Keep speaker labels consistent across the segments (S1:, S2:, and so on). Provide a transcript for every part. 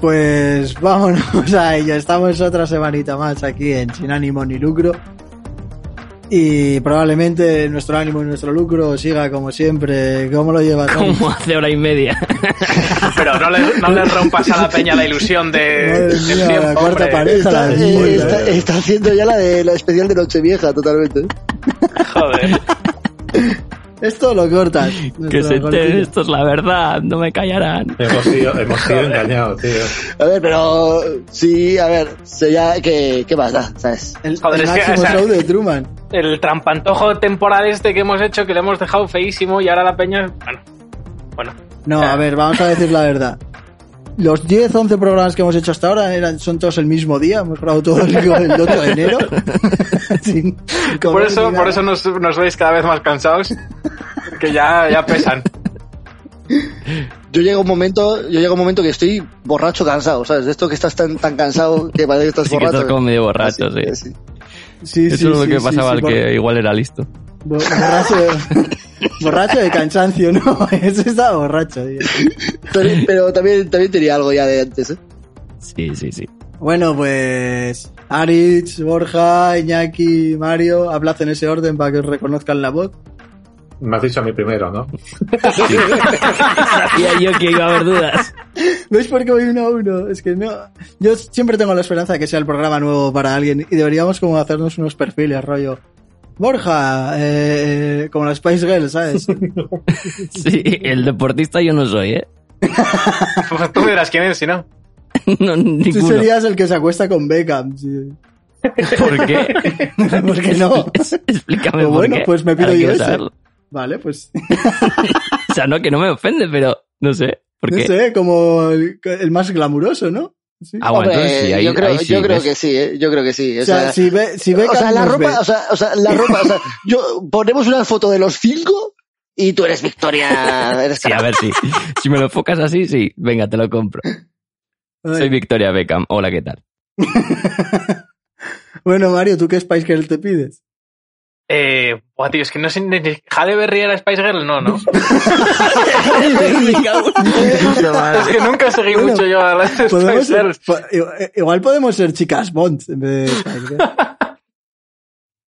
S1: Pues vámonos a ello. Estamos otra semanita más aquí en Sin Ánimo ni Lucro. Y probablemente nuestro ánimo y nuestro lucro siga como siempre. ¿Cómo lo lleva Tony?
S2: Como hace hora y media.
S3: Pero no le, no le rompas a la peña la ilusión de.
S1: Madre
S3: del
S1: mía,
S3: tiempo,
S1: la cuarta
S3: hombre.
S1: pared a la
S4: Está, eh,
S1: mierda.
S4: está- está haciendo ya la de la especial de Nochevieja, totalmente.
S3: Joder.
S1: Esto lo cortas.
S2: que
S1: nuestro
S2: se enteren,
S1: cortito.
S2: esto es la verdad, no me callarán.
S5: Hemos sido, hemos sido engañados, tío.
S4: A ver, pero sí, a ver, sería que qué pasa, ¿sabes?
S1: El,
S3: Joder,
S1: el
S3: es que,
S1: máximo
S3: o sea-
S1: show de Truman.
S3: El trampantojo temporal este que hemos hecho, que le hemos dejado feísimo y ahora la peña. Bueno. Bueno.
S1: No, a ver, vamos a decir la verdad. Los 10, 11 programas que hemos hecho hasta ahora eran, son todos el mismo día. Hemos grabado todos el, el 8 de enero. Sin- sin
S3: Por
S1: comer ni
S3: eso,
S1: nada.
S3: por eso nos, nos veis cada vez más cansados. Que ya, ya pesan.
S4: Yo llego un momento, yo llego un momento que estoy borracho cansado, ¿sabes? De esto que estás tan tan cansado que parece que estás
S2: Sí que
S4: borracho.
S2: estás como medio borracho,
S4: Así que
S2: sí.
S1: Sí,
S2: Eso
S1: sí,
S2: es lo
S1: sí,
S2: que
S1: sí,
S2: pasaba
S1: sí,
S2: al
S1: por-
S2: que igual era listo.
S1: bo- borracho, borracho de cansancio, ¿no? Ese estaba borracho, tío.
S4: También- pero también, también tenía algo ya de antes, ¿eh?
S2: Sí, sí, sí.
S1: Bueno, pues Aritz, Borja, Iñaki, Mario, hablad en ese orden para que os reconozcan la voz.
S5: Me has dicho a mí primero, ¿no?
S2: Sabía yo que iba a haber dudas.
S1: ¿Veis por qué voy uno a uno? Es que no. Yo siempre tengo la esperanza de que sea el programa nuevo para alguien y deberíamos como hacernos unos perfiles, rollo. Borja, eh, como la Spice Girl, ¿sabes?
S2: Sí, el deportista yo no soy, ¿eh?
S3: Pues tú me dirás quién es, si no.
S2: No,
S1: Tú
S2: ninguno.
S1: serías el que se acuesta con Beckham. sí.
S2: ¿Por qué?
S1: ¿Por qué no?
S2: Explícame
S1: Pero
S2: por
S1: bueno,
S2: qué.
S1: pues me pido
S2: Ahora
S1: yo
S2: quiero
S1: ese.
S2: saberlo.
S1: Vale, pues
S2: O sea, no, que no me ofende, pero no sé. ¿Por
S1: no
S2: qué?
S1: sé, como el, el más glamuroso, ¿no? Sí.
S2: Ah, bueno, entonces sí, ahí,
S4: yo creo,
S2: ahí sí,
S4: yo creo
S2: ¿ves?
S4: que sí, ¿eh? Yo creo que sí. O,
S1: o sea,
S4: sea,
S1: si, ve, si
S4: o
S1: Beckham
S4: sea, la
S1: nos ve-
S4: ropa, o sea, o sea, la ropa, o sea, yo ponemos una foto de los cinco y tú eres Victoria, eres
S2: Sí, a ver, sí. Si me lo enfocas así, sí. Venga, te lo compro.
S1: Ay.
S2: Soy Victoria Beckham. Hola, ¿qué tal?
S1: Bueno, Mario, ¿tú qué Spice Girl te pides?
S3: Eh, buah, tío, es que no sé. ni- ni- ¿Halle Berry era Spice Girl? No, no. Es que nunca seguí
S1: Bueno,
S3: mucho yo a las
S1: Podemos
S3: Spice
S1: ser-
S3: Girls.
S1: po- i- igual podemos ser chicas Bond en vez de Spice Girls.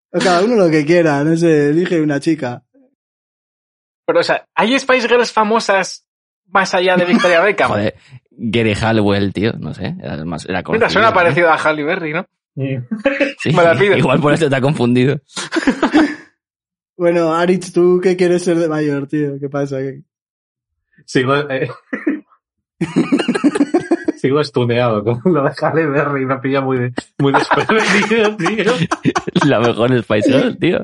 S1: O cada uno lo que quiera, no sé, elige una chica.
S3: Pero, o sea, ¿hay Spice Girls famosas más allá de Victoria Beckham?
S2: Joder, Gary Halwell, tío. No sé. Era, más, era
S3: Mira,
S2: conocido,
S3: suena
S2: ¿no?
S3: parecido a Halle Berry, ¿no?
S2: Sí,
S3: me la pides.
S2: Igual por eso te ha confundido.
S1: Bueno, Aritz, ¿tú qué quieres ser de mayor, tío? ¿Qué pasa? ¿Qué-
S5: Sigo, eh, sigo estuneado con lo de Halle Berry. Me pilla muy, de- muy desprevenido, tío.
S2: La mejor es Spice Girl, tío.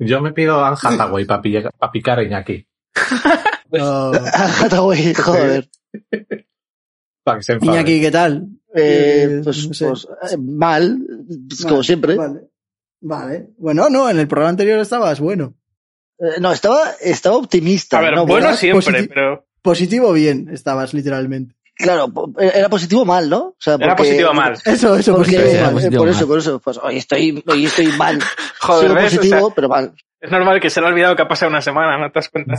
S5: Yo me pido a Anne Hathaway para picar a Iñaki.
S2: Pues,
S1: No.
S4: Hathaway, joder.
S5: Para que se enfade.
S1: Iñaki, ¿qué tal?
S4: Eh,
S1: Eh,
S4: pues,
S1: no sé.
S4: pues, eh, mal, pues,
S1: Vale,
S4: como siempre.
S1: Vale. Vale. Bueno, no, en el programa anterior estabas bueno.
S4: Eh, no, estaba, estaba optimista.
S3: A ver,
S4: no,
S3: bueno
S4: ¿verdad?
S3: siempre,
S1: Positi-
S3: pero.
S1: Positivo bien estabas, literalmente.
S4: Claro, po- eh, era positivo mal, ¿no? O sea,
S3: Era
S4: porque-
S3: positivo mal.
S1: Eso, eso,
S4: Porque,
S1: positivo.
S2: Era
S4: eh,
S1: vale.
S2: positivo
S4: por
S2: mal.
S4: eso, por eso, pues hoy estoy, hoy estoy mal.
S3: Joder,
S4: Sigo
S3: ¿ves? O
S4: positivo,
S3: sea,
S4: pero mal.
S3: es normal que se le ha olvidado que ha pasado una semana, ¿no te das cuenta?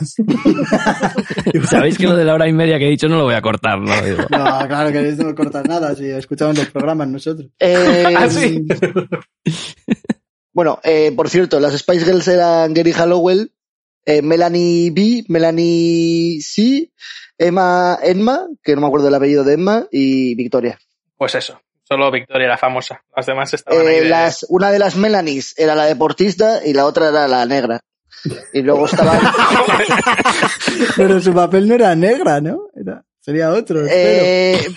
S2: Sabéis que lo de la hora y media que he dicho no lo voy a cortar, no digo.
S1: No, claro que no cortas nada, si escuchamos los programas nosotros.
S4: Eh,
S3: Ah, sí.
S4: Bueno, eh, por cierto, las Spice Girls eran Gary Hallowell, eh, Melanie B, Melanie C, Emma, Emma, que no me acuerdo el apellido de Emma, y Victoria.
S3: Pues eso. Solo Victoria era famosa. Las demás estaban ahí.
S4: Eh,
S3: de-
S4: las, una de las Melanies era la deportista y la otra era la negra. Y luego estaba...
S1: Pero su papel no era negra, ¿no? Era, sería otro. espero.
S4: eh,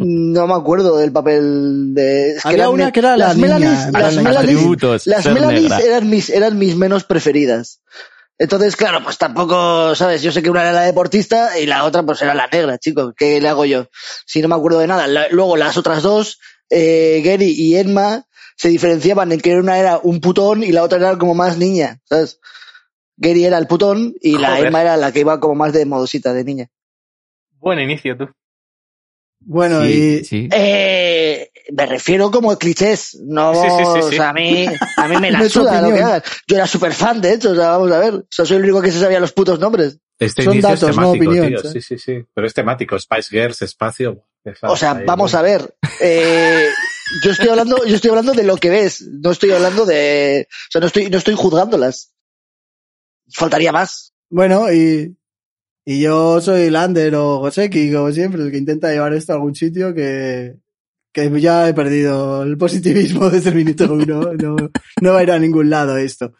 S4: no me acuerdo del papel de... es que
S1: Había
S4: eran
S1: una
S4: me-
S1: que era la
S4: las
S1: niña,
S4: Melanies,
S1: en
S4: las
S1: plan,
S4: Melanies-
S2: Atributos.
S4: Las
S2: ser
S4: Melanies
S2: negra.
S4: eran mis, eran mis menos preferidas. Entonces, claro, pues tampoco, ¿sabes? Yo sé que una era la deportista y la otra pues era la negra, chicos. ¿Qué le hago yo? Si no me acuerdo de nada. La- luego las otras dos, eh, Gary y Edma, se diferenciaban en que una era un putón y la otra era como más niña, ¿sabes? Gary era el putón y la
S3: Joder.
S4: Edma era la que iba como más de modosita, de niña.
S3: Buen inicio, tú.
S1: Bueno,
S2: Sí,
S1: y
S2: sí.
S4: Eh, me refiero como a clichés, no,
S3: Sí, sí, sí, sí.
S4: o sea, a mí, a mí me
S1: No
S4: la
S1: es tu
S4: suda lo que
S1: opinión.
S4: hagas. Yo era súper fan, de hecho, o sea, vamos a ver. O sea, soy el único que se sabía los putos nombres.
S5: Este
S1: Son
S5: inicio
S1: datos,
S5: es
S1: no
S5: temático,
S1: opiniones,
S5: tío.
S1: ¿eh?
S5: Sí, sí, sí. Pero es temático. Spice Girls, espacio.
S4: O sea, vamos a ver. eh, yo estoy hablando, yo estoy hablando de lo que ves. No estoy hablando de, o sea, no estoy, no estoy juzgándolas. Faltaría más.
S1: Bueno, y, y yo soy Lander o Goseki, como siempre, el que intenta llevar esto a algún sitio que, que ya he perdido el positivismo desde el minuto uno. No, no va a ir a ningún lado esto.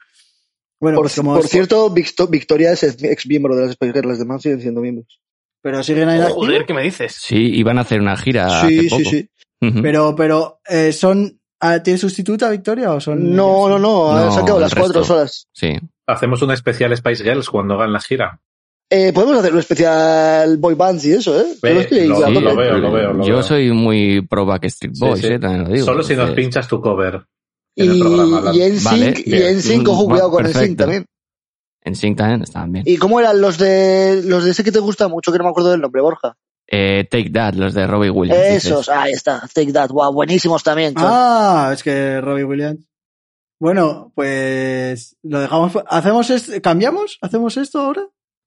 S1: Bueno,
S4: por
S1: pues como
S4: por
S1: os-
S4: cierto, Victo- Victoria es ex miembro de las Spice Girls, las demás siguen siendo miembros.
S1: pero siguen ahí.
S3: Oh, Joder, ¿qué me dices?
S2: Sí, iban a hacer una gira. Ah, hace
S4: Sí,
S2: poco.
S4: sí, sí.
S2: Ujú.
S1: Pero, pero, eh, son, ah, ¿tiene sustituta Victoria o son?
S4: No, no, no,
S2: No,
S4: se han quedado
S2: el
S4: las cuatro
S2: resto.
S4: solas.
S2: Sí.
S5: Hacemos una especial Spice Girls cuando hagan la gira.
S4: Eh, podemos hacer un especial boy bands y eso, ¿eh?
S5: Ve,
S4: Yo estoy
S5: lo-
S4: a
S5: sí,
S4: tope.
S5: lo veo, lo veo, lo
S2: yo
S5: veo.
S2: soy muy pro Backstreet
S5: Sí,
S2: Boys,
S5: sí.
S2: eh, también lo digo.
S5: Solo si nos
S2: Entonces,
S5: pinchas tu cover en el
S4: Y,
S5: programa. Alan.
S4: y en
S2: Vale,
S4: sync, y
S5: bien.
S4: en sync, ojo,
S2: Mm,
S4: cuidado con
S2: perfecto.
S4: en sync también.
S2: En Sync también estaban bien.
S4: ¿Y cómo eran los de los de ese que te gusta mucho, que no me acuerdo del nombre, Borja?
S2: Eh, Take That, los de Robbie Williams. dices.
S4: Esos, ahí está, Take That, wow, buenísimos también. chon.
S1: Ah, es que Robbie Williams. Bueno, pues lo dejamos. ¿Hacemos esto? ¿Cambiamos? ¿Hacemos esto ahora?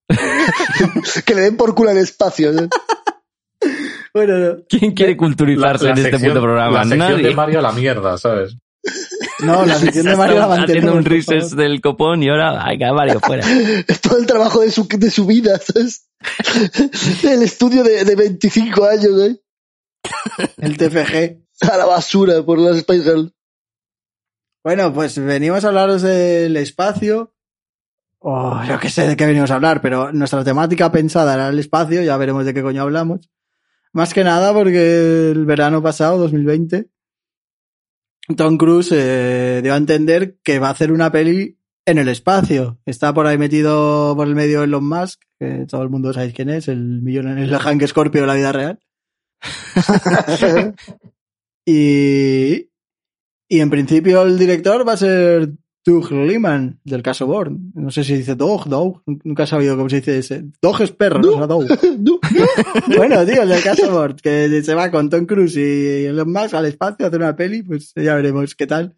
S4: que le den por culo el espacio. ¿eh?
S1: Bueno, no.
S2: ¿Quién quiere culturizarse en este
S5: sección-
S2: puto programa?
S5: La sección
S2: Nadie.
S5: de Mario a la mierda, ¿sabes?
S1: No, la sección de Mario la
S2: haciendo
S1: mantenemos.
S2: un
S1: por
S2: research
S1: favor.
S2: del copón y ahora, ay, que Mario fuera.
S4: Es todo el trabajo de su, de su vida, ¿sabes? el estudio de, de 25 años, ¿eh?
S1: El TFG.
S4: A la basura por las Spice Girls.
S1: Bueno, pues venimos a hablaros del espacio. O yo qué sé de qué venimos a hablar, pero nuestra temática pensada era el espacio, ya veremos de qué coño hablamos. Más que nada porque el verano pasado, 2020, Tom Cruise eh, dio a entender que va a hacer una peli en el espacio. Está por ahí metido por el medio Elon Musk, que todo el mundo sabe quién es, el millonario, el Hank Scorpio de la vida real. y, y en principio el director va a ser Doug Liman, del caso Born. No sé si dice Doug, Doug. Nunca he sabido cómo se dice ese. Doug es perro, no, será Doug.
S4: No,
S1: Bueno, tío, el del caso Born, que se va con Tom Cruise y Elon Musk al espacio a hacer una peli, pues ya veremos qué tal.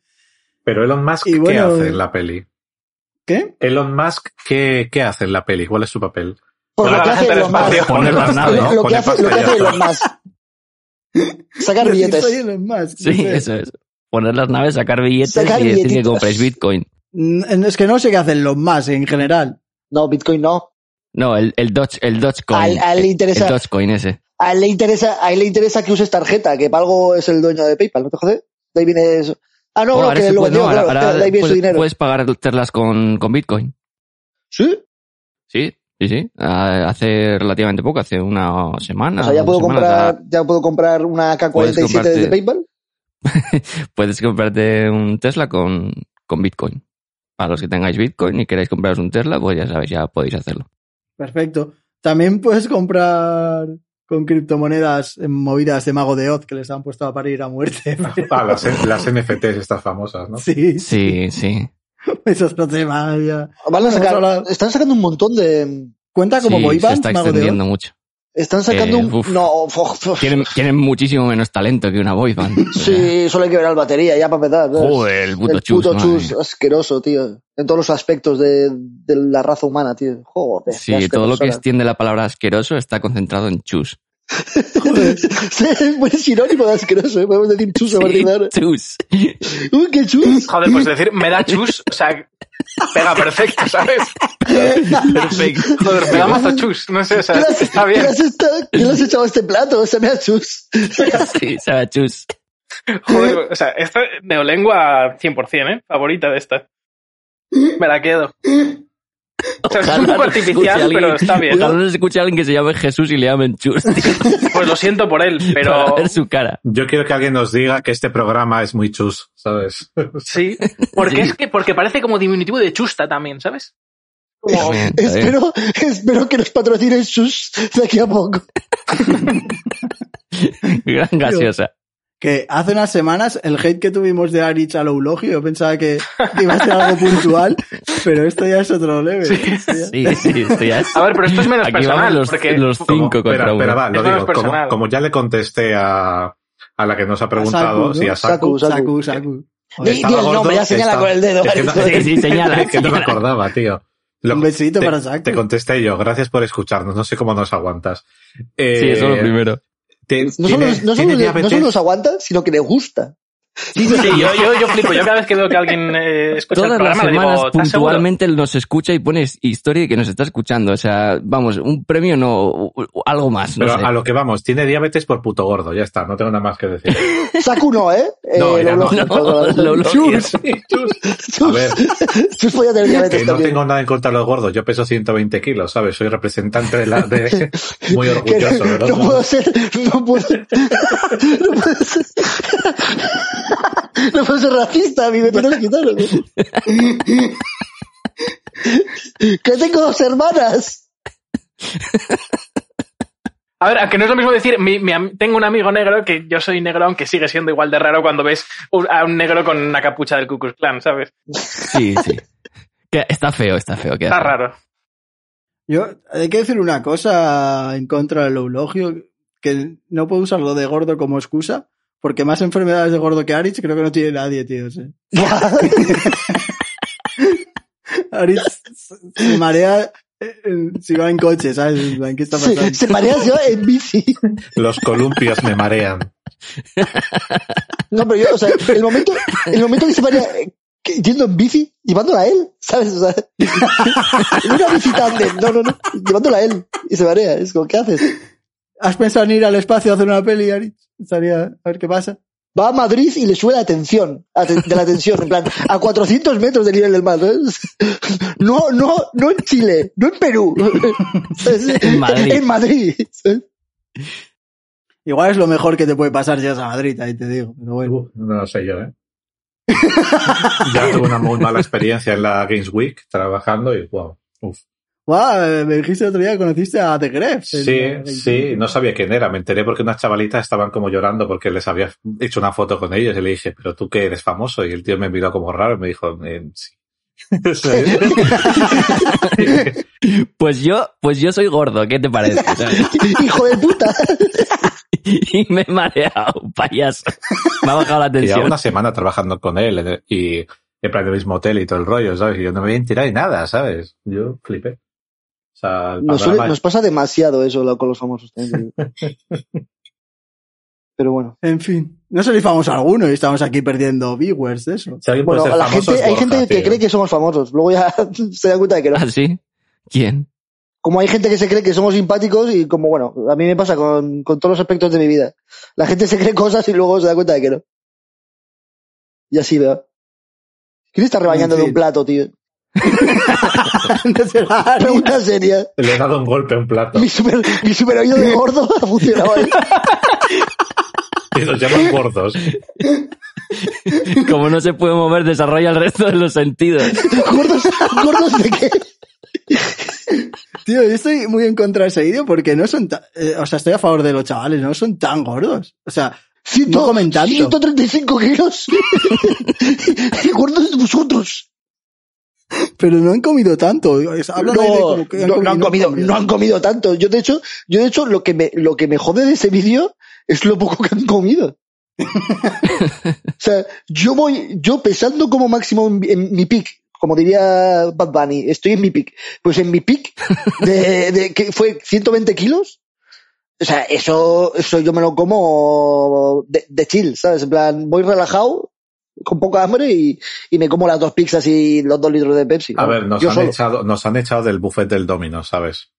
S5: Pero Elon Musk,
S1: Y bueno, eh,
S5: ¿qué hace en la peli?
S1: ¿Qué?
S5: Elon Musk, ¿qué, ¿qué hace en la peli? ¿Cuál es su papel?
S4: Por lo
S3: Ahora
S4: que
S3: la
S4: hace
S3: gente
S4: Elon
S3: del
S4: Musk.
S3: espacio.
S2: Poner las
S5: pasta,
S2: naves.
S4: Lo
S5: ¿no?
S4: que
S5: Poner
S4: hace,
S5: pasta
S4: lo que
S5: y ya
S4: hace
S5: está.
S4: Elon Musk. Sacar
S1: Decir, Soy
S4: billetes.
S1: Elon Musk. no
S2: Sí,
S1: sé.
S2: eso es. Poner las naves, sacar billetes
S4: Sacar
S2: y decir que
S4: billetitos.
S2: compres Bitcoin.
S1: N- Es que no sé qué hacen los más en general.
S4: No, Bitcoin no.
S2: No, el, el Dodge, el Dogecoin.
S4: Al- al
S2: El-
S4: interesa-
S2: El Dogecoin ese.
S4: A él le interesa, a él le interesa que uses tarjeta, que Palgo es el dueño de PayPal, ¿no te jodes? De ahí viene eso. Ah, no,
S2: Oh,
S4: no,
S2: ahora
S4: que
S2: se
S4: lo
S2: puede-
S4: vendió,
S2: no, ahora-
S4: claro,
S2: ahora
S4: de ahí viene su
S2: puedes-
S4: dinero.
S2: Puedes pagar terlas con, con Bitcoin.
S4: ¿Sí?
S2: Sí, sí, sí. Ah, Hace relativamente poco, hace una semana.
S4: O sea, ya
S2: dos
S4: puedo
S2: semanas,
S4: comprar, ya puedo comprar una
S2: Puedes
S4: K47
S2: comprarte-
S4: desde PayPal.
S2: ah, Puedes comprarte un Tesla con, con Bitcoin. Para los que tengáis Bitcoin y queráis compraros un Tesla, pues ya sabéis, ya podéis hacerlo.
S1: Perfecto. También puedes comprar con criptomonedas en movidas de Mago de Oz que les han puesto a parir a muerte.
S5: Ah, las, las NFTs estas famosas, ¿no?
S1: Sí,
S2: Sí, sí.
S1: eso es otro tema. ya.
S4: Van a
S1: Vamos a
S4: sacar,
S1: hablar-
S4: están sacando un montón de,
S1: Cuenta como
S2: Sí,
S1: boy
S2: se
S1: band,
S2: está
S1: Mago de Oz.
S2: extendiendo mucho.
S4: están sacando
S2: Eh,
S4: un,
S2: uf.
S4: no, fo- fo-
S2: Tienen, tienen muchísimo menos talento que una boy band. O sea,
S4: sí, solo hay que ver al batería, ya para empezar. ¿sabes?
S2: Joder, el puto
S4: el
S2: chus.
S4: puto
S2: madre
S4: chus,
S2: mía.
S4: asqueroso, tío. En todos los aspectos de, de la raza humana, tío. Joder. qué
S2: Sí, todo lo que
S4: asquerosona.
S2: extiende la palabra asqueroso está concentrado en chus.
S4: Sí, es buen sinónimo de asqueroso, ¿eh? podemos decir chus a partir de ahora.
S2: Sí, chus.
S4: Uy, qué chus.
S3: Joder, pues decir, me da chus, o sea, pega perfecto, ¿sabes?
S2: Perfecto.
S3: Joder, me da mazo chus, no sé, o sea,
S4: ¿Qué le has-
S3: está
S4: ¿Qué
S3: bien.
S4: le has, esta- qué le has echado a este plato? Se me da chus.
S2: Sí, sabe a chus.
S3: Joder, o sea, esta neolengua 100%, ¿eh? Favorita de esta. Me la quedo. O sea, es un
S2: Ojalá
S3: poco
S2: no escuche a
S3: artificial,
S2: alguien-
S3: pero está bien.
S2: Ojalá no se escuche a alguien que se llame Jesús y le llamen chus, tío,
S3: Pues lo siento por él,
S2: para
S3: pero
S2: ver su cara.
S5: Yo quiero que alguien nos diga que este programa es muy chus, ¿sabes?
S3: sí. Porque
S2: Sí.
S3: es que porque parece como diminutivo de chusta también, ¿sabes? Como,
S2: También, también.
S4: Oh, Espero, espero que nos patrocinen chus de aquí a poco.
S2: Gran gaseosa.
S1: Que hace unas semanas el hate que tuvimos de Arich al Eulogio, yo pensaba que, que iba a ser algo puntual, pero esto ya es otro leve. Esto ya-
S2: Sí, sí, esto ya es-
S3: a ver, pero esto es menos
S2: Aquí
S3: personal,
S2: vamos los,
S3: porque
S2: los
S5: Como-
S2: cinco contra
S5: espera,
S2: uno.
S5: espera, va, lo
S3: Es menos
S5: digo. Como,
S3: personal.
S5: como ya le contesté a, a la que nos ha preguntado,
S1: Saku,
S5: si
S1: ¿no?
S5: a Saku,
S4: Saku,
S1: Saku, Saku.
S4: Di, di
S5: Estaba
S4: el nombre,
S5: gordo,
S4: ya señala
S5: estaba-
S4: con el dedo.
S5: es que no-
S4: ¿vale?
S2: Sí, sí, señala.
S5: que no me
S2: señala.
S5: acordaba, tío. Lo-
S1: Un besito
S5: te-
S1: para Saku.
S5: Te contesté yo, gracias por escucharnos, no sé cómo nos aguantas. Eh,
S2: Sí, eso es lo primero.
S5: te-
S4: No solo,
S5: tiene-
S4: no,
S5: tiene
S4: solo, no
S5: diabetes.
S4: solo los aguanta, sino que le gusta.
S3: Sí, sí, yo, yo, yo flipo. Yo cada vez que veo que alguien eh, escucha el
S2: Todas las
S3: programa, le
S2: semanas
S3: digo, "¿Estás seguro?".
S2: puntualmente él nos escucha y pone historia de que nos está escuchando. O sea, vamos, un premio no, o- o algo más. No
S5: Pero
S2: sé.
S5: a lo que vamos, tiene diabetes por puto gordo, ya está, no tengo nada más que decir.
S4: Saku no, ¿eh? Eh,
S5: No, ya
S4: lo-
S5: no,
S4: lo-
S2: no,
S4: lo-
S2: lo- lo-
S5: Chus, chus. A
S4: Chus,
S5: ver.
S4: Chus podía tener
S5: Que
S4: diabetes
S5: no
S4: también.
S5: tengo nada en contra de los gordos, yo peso 120 kilos, ¿sabes? Soy representante de la... De, muy
S4: Que
S5: orgulloso, ¿verdad?
S4: no puedo ser, no puedo, no puedo ser, no puedo ser racista, a mí me tienes que quitar. Que tengo dos hermanas.
S3: A ver, aunque no es lo mismo decir, mi- mi am- tengo un amigo negro que yo soy negro, aunque sigue siendo igual de raro cuando ves un- a un negro con una capucha del Ku Klux Klan, ¿sabes?
S2: Sí, sí. Que está feo, está feo. queda
S3: Está
S2: feo.
S3: raro.
S1: Yo, hay que decir una cosa en contra del eulogio, que no puedo usar lo de gordo como excusa, porque más enfermedades de gordo que Aritz creo que no tiene nadie, tío. sí. Aritz se marea eh, eh, si va en coche, ¿sabes? En plan, ¿Qué está
S4: Se,
S1: pasando?
S4: se marea yo en bici.
S5: Los columpios me marean.
S4: No, pero yo, o sea, el momento, el momento que se marea eh, que- yendo en bici, llevándola a él, ¿sabes? O sea, en una bici tándem, no, no, no, llevándola a él y se marea. Es como, ¿qué haces?
S1: ¿Has pensado en ir al espacio a hacer una peli, Aritz? Estaría, a ver qué pasa.
S4: va a Madrid y le sube la tensión, a te- de la tensión, en plan, a 400 metros del nivel del mar. ¿sabes? No, no, no en Chile, no en Perú. ¿sabes?
S2: En Madrid.
S4: En Madrid. ¿sabes?
S1: Igual es lo mejor que te puede pasar si vas a Madrid, ahí te digo. Pero bueno.
S5: Uf, no lo sé yo, ¿eh? Ya tuve una muy mala experiencia en la Games Week trabajando y wow. Uf.
S1: Guau, eh, me dijiste otro día que conociste a The Grefg. el-
S5: Sí,
S1: el-
S5: sí, no sabía quién era. Me enteré porque unas chavalitas estaban como llorando porque les había hecho una foto con ellos y le dije, pero tú que eres famoso. Y el tío me miró como raro y me dijo, "Eh, sí. O sea,
S2: Pues yo, pues yo soy gordo, ¿qué te parece?
S4: Hijo de puta.
S2: y me he mareado, payaso. Me ha bajado la
S5: Llevaba
S2: tensión.
S5: una semana trabajando con él eh, y en plan el mismo hotel y todo el rollo, ¿sabes? Y yo no me había enterado de nada, ¿sabes? Yo flipé. O sea, el
S4: Nos, suele-
S5: panorama-
S4: nos pasa demasiado eso lo- con los famosos. también te digo. Pero bueno.
S1: En fin. No soy famoso alguno y estamos aquí perdiendo viewers de eso.
S5: Si alguien puede
S4: Bueno,
S5: ser
S4: a la
S5: famoso,
S4: gente,
S5: es
S4: hay
S5: Borja,
S4: gente que
S5: tío.
S4: cree que somos famosos. Luego ya se da cuenta de que no.
S2: ¿Así? ¿Ah, ¿Quién?
S4: como hay gente que se cree que somos simpáticos y como, bueno, a mí me pasa con, con todos los aspectos de mi vida. La gente se cree cosas y luego se da cuenta de que no. Y así veo. ¿Quién está rebañando de
S1: Sí.
S4: un plato, tío?
S1: No será Aritz.
S4: Pregunta seria.
S5: Le he dado un golpe a un plato.
S4: Mi super, mi super oído de gordo ha funcionado ahí.
S5: Y los llaman gordos.
S2: Como no se puede mover, desarrolla el resto de los sentidos.
S4: ¿Gordos, gordos de qué?
S1: Tío, yo estoy muy en contra de ese vídeo porque no son tan... o sea, estoy a favor de los chavales, no son tan gordos. O sea,
S4: Ciento-
S1: No comen tanto.
S4: 135 kilos. gordos de vosotros.
S1: pero no han comido tanto. Es- hablan ahí de
S4: no,
S1: como que han
S4: no- no han comido,
S1: no han
S4: no han comido tanto. Yo de hecho, yo de hecho lo que me, lo que me jode de ese vídeo es lo poco que han comido. o sea, yo voy, yo pesando como máximo en, en mi pick, como diría Bad Bunny, estoy en mi pick. Pues en mi pick de, de que fue 120 kilos. O sea, eso, eso yo me lo como de, de chill, ¿sabes? En plan, voy relajado, con poca hambre y, y me como las dos pizzas y los dos litros de Pepsi.
S5: A ver, nos
S4: Yo
S5: han,
S4: solo.
S5: echado, nos han echado del buffet del Domino, ¿sabes?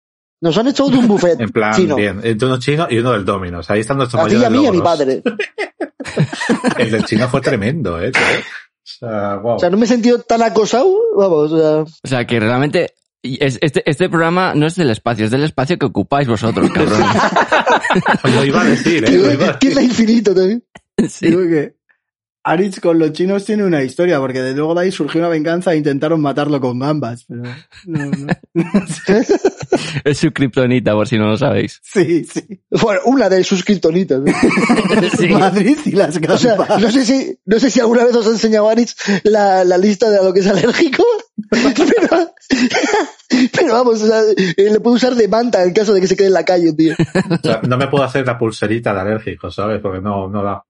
S4: Nos han echado de un buffet
S5: En plan,
S4: chino.
S5: bien. Entre uno chino y uno del Domino. Ahí están nuestros
S4: A ti y
S5: mayores
S4: a mí y a mi
S5: logros.
S4: padre.
S5: El del chino fue tremendo, ¿eh? tío? O sea, wow.
S4: O sea, no me he sentido tan acosado. Vamos, o sea,
S2: O sea, que realmente y es- este, este programa no es del espacio, es del espacio que ocupáis vosotros, cabrón.
S5: Lo iba a decir, ¿eh? Lo iba a
S4: tienda
S5: decir.
S4: infinito también.
S2: Sí.
S1: Digo que Aritz con los chinos tiene una historia, porque de luego de ahí surgió una venganza e intentaron matarlo con gambas, pero no, no.
S2: Es su kriptonita, por si no lo sabéis.
S1: Sí, sí.
S4: Bueno, una de sus criptonitas. ¿no?
S2: Sí.
S1: Madrid y las
S4: O
S1: gambas.
S4: sea, no sé si, no sé si alguna vez os ha enseñado Aritz la, la lista de a lo que es alérgico. Pero, pero vamos, o sea, eh, le puedo usar de manta en caso de que se quede en la calle, tío.
S5: O sea, no me puedo hacer la pulserita de alérgico, ¿sabes? Porque no, no da.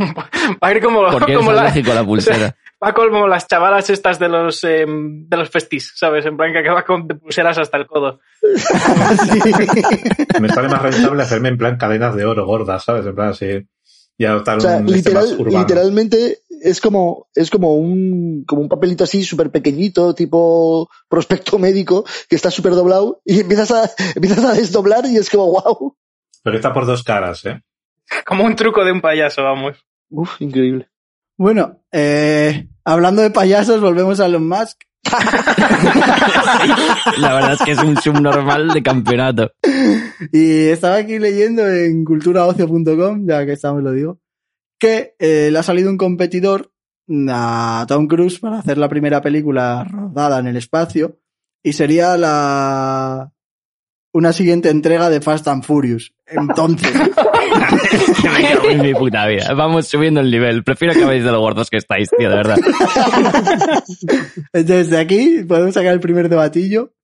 S3: Va a ir como,
S2: Porque eres
S3: como la,
S2: alérgico a la pulsera.
S3: Va como las chavalas estas de los, eh, de los festis, ¿sabes? En plan que acaba con pulseras hasta el codo.
S5: Me sale más rentable hacerme en plan cadenas de oro gordas, ¿sabes? En plan así. Y adoptar
S4: O sea,
S5: un
S4: literal,
S5: este más urbano.
S4: literalmente es como, es como un, como un papelito así súper pequeñito, tipo prospecto médico, que está súper doblado, y empiezas a, empiezas a desdoblar y es como, wow.
S5: Pero está por dos caras, ¿eh?
S3: Como un truco de un payaso, vamos.
S4: Uf, increíble.
S1: Bueno, eh, hablando de payasos, volvemos a Elon Musk.
S2: La verdad es que es un subnormal de campeonato.
S1: Y estaba aquí leyendo en culturaocio.com, ya que estamos lo digo, que eh, le ha salido un competidor mm, a Tom Cruise para hacer la primera película rodada en el espacio y sería la una siguiente entrega de Fast and Furious. Entonces,
S2: Me cago en mi puta vida. Vamos subiendo el nivel. Prefiero que veáis de los gordos que estáis, tío, de verdad.
S1: desde aquí podemos sacar el primer debatillo,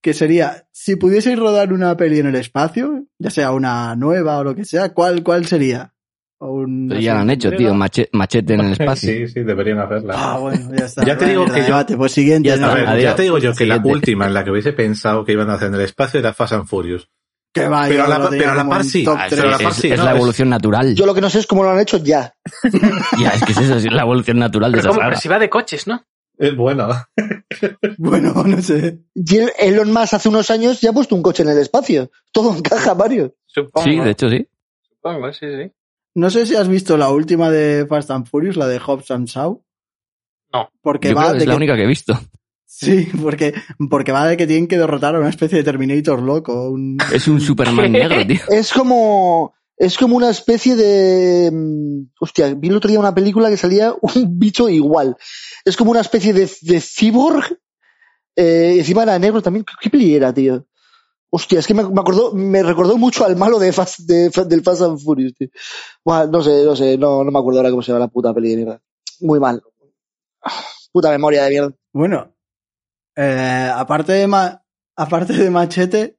S1: que sería, si pudieseis rodar una peli en el espacio, ya sea una nueva o lo que sea, ¿cuál, cuál sería? O un-
S2: Pero ya lo han hecho, tío. Mache- machete en el espacio.
S5: Sí, sí, deberían hacerla.
S1: Ah, bueno, ya está.
S5: Ya te
S1: Vale,
S5: digo
S1: mierda,
S5: que yo-
S1: debate, pues siguiente.
S2: Ya
S1: ¿no?
S5: A ver,
S2: Adiós.
S5: ya te digo yo que la
S2: Siguiente.
S5: última en la que hubiese pensado que iban a hacer en el espacio era Fast and Furious.
S1: Que va,
S5: Pero
S1: yo
S5: a la
S1: lo
S5: pa-
S1: tenía
S5: pero a la
S1: como
S5: par
S1: en
S5: sí.
S1: top
S5: Ah,
S2: Es,
S1: tres.
S5: Pero la
S2: es-
S5: fácil,
S2: es
S5: ¿no?
S2: la
S5: Es-
S2: evolución natural.
S4: Yo lo que no sé es cómo lo han hecho ya.
S2: Ya, es que es eso, es la evolución natural de
S3: Pero
S2: esa
S3: como,
S2: saga.
S3: pero si va de coches, ¿no?
S5: Eh, bueno,
S1: Bueno, no sé.
S4: Y el- Elon Musk hace unos años ya ha puesto un coche en el espacio. Todo encaja, Mario.
S3: Supongo.
S2: Sí, de hecho sí.
S3: Supongo, sí, sí.
S1: No sé si has visto la última de Fast and Furious, la de Hobbs and Shaw.
S3: No.
S1: Porque
S2: Yo
S1: va
S2: creo que
S1: de
S2: es la
S1: que-
S2: única que he visto.
S1: Sí, porque, porque va de que tienen que derrotar a una especie de Terminator loco. un-
S2: Es un Superman
S3: ¿Qué?
S2: negro, tío.
S4: Es como, es como una especie de, mm, hostia, vi el otro día una película que salía un bicho igual. Es como una especie de, de cyborg, eh, encima era negro también. ¿Qué, qué peli era, tío? Hostia, es que me, me acordó, me recordó mucho al malo de Fast, de, Fa- del Fast and Furious, tío. Buah, no sé, no sé, no, no me acuerdo ahora cómo se llama la puta peli de mierda. Muy mal. Puta memoria de mierda.
S1: Bueno, eh, aparte, de ma- aparte de Machete,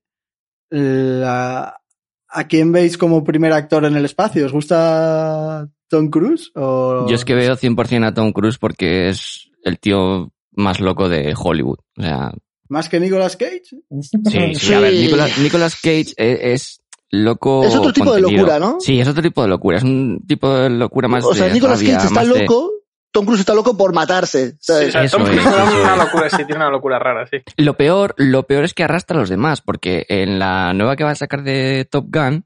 S1: la- ¿a quién veis como primer actor en el espacio? ¿Os gusta Tom Cruise? O...
S2: Yo es que veo 100% a Tom Cruise porque es el tío más loco de Hollywood. O sea,
S1: ¿Más que Nicolas Cage?
S2: sí, sí.
S4: Sí.
S2: A ver, Nicolas, Nicolas Cage es, es loco.
S4: Es otro tipo de
S2: contenido.
S4: locura, ¿no?
S2: Sí, es otro tipo de locura. Es un tipo de locura más
S4: o sea,
S2: de
S4: Nicolas
S2: rabia,
S4: Cage está
S2: más de-
S4: loco, Tom Cruise está loco por matarse,
S3: Sí, o
S4: ¿sabes?
S3: sea,
S2: Eso
S3: Tom
S2: es,
S3: Cruise me da
S2: eso
S3: una
S2: es.
S3: locura, sí, tiene una locura rara, sí.
S2: Lo peor, lo peor es que arrastra a los demás, porque en la nueva que va a sacar de Top Gun,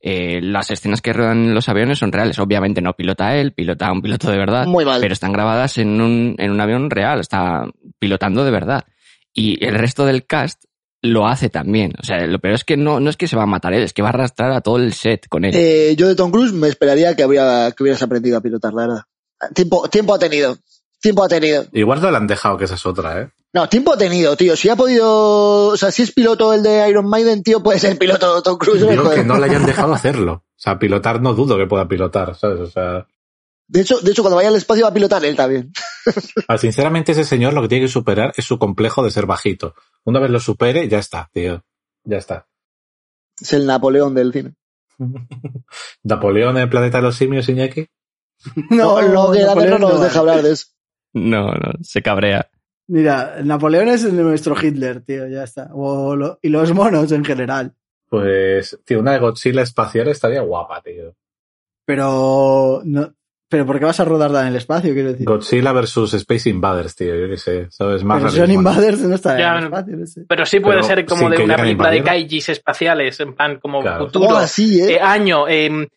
S2: eh, las escenas que ruedan los aviones son reales. Obviamente no pilota él, pilota a un piloto de verdad,
S4: Muy mal.
S2: pero están grabadas en un, en un avión real, está pilotando de verdad. Y el resto del cast lo hace también. O sea, lo peor es que no, no es que se va a matar él, es que va a arrastrar a todo el set con él.
S4: Eh, yo de Tom Cruise me esperaría que, habría, que hubieras aprendido a pilotar, la verdad. Tiempo, tiempo ha tenido. Tiempo ha tenido.
S5: igual no la han dejado, que esa es otra, ¿eh?
S4: No, tiempo ha tenido, tío. Si ha podido. O sea, si es piloto el de Iron Maiden, tío, puede ser piloto de Tom Cruise. no me
S5: Digo que
S4: jodas.
S5: no la hayan dejado hacerlo. O sea, pilotar no dudo que pueda pilotar, ¿sabes? O sea,
S4: De, hecho, de hecho, cuando vaya al espacio va a pilotar él también.
S5: ah, sinceramente ese señor lo que tiene que superar es su complejo de ser bajito. Una vez lo supere, ya está, tío. Ya está.
S4: Es el Napoleón del cine.
S5: Napoleón en el planeta de los simios, Iñaki.
S4: No, lo que la
S1: Napoleón
S4: verdad no nos
S1: vale.
S4: deja hablar de eso.
S2: No, no, se cabrea.
S1: Mira, Napoleón es el de nuestro Hitler, tío, ya está. O lo- y los monos en general.
S5: Pues, tío, una Godzilla espacial estaría guapa, tío.
S1: Pero. No, pero ¿por qué vas a rodarla en el espacio? Quiero decir.
S5: Godzilla versus Space Invaders, tío, yo qué sé, ¿sabes? Más
S1: Pero John
S5: realismo.
S1: Invaders no está
S3: Ya,
S1: en
S3: Pues
S1: el espacio. no sé.
S3: Pero sí puede
S5: Pero
S3: ser como
S5: sin
S3: de
S5: que
S3: una
S5: lleguen a
S3: película de
S5: invadir.
S3: kaijis espaciales, en plan, como
S5: Claro.
S3: futuro,
S4: Ahora sí, ¿eh?
S3: eh, año, eh,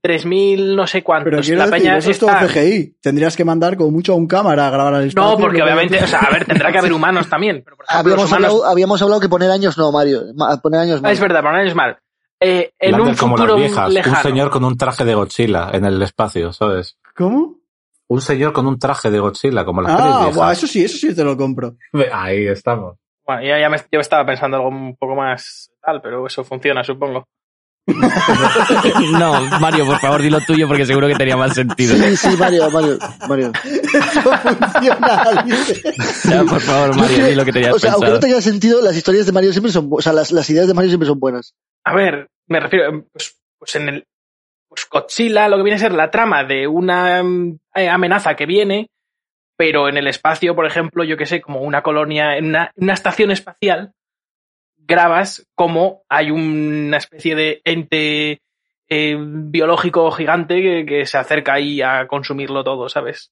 S3: 3000 no sé cuántos.
S1: Pero quiero
S3: la
S1: decir,
S3: peña
S1: eso es todo
S3: está-
S1: CGI. Tendrías que mandar como mucho a un cámara a grabar al espacio.
S3: No, porque obviamente, o sea, a ver, tendrá que haber humanos también. Pero por ejemplo, los
S4: Habíamos
S3: humanos-
S4: hablado, habíamos hablado que poner años no, Mario. Ma- poner años
S3: Ah,
S4: mal.
S3: es verdad, para no es mal. Eh, en
S5: Lander
S3: un
S5: como
S3: futuro
S5: las viejas,
S3: lejano.
S5: un señor con un traje de Godzilla en el espacio, ¿sabes?
S1: ¿Cómo?
S5: Un señor con un traje de Godzilla, como las pelis
S1: Ah,
S5: viejas.
S1: buah, eso sí, eso sí te lo compro.
S5: Ahí estamos.
S3: Bueno, ya, ya me, yo estaba pensando algo un poco más tal, pero eso funciona, supongo.
S2: No, Mario, por favor, dilo tuyo porque seguro que tenía más sentido.
S4: Sí, sí, Mario, Mario, Mario.
S1: Eso funciona, dice.
S2: Ya, por favor, Mario, di lo que tenías
S4: o sea, aunque
S2: pensado.
S4: no tenga sentido, las historias de Mario siempre son, bu- o sea, las, las ideas de Mario siempre son buenas.
S3: A ver, me refiero, eh, pues, pues en el em, pues Godzilla, lo que viene a ser la trama de una mm, eh, amenaza que viene, pero en el espacio, por ejemplo, yo que sé, como una colonia, en una, una estación espacial, grabas como hay una especie de ente eh, biológico gigante que, que se acerca ahí a consumirlo todo, ¿sabes?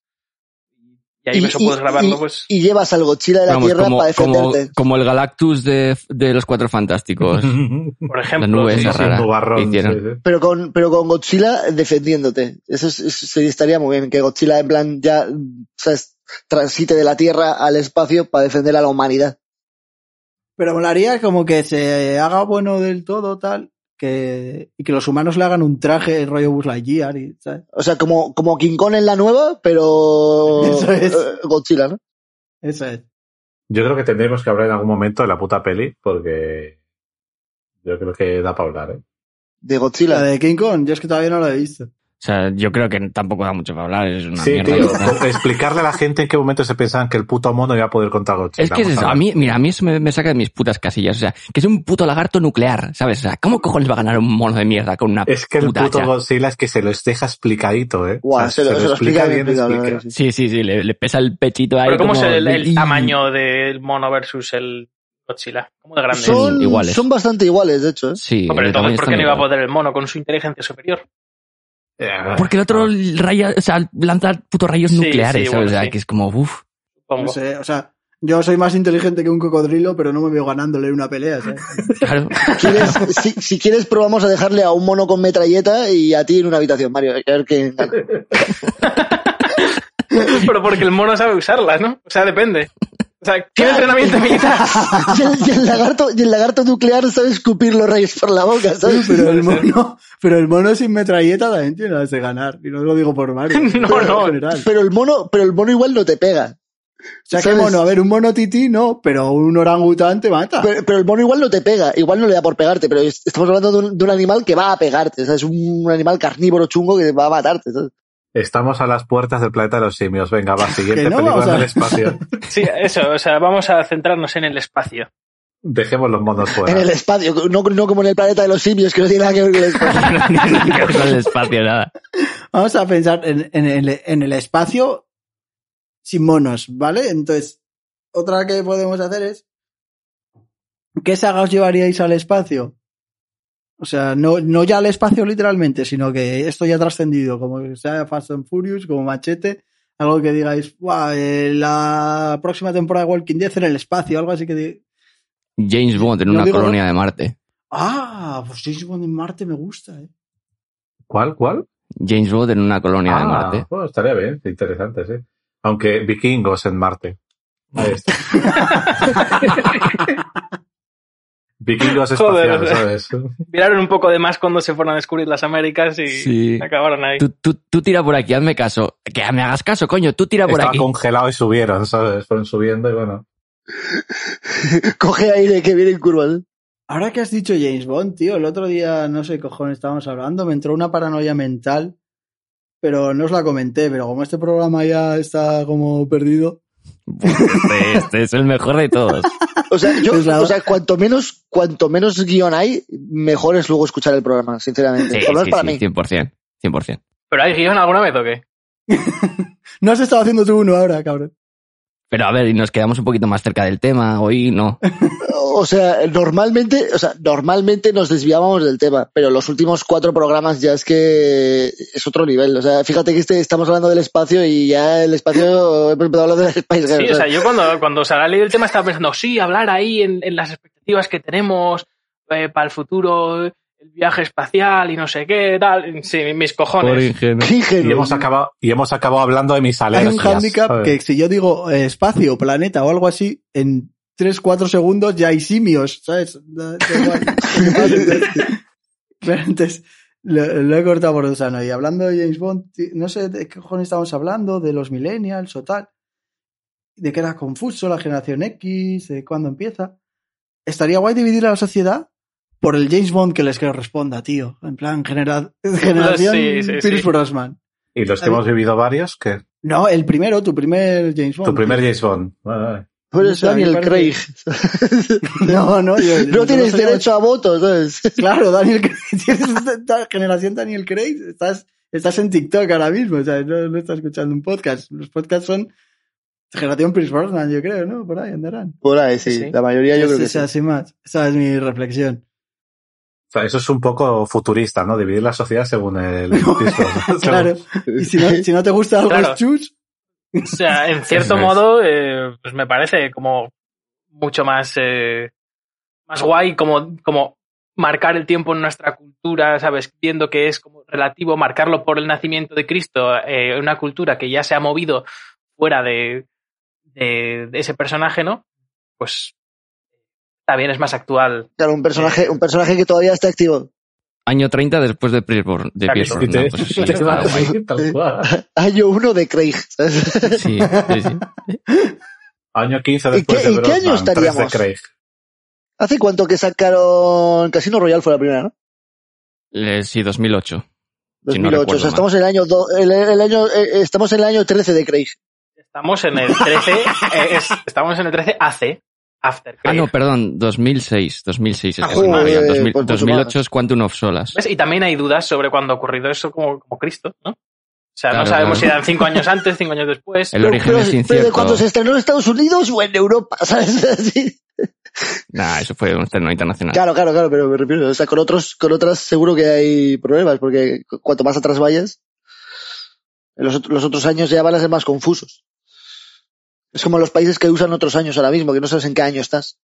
S3: Y ahí eso puedes grabarlo,
S4: y-
S3: pues.
S4: y llevas al Godzilla de la
S2: Vamos,
S4: Tierra
S2: como,
S4: para
S2: como,
S4: defenderte.
S2: como el Galactus de, de los Cuatro Fantásticos.
S3: Por
S2: La
S3: ejemplo,
S2: nube
S3: sí,
S2: Pues, esa
S3: sí.
S2: rara.
S5: Un nubarrón,
S2: que hicieron.
S5: sí, sí.
S4: Pero con, pero con Godzilla defendiéndote. Eso, es- eso sería- estaría muy bien. Que Godzilla en plan ya, mm, ¿sabes? Transite de la Tierra al espacio para defender a la humanidad.
S1: Pero molaría como que se haga bueno del todo, tal, que, y que los humanos le hagan un traje rollo Buzz Lightyear, y, ¿sabes?
S4: O sea, como, como King Kong en la nueva, pero
S1: Eso es.
S4: eh, Godzilla, ¿no?
S1: Eso es.
S5: Yo creo que tendremos que hablar en algún momento de la puta peli, porque yo creo que da para hablar, ¿eh?
S4: De
S1: La
S4: Godzilla.
S1: de King Kong, yo es que todavía no lo he visto.
S2: O sea, yo creo que tampoco da mucho para hablar. Es una
S5: sí,
S2: mierda.
S5: tío.
S2: ya está.
S5: Explicarle a la gente en qué momento se pensaban que el puto mono iba a poder contar Godzilla.
S2: Es que es
S5: Vamos
S2: eso.
S5: a
S2: A
S5: ver.
S2: mí, mira, a mí eso me, me saca de mis putas casillas. O sea, que es un puto lagarto nuclear, ¿sabes? O sea, ¿cómo cojones va a ganar un mono de mierda con una
S5: Es que el
S2: puta
S5: puto
S2: hacha?
S5: Godzilla es que se los deja explicadito, ¿eh.
S4: Guau,
S5: O sea,
S4: se, lo, se lo explica bien explicado, la verdad que sí.
S2: Sí, sí, sí, le, le pesa el pechito ahí.
S3: Pero ¿cómo es
S2: como
S3: el, el
S2: y-
S3: tamaño del mono versus el Godzilla? ¿Cómo de grande es?
S2: Son-
S4: Son,
S2: iguales.
S4: son bastante iguales, de hecho. ¿eh?
S2: Sí,
S3: No,
S2: el
S3: pero entonces,
S2: tamaño
S3: ¿por
S2: está
S3: qué no
S2: muy
S3: iba a
S2: guay.
S3: poder el mono con su inteligencia superior?
S5: Eh,
S2: Porque el otro raya, o sea, lanza putos rayos
S3: Ah. Sí,
S2: nucleares,
S3: sí,
S2: ¿sabes?
S3: bueno,
S2: o sea,
S3: sí.
S2: que es como, uff.
S1: No
S3: Supongo.
S1: sé, o sea, yo soy más inteligente que un cocodrilo, pero no me veo ganándole una pelea, ¿sabes?
S2: Claro.
S4: ¿Quieres- si, si quieres, probamos a dejarle a un mono con metralleta y a ti en una habitación, Mario. A ver quién gana.
S3: Pero porque el mono sabe usarlas, ¿no? O sea, depende. O sea, tiene entrenamiento militar.
S4: y, el, y el lagarto, y el lagarto nuclear sabe escupir los rayos por la boca, ¿sabes?
S1: Pero el mono, pero el mono sin metralleta también tiene las de ganar. Y no lo digo por Mario.
S3: No,
S1: pero
S3: no.
S1: En general. O
S4: Pero el mono, pero el mono igual no te pega.
S1: sea, que
S4: ¿Sabes?
S1: mono, a ver, un mono tití no, pero un orangután te mata.
S4: Pero, pero el mono igual no te pega, igual no le da por pegarte, pero es- estamos hablando de un, de un animal que va a pegarte, ¿sabes? Un, un animal carnívoro chungo que va a matarte, ¿sabes?
S5: Estamos a las puertas del planeta de los simios. Venga, va, siguiente
S1: Que no,
S5: película
S1: vamos a-
S5: del espacio.
S3: Sí, eso. O sea, vamos a centrarnos en el espacio.
S5: Dejemos los monos fuera.
S4: En el espacio, no, no como en el planeta de los simios, que no tiene nada que ver con el
S2: no tiene
S4: espacio.
S2: nada que ver con el espacio, nada.
S1: Vamos a pensar en, en el, en el espacio sin monos, ¿vale? Entonces, otra que podemos hacer es, ¿qué saga os llevaríais al espacio? O sea, no, no ya al espacio literalmente, sino que esto ya ha trascendido, como que sea Fast and Furious, como Machete, algo que digáis, "Buah, eh, la próxima temporada de Walking Dead en el espacio, algo así que di-
S2: James Bond en
S1: No
S2: una
S1: digo,
S2: colonia de Marte.
S1: ah, pues James Bond en Marte me gusta, ¿eh?
S5: ¿Cuál? ¿Cuál?
S2: James Bond en una colonia de
S5: Ah,
S2: Marte.
S5: bueno, estaría bien, interesante, sí. Aunque vikingos en Marte. Ahí está. vikingos espaciales,
S3: Joder,
S5: ¿sabes?
S3: Viraron un poco de más cuando se fueron a descubrir las Américas y
S2: Sí.
S3: acabaron ahí.
S2: Tú, tú, tú tira por aquí, hazme caso. Que me hagas caso, coño, tú tira por
S5: Estaba
S2: aquí.
S5: congelado y subieron, ¿sabes? Fueron subiendo y bueno.
S4: Coge aire que viene en curva, ¿eh?
S1: Ahora que has dicho James Bond, tío, el otro día, no sé qué cojones estábamos hablando, me entró una paranoia mental, pero no os la comenté, pero como este programa ya está como perdido,
S2: Este, este es el mejor de todos.
S4: O sea, yo,
S1: Es la-
S4: o sea, cuanto menos, cuanto menos guión hay, mejor es luego escuchar el programa, sinceramente.
S2: Sí,
S4: Por lo menos
S2: sí,
S4: para
S2: sí,
S4: mí.
S2: 100%. 100%.
S3: ¿Pero hay guión alguna vez o qué?
S1: no has estado haciendo tú uno ahora, cabrón.
S2: Pero a ver, y nos quedamos un poquito más cerca del tema. Hoy no.
S4: O sea, normalmente, o sea, normalmente nos desviábamos del tema, pero los últimos cuatro programas ya es que es otro nivel. O sea, fíjate que este, estamos hablando del espacio y ya el espacio hemos empezado a hablar de Spice Girls.
S3: Sí, o sea,
S4: ¿sabes?
S3: yo cuando, cuando se había leído el tema estaba pensando, sí, hablar ahí en, en las expectativas que tenemos eh, para el futuro, el viaje espacial y no sé qué, tal. Sí, mis cojones.
S2: ingenuo.
S4: Qué
S5: Y
S4: ingenuo.
S5: hemos acabado, y hemos acabado hablando de mis
S1: Hay un
S5: alergias.
S1: handicap
S5: ¿sabes?
S1: que si yo digo eh, espacio, planeta o algo así, en 3-4 segundos ya hay simios, ¿sabes? Da- da igual. Lo que pasa es que- Pero antes lo, lo he cortado por Dusano. Y hablando de James Bond, ti- no sé de qué cojones estamos hablando, de los millennials o tal, de que era confuso la generación X, de cuándo empieza. Estaría guay dividir a la sociedad por el James Bond que les corresponda, tío. En plan, genera- generación
S3: sí, sí.
S1: Pierce Brosnan.
S5: Y los que hemos vivido varios, que
S1: No, el primero, tu primer James Bond.
S5: tu primer
S4: pues-
S5: James Bond. Vale, vale.
S4: Tú eres
S1: o sea, a mí
S4: Daniel
S1: me
S4: Craig.
S1: parece- No, no, yo- yo
S4: No tienes
S1: soy-
S4: derecho a voto, ¿sabes?
S1: Claro, Daniel Craig. Tienes esta generación Daniel Craig. Estás, estás en TikTok ahora mismo, o sea, no, no estás escuchando un podcast. Los podcasts son Generación Pierce Brosnan, yo creo, ¿no? Por ahí andarán.
S6: Por ahí, sí.
S3: Sí.
S6: La mayoría yo
S1: Es-
S6: creo que
S1: es
S6: sí.
S1: así más. Esa es mi reflexión.
S5: O sea, eso es un poco futurista, ¿no? Dividir la sociedad según el piso.
S1: Claro. Y si no, si no te gusta algo
S3: Claro.
S1: es chus,
S3: O sea, en cierto
S5: Eso es.
S3: modo, eh, pues me parece como mucho más, eh, más guay como, como marcar el tiempo en nuestra cultura, ¿sabes? Viendo que es como relativo marcarlo por el nacimiento de Cristo, eh, una cultura que ya se ha movido fuera de, de, de ese personaje, ¿no? Pues también es más actual.
S4: Claro, un personaje, un personaje que todavía está activo.
S2: Año 30 después de Pierce Brosnan. De
S3: Exacto.
S2: Pierce
S5: Y
S2: Brosnan,
S5: te,
S2: pues sí,
S5: te
S2: está
S5: vas a
S2: guay.
S5: ir tal cual.
S4: Año uno de Craig. ¿sabes?
S2: Sí, sí, sí.
S5: Año 15
S4: ¿Y
S5: después
S4: qué-
S5: de
S4: y qué año
S5: Brosnan, tres
S4: estaríamos?
S5: de Craig.
S4: ¿Hace cuánto que sacaron Casino Royale fue la primera, no?
S2: Eh, sí, 2008. Si no
S4: 2008. o
S2: recuerdo
S4: sea,
S2: mal.
S4: estamos en el año, do- el, el año, eh, estamos en el año 13 de Craig.
S3: Estamos en el 13, eh, es- estamos en el 13 AC, After
S2: Ah,
S3: Craig.
S2: no, perdón, 2006. 2006 es
S3: Ah,
S2: Casino
S4: joder,
S2: Royale. 2000
S4: pues mucho
S2: 2008 es Quantum of Solas.
S3: ¿Ves? Y también hay dudas sobre cuándo ha ocurrido eso como, como Cristo, ¿no? O sea, no
S2: Claro,
S3: sabemos
S2: claro.
S3: si eran cinco años antes, cinco años después.
S2: El origen es
S4: pero de
S2: incierto.
S4: cuando se estrenó en Estados Unidos o en Europa, ¿sabes? Así.
S2: Nah, eso fue un estreno internacional.
S4: Claro, claro, claro, pero me refiero, o sea, con otros, con otras seguro que hay problemas, porque cu- cuanto más atrás vayas, los, ot- los otros años ya van a ser más confusos. Es como los países que usan otros años ahora mismo, que no sabes en qué año estás.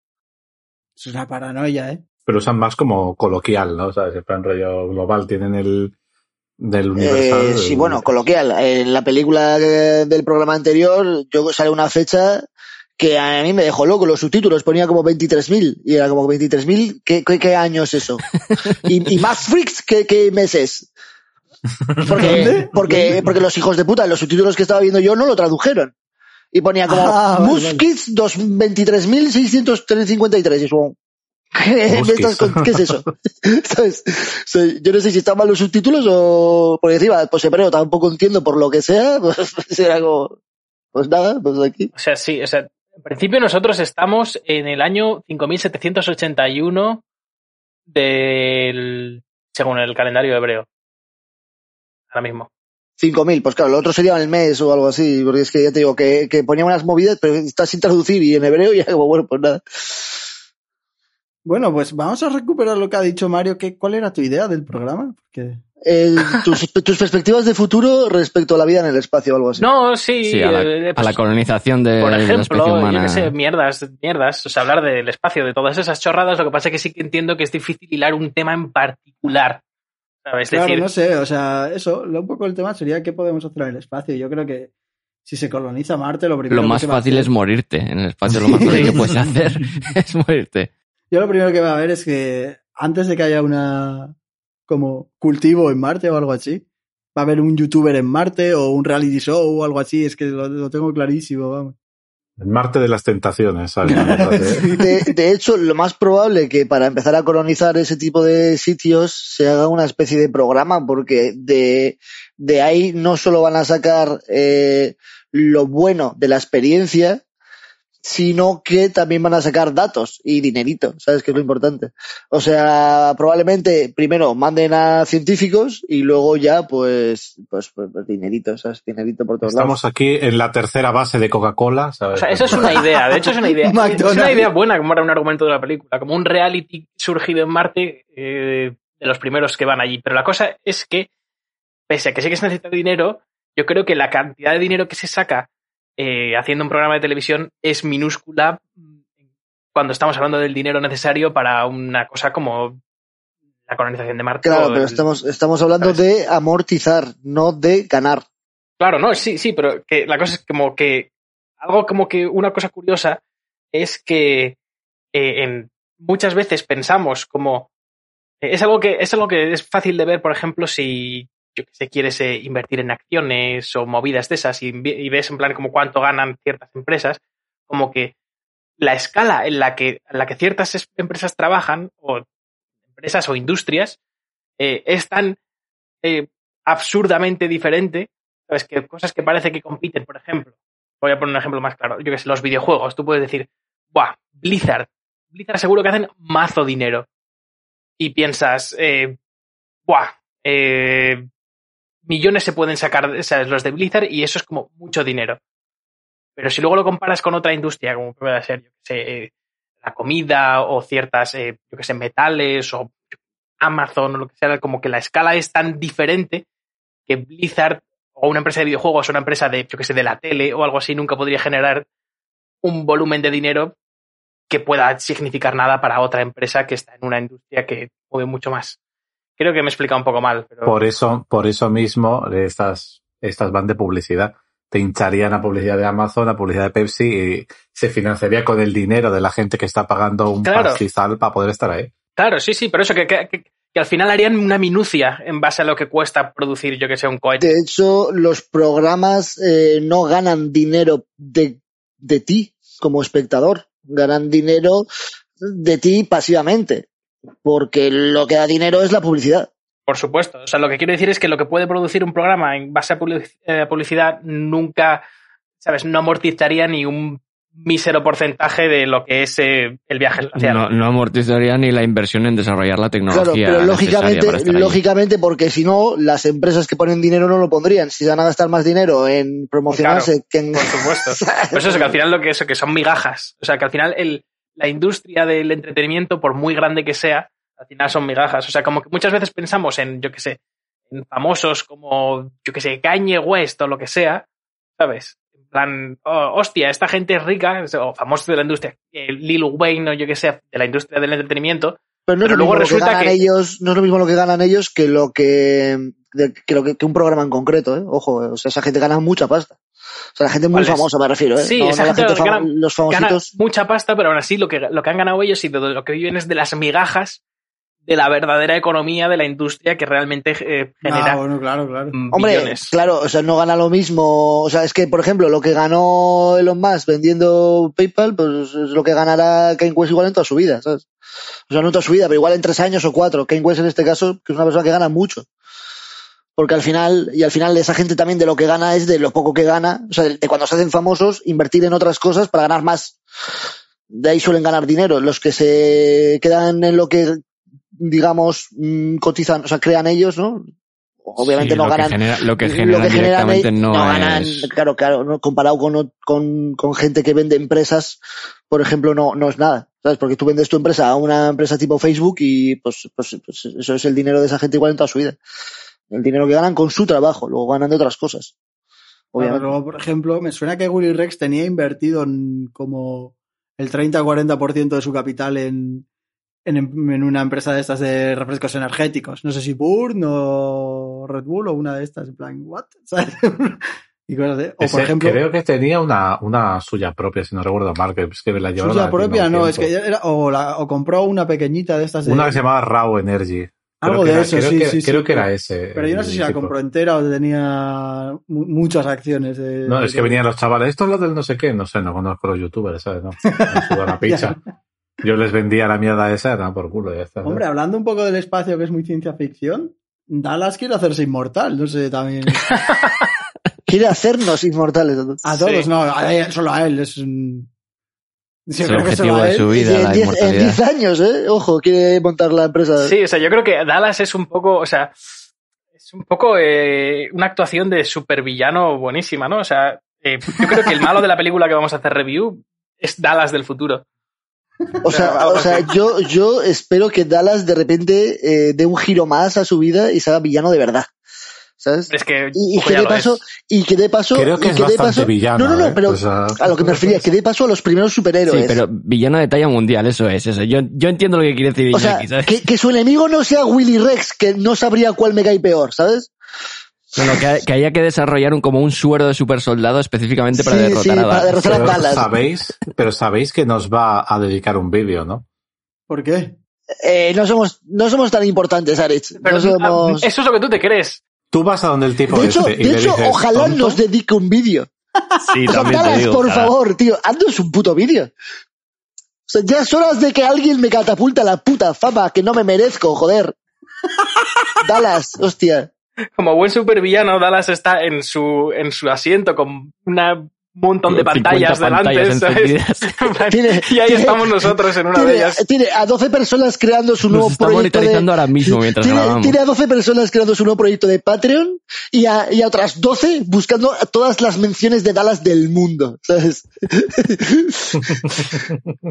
S1: es una paranoia, ¿eh?
S5: Pero usan más como coloquial, ¿no? ¿Sabes? El plan rollo global tienen el del universal.
S4: Eh, sí,
S5: el-
S4: bueno, coloquial. En la película eh, del programa anterior, yo sale una fecha que a mí me dejó loco, los subtítulos ponía como 23.000, y era como 23.000, ¿qué, qué, qué año es eso? Y, y más freaks que, que meses. Porque, porque, porque los hijos de puta, los subtítulos que estaba viendo yo no lo tradujeron. Y ponía como
S1: Ah, vale, vale.
S4: Muskits 2- 23.653. Y es como, ¿qué, me
S5: Muskits.
S4: estás con- qué es eso? ¿Sabes? O sea, yo no sé si están mal los subtítulos o por encima, pues hebreo tampoco entiendo por lo que sea, pues era como, pues nada, pues aquí.
S3: O sea, sí, o sea, en principio nosotros estamos en el año 5781 del según el calendario hebreo. Ahora mismo.
S4: 5.000, pues claro, lo otro sería el mes o algo así, porque es que ya te digo que, que ponía unas movidas, pero está sin traducir y en hebreo y era como, bueno, pues nada.
S1: Bueno, pues vamos a recuperar lo que ha dicho Mario. ¿Qué, ¿Cuál era tu idea del programa? Porque
S4: El- Eh, tus, tus perspectivas de futuro respecto a la vida en el espacio o algo así.
S3: No, sí.
S2: Sí, a la,
S3: eh,
S2: a
S3: pues,
S2: la colonización de
S3: por
S2: la especie
S3: ejemplo, yo
S2: humana.
S3: qué sé, mierdas, mierdas. O sea, hablar del espacio, de todas esas chorradas, lo que pasa es que sí que entiendo que es difícil hilar un tema en particular. ¿Sabes? Es
S1: claro,
S3: decir,
S1: no sé, o sea, eso, lo- un poco el tema sería qué podemos hacer en el espacio. Yo creo que si se coloniza Marte, lo primero
S2: Lo
S1: que
S2: más
S1: se va a
S2: fácil
S1: hacer-
S2: es morirte. En el espacio lo más fácil que puedes hacer es morirte.
S1: Yo lo primero que va a haber es que antes de que haya una como cultivo en Marte o algo así, va a haber un youtuber en Marte o un reality show o algo así, es que lo, lo tengo clarísimo, vamos.
S5: el Marte de las tentaciones, ¿sabes? Una cosa así.
S4: De, de hecho, lo más probable que para empezar a colonizar ese tipo de sitios se haga una especie de programa, porque de, de ahí no solo van a sacar eh, lo bueno de la experiencia, sino que también van a sacar datos y dinerito, ¿sabes? Que es lo importante. O sea, probablemente primero manden a científicos y luego ya, pues, pues, pues, pues, dinerito, ¿sabes? Dinerito por todos lados.
S5: Estamos aquí en la tercera base de Coca-Cola, ¿sabes?
S3: O sea, eso es una idea, de hecho es una idea. es
S1: McDonald's.
S3: una idea buena como era un argumento de la película, como un reality surgido en Marte eh, de los primeros que van allí. Pero la cosa es que, pese a que sí que se necesita dinero, yo creo que la cantidad de dinero que se saca eh, haciendo un programa de televisión es minúscula mm, cuando estamos hablando del dinero necesario para una cosa como la colonización de Marte.
S4: Claro,
S3: o
S4: pero
S3: el-
S4: estamos, estamos hablando
S3: ¿sabes?
S4: de amortizar, no de ganar.
S3: Claro, no, sí, sí, pero que la cosa es como que algo como que una cosa curiosa es que eh, en- muchas veces pensamos como eh, es algo que es algo que es fácil de ver, por ejemplo, si yo que sé, quieres eh, invertir en acciones o movidas de esas y, invi- y ves en plan como cuánto ganan ciertas empresas, como que la escala en la que, en la que ciertas es- empresas trabajan o empresas o industrias eh, es tan eh, absurdamente diferente ¿Sabes? Que cosas que parece que compiten, por ejemplo. Voy a poner un ejemplo más claro. Yo que sé, los videojuegos. Tú puedes decir, ¡buah! Blizzard. Blizzard seguro que hacen mazo dinero. Y piensas, eh, ¡buah! eh, millones se pueden sacar, ¿sabes? Los de Blizzard y eso es como mucho dinero. Pero si luego lo comparas con otra industria, como puede ser yo que sé, eh, la comida o ciertas, eh, yo que sé, metales o Amazon o lo que sea, como que la escala es tan diferente que Blizzard o una empresa de videojuegos o una empresa de, yo que sé, de la tele o algo así nunca podría generar un volumen de dinero que pueda significar nada para otra empresa que está en una industria que mueve mucho más. Creo que me he explicado un poco mal. Pero...
S5: Por eso, por eso mismo, estas, estas van de publicidad. Te hincharían a publicidad de Amazon, a publicidad de Pepsi y se financiaría con el dinero de la gente que está pagando un
S3: Claro.
S5: pastizal para poder estar ahí.
S3: Claro, sí, sí, pero eso que, que- que- que al final harían una minucia en base a lo que cuesta producir, yo que sé, un cohete.
S4: De hecho, los programas eh, no ganan dinero de, de ti como espectador, ganan dinero de ti pasivamente, porque lo que da dinero es la publicidad.
S3: Por supuesto. O sea, lo que quiero decir es que lo que puede producir un programa en base a public- eh, publicidad nunca, ¿sabes? No amortizaría ni un mísero porcentaje de lo que es eh, el viaje espacial.
S2: No, no amortizaría ni la inversión en desarrollar la tecnología.
S4: Claro, pero
S2: necesaria para
S4: lógicamente,
S2: estar ahí.
S4: lógicamente, porque si no, las empresas que ponen dinero no lo pondrían. Si van a gastar más dinero en promocionarse que en...
S3: Por supuesto. Pues eso, que al final lo que eso, que son migajas. O sea, que al final el, la industria del entretenimiento, por muy grande que sea, al final son migajas. O sea, como que muchas veces pensamos en, yo qué sé, en famosos como, yo qué sé, Kanye West o lo que sea, ¿sabes? En plan, oh, hostia, esta gente es rica, o famosos de la industria, eh, Lil Wayne o yo que sé, de la industria del entretenimiento,
S4: Pero
S3: Pero
S4: no es lo
S3: luego
S4: mismo lo que
S3: resulta
S4: ganan
S3: que-
S4: ellos, no es lo mismo lo que ganan ellos que lo que, de- que, lo que, que un programa en concreto, ¿eh? Ojo, eh, o sea, esa gente gana mucha pasta. O sea, la gente muy
S3: ¿Cuál es?
S4: famosa, me refiero, ¿eh?
S3: Sí,
S4: No- no
S3: esa
S4: la
S3: gente
S4: gente
S3: gana-
S4: fam- los
S3: ganan
S4: famositos.
S3: mucha pasta, pero aún así lo que, lo que han ganado ellos y de lo que viven es de las migajas de la verdadera economía de la industria que realmente eh, genera
S1: Ah, bueno, claro, claro.
S3: mm,
S4: Hombre,
S3: billones.
S4: claro, o sea, no gana lo mismo. O sea, es que, por ejemplo, lo que ganó Elon Musk vendiendo PayPal, pues es lo que ganará Kane West igual en toda su vida, ¿sabes? O sea, no en toda su vida, pero igual en tres años o cuatro. Kane West en este caso, que es una persona que gana mucho. Porque al final, y al final esa gente también de lo que gana es de lo poco que gana, o sea, de, de cuando se hacen famosos, invertir en otras cosas para ganar más. De ahí suelen ganar dinero. Los que se quedan en lo que, digamos, mm, cotizan, o sea, crean ellos, ¿no? Obviamente
S2: Sí,
S4: no
S2: lo que
S4: ganan
S2: genera- lo que
S4: lo
S2: generan
S4: que generan
S2: directamente
S4: ellos-
S2: no,
S4: ganan,
S2: es-
S4: claro, claro, no, comparado con, ot- con, con gente que vende empresas, por ejemplo, no, no es nada, ¿sabes? Porque tú vendes tu empresa a una empresa tipo Facebook y pues, pues, pues eso es el dinero de esa gente igual en toda su vida. El dinero que ganan con su trabajo, luego ganan de otras cosas.
S1: Claro,
S4: Obviamente.
S1: luego, por ejemplo, me suena que Willy Rex tenía invertido en como el 30-40% de su capital en, en, en una empresa de estas de refrescos energéticos. No sé si Burn o Red Bull o una de estas. En plan, ¿what? ¿Sabes? y cosas de- O, por
S5: Ese-
S1: ejemplo,
S5: creo que tenía una, una suya propia, si no recuerdo mal, que, es que la llevaron
S1: suya
S5: a la tienda
S1: propia,
S5: un
S1: no, es
S5: tiempo.
S1: que era, o, la- o compró una pequeñita de estas de...
S5: Una que se llamaba Raw Energy. Creo
S1: Algo
S5: que
S1: de
S5: era-
S1: eso,
S5: creo
S1: sí,
S5: que-
S1: sí, sí,
S5: Creo que
S1: pero-
S5: era ese.
S1: Pero yo no
S5: el
S1: sé si la
S5: tipo.
S1: compró entera o tenía mu- muchas acciones. de-
S5: No, es que
S1: de-
S5: venían los chavales, esto es lo del no sé qué, no sé, no conozco los youtubers, ¿sabes? No, me suda la picha. Yo les vendía la mierda esa, nada, por culo, ya está. ¿sabes?
S1: Hombre, hablando un poco del espacio que es muy ciencia ficción, Dallas quiere hacerse inmortal, no sé, también.
S4: Quiere hacernos inmortales.
S1: A todos,
S3: Sí.
S1: no, a él, solo a él, es un. Yo
S2: Es el
S1: creo que
S2: objetivo
S1: solo a
S2: de
S1: él.
S2: su
S4: Y
S2: vida,
S4: ¿eh? en
S2: la
S4: 10 en
S2: inmortalidad.
S4: 10 años, ¿eh? Ojo, quiere montar la empresa.
S3: Sí, o sea, yo creo que Dallas es un poco, o sea, es un poco eh, una actuación de supervillano buenísima, ¿no? O sea, eh, yo creo que el malo de la película que vamos a hacer review es Dallas del futuro.
S4: O sea, o sea yo, yo espero que Dallas de repente eh, dé un giro más a su vida y sea villano de verdad. ¿Sabes?
S3: Es que
S4: Y, y
S3: ojo,
S4: que
S3: ya
S4: de
S3: lo
S4: paso,
S3: es.
S4: y que de paso,
S5: Creo que
S4: y
S5: es
S4: que de
S5: bastante
S4: paso,
S5: villano,
S4: no, no, no,
S5: ¿eh? pues
S4: pero
S5: O sea,
S4: a lo que me refería, que de paso a los primeros superhéroes.
S2: Sí, pero villano de talla mundial, eso es, eso. Yo, yo entiendo lo que quiere decir
S4: o sea,
S2: Iñaki, ¿sabes?
S4: que, que su enemigo no sea Willy Rex, que no sabría cuál me cae peor, ¿sabes?
S2: No, no, que, que haya que desarrollar un, como un suero de supersoldado específicamente para
S4: Sí, sí,
S2: derrotar a
S4: para
S2: Dark.
S4: derrotar-
S5: Pero
S4: las balas.
S5: sabéis, pero sabéis que nos va a dedicar un vídeo, ¿no?
S1: ¿Por qué?
S4: Eh, no somos, no somos tan importantes, Aritz.
S3: Pero
S4: No somos...
S3: ah, eso es lo que tú te crees.
S5: Tú vas a donde el tipo
S4: De hecho,
S5: este y
S4: de
S5: le
S4: hecho
S5: dices,
S4: ojalá
S5: "Tonto".
S4: nos dedique un vídeo.
S2: Sí,
S4: O sea, Dallas, por favor, tío, haznos un puto vídeo. O sea, ya es horas de que alguien me catapulta a la puta fama que no me merezco, joder. Dallas, hostia.
S3: Como buen supervillano, Dallas está en su, en su asiento con una montón de
S2: 50
S3: pantallas delante,
S2: pantallas
S3: ¿sabes?
S2: encendidas.
S4: Tiene-
S3: y ahí
S4: tiene-
S3: estamos nosotros en una
S4: tiene,
S3: de ellas.
S4: tiene a 12 personas creando su
S2: Nos
S4: nuevo
S2: está
S4: proyecto. de-
S2: monitorizando ahora mismo mientras
S4: tiene,
S2: grabamos.
S4: tiene a 12 personas creando su nuevo proyecto de Patreon y a, y a otras 12 buscando a todas las menciones de Dallas del mundo. ¿Sabes?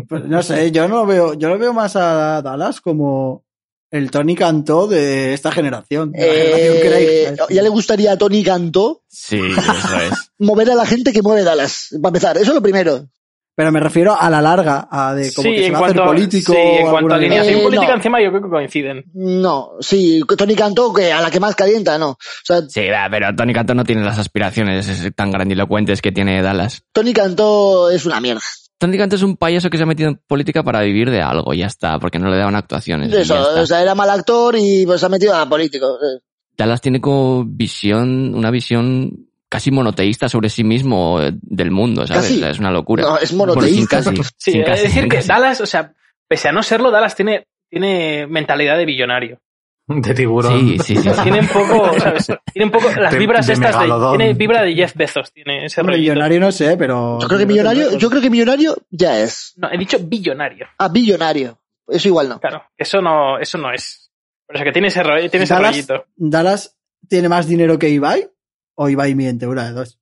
S1: Pues no sé, yo no lo veo, yo lo veo más a Dallas como el Tony Cantó de esta generación. de la generación
S4: Eh,
S1: Craig, ¿sabes?
S4: ya le gustaría a Tony Cantó
S2: Sí, eso es.
S4: mover a la gente que mueve Dallas. Para empezar, eso es lo primero.
S1: Pero me refiero a la larga, a de como
S3: Sí,
S1: que se
S3: en
S1: va a hacer
S3: cuanto,
S1: político.
S3: sí, en
S1: o
S3: cuanto
S1: alguna
S3: a alineación
S4: Eh, no.
S3: política, encima yo creo que coinciden.
S4: No, sí, Tony Cantó, que a la que más calienta, no. O sea,
S2: Sí, va, pero Tony Cantón no tiene las aspiraciones tan grandilocuentes que tiene Dallas.
S4: Tony Cantó es una mierda.
S2: Tony Cantón es un payaso que se ha metido en política para vivir de algo, ya está, porque no le daban actuaciones. y
S4: Eso,
S2: ya está.
S4: o sea, era mal actor y pues se ha metido a político. Eh,
S2: Dallas tiene como visión, una visión casi monoteísta sobre sí mismo eh, del mundo, ¿sabes?
S4: Casi.
S2: O sea, es una locura.
S4: No, es
S2: Bueno, sin
S4: monoteísta.
S2: casi,
S3: Sí,
S2: sin
S3: es
S2: casi,
S3: decir,
S2: sin
S3: que
S2: casi.
S3: Dallas, o sea, pese a no serlo, Dallas tiene, tiene mentalidad de billonario.
S5: De tiburón.
S2: Sí, sí, sí. sí.
S3: Tiene un poco, ¿sabes? Tiene un poco las
S5: De-
S3: vibras
S5: de
S3: estas de.
S5: megalodón.
S3: Tiene vibra de Jeff Bezos, tiene ese
S1: Hombre,
S3: rollito.
S1: millonario no sé, pero.
S4: Yo creo que millonario, yo creo que millonario ya es.
S3: No, he dicho billonario.
S4: A billonario. Eso igual no.
S3: Claro, eso no, eso no es. Pero es que tiene ese, rollo, tiene ese
S1: Dallas-
S3: rollito.
S1: ¿Dallas tiene más dinero que Ibai? ¿O Ibai miente? Una de dos.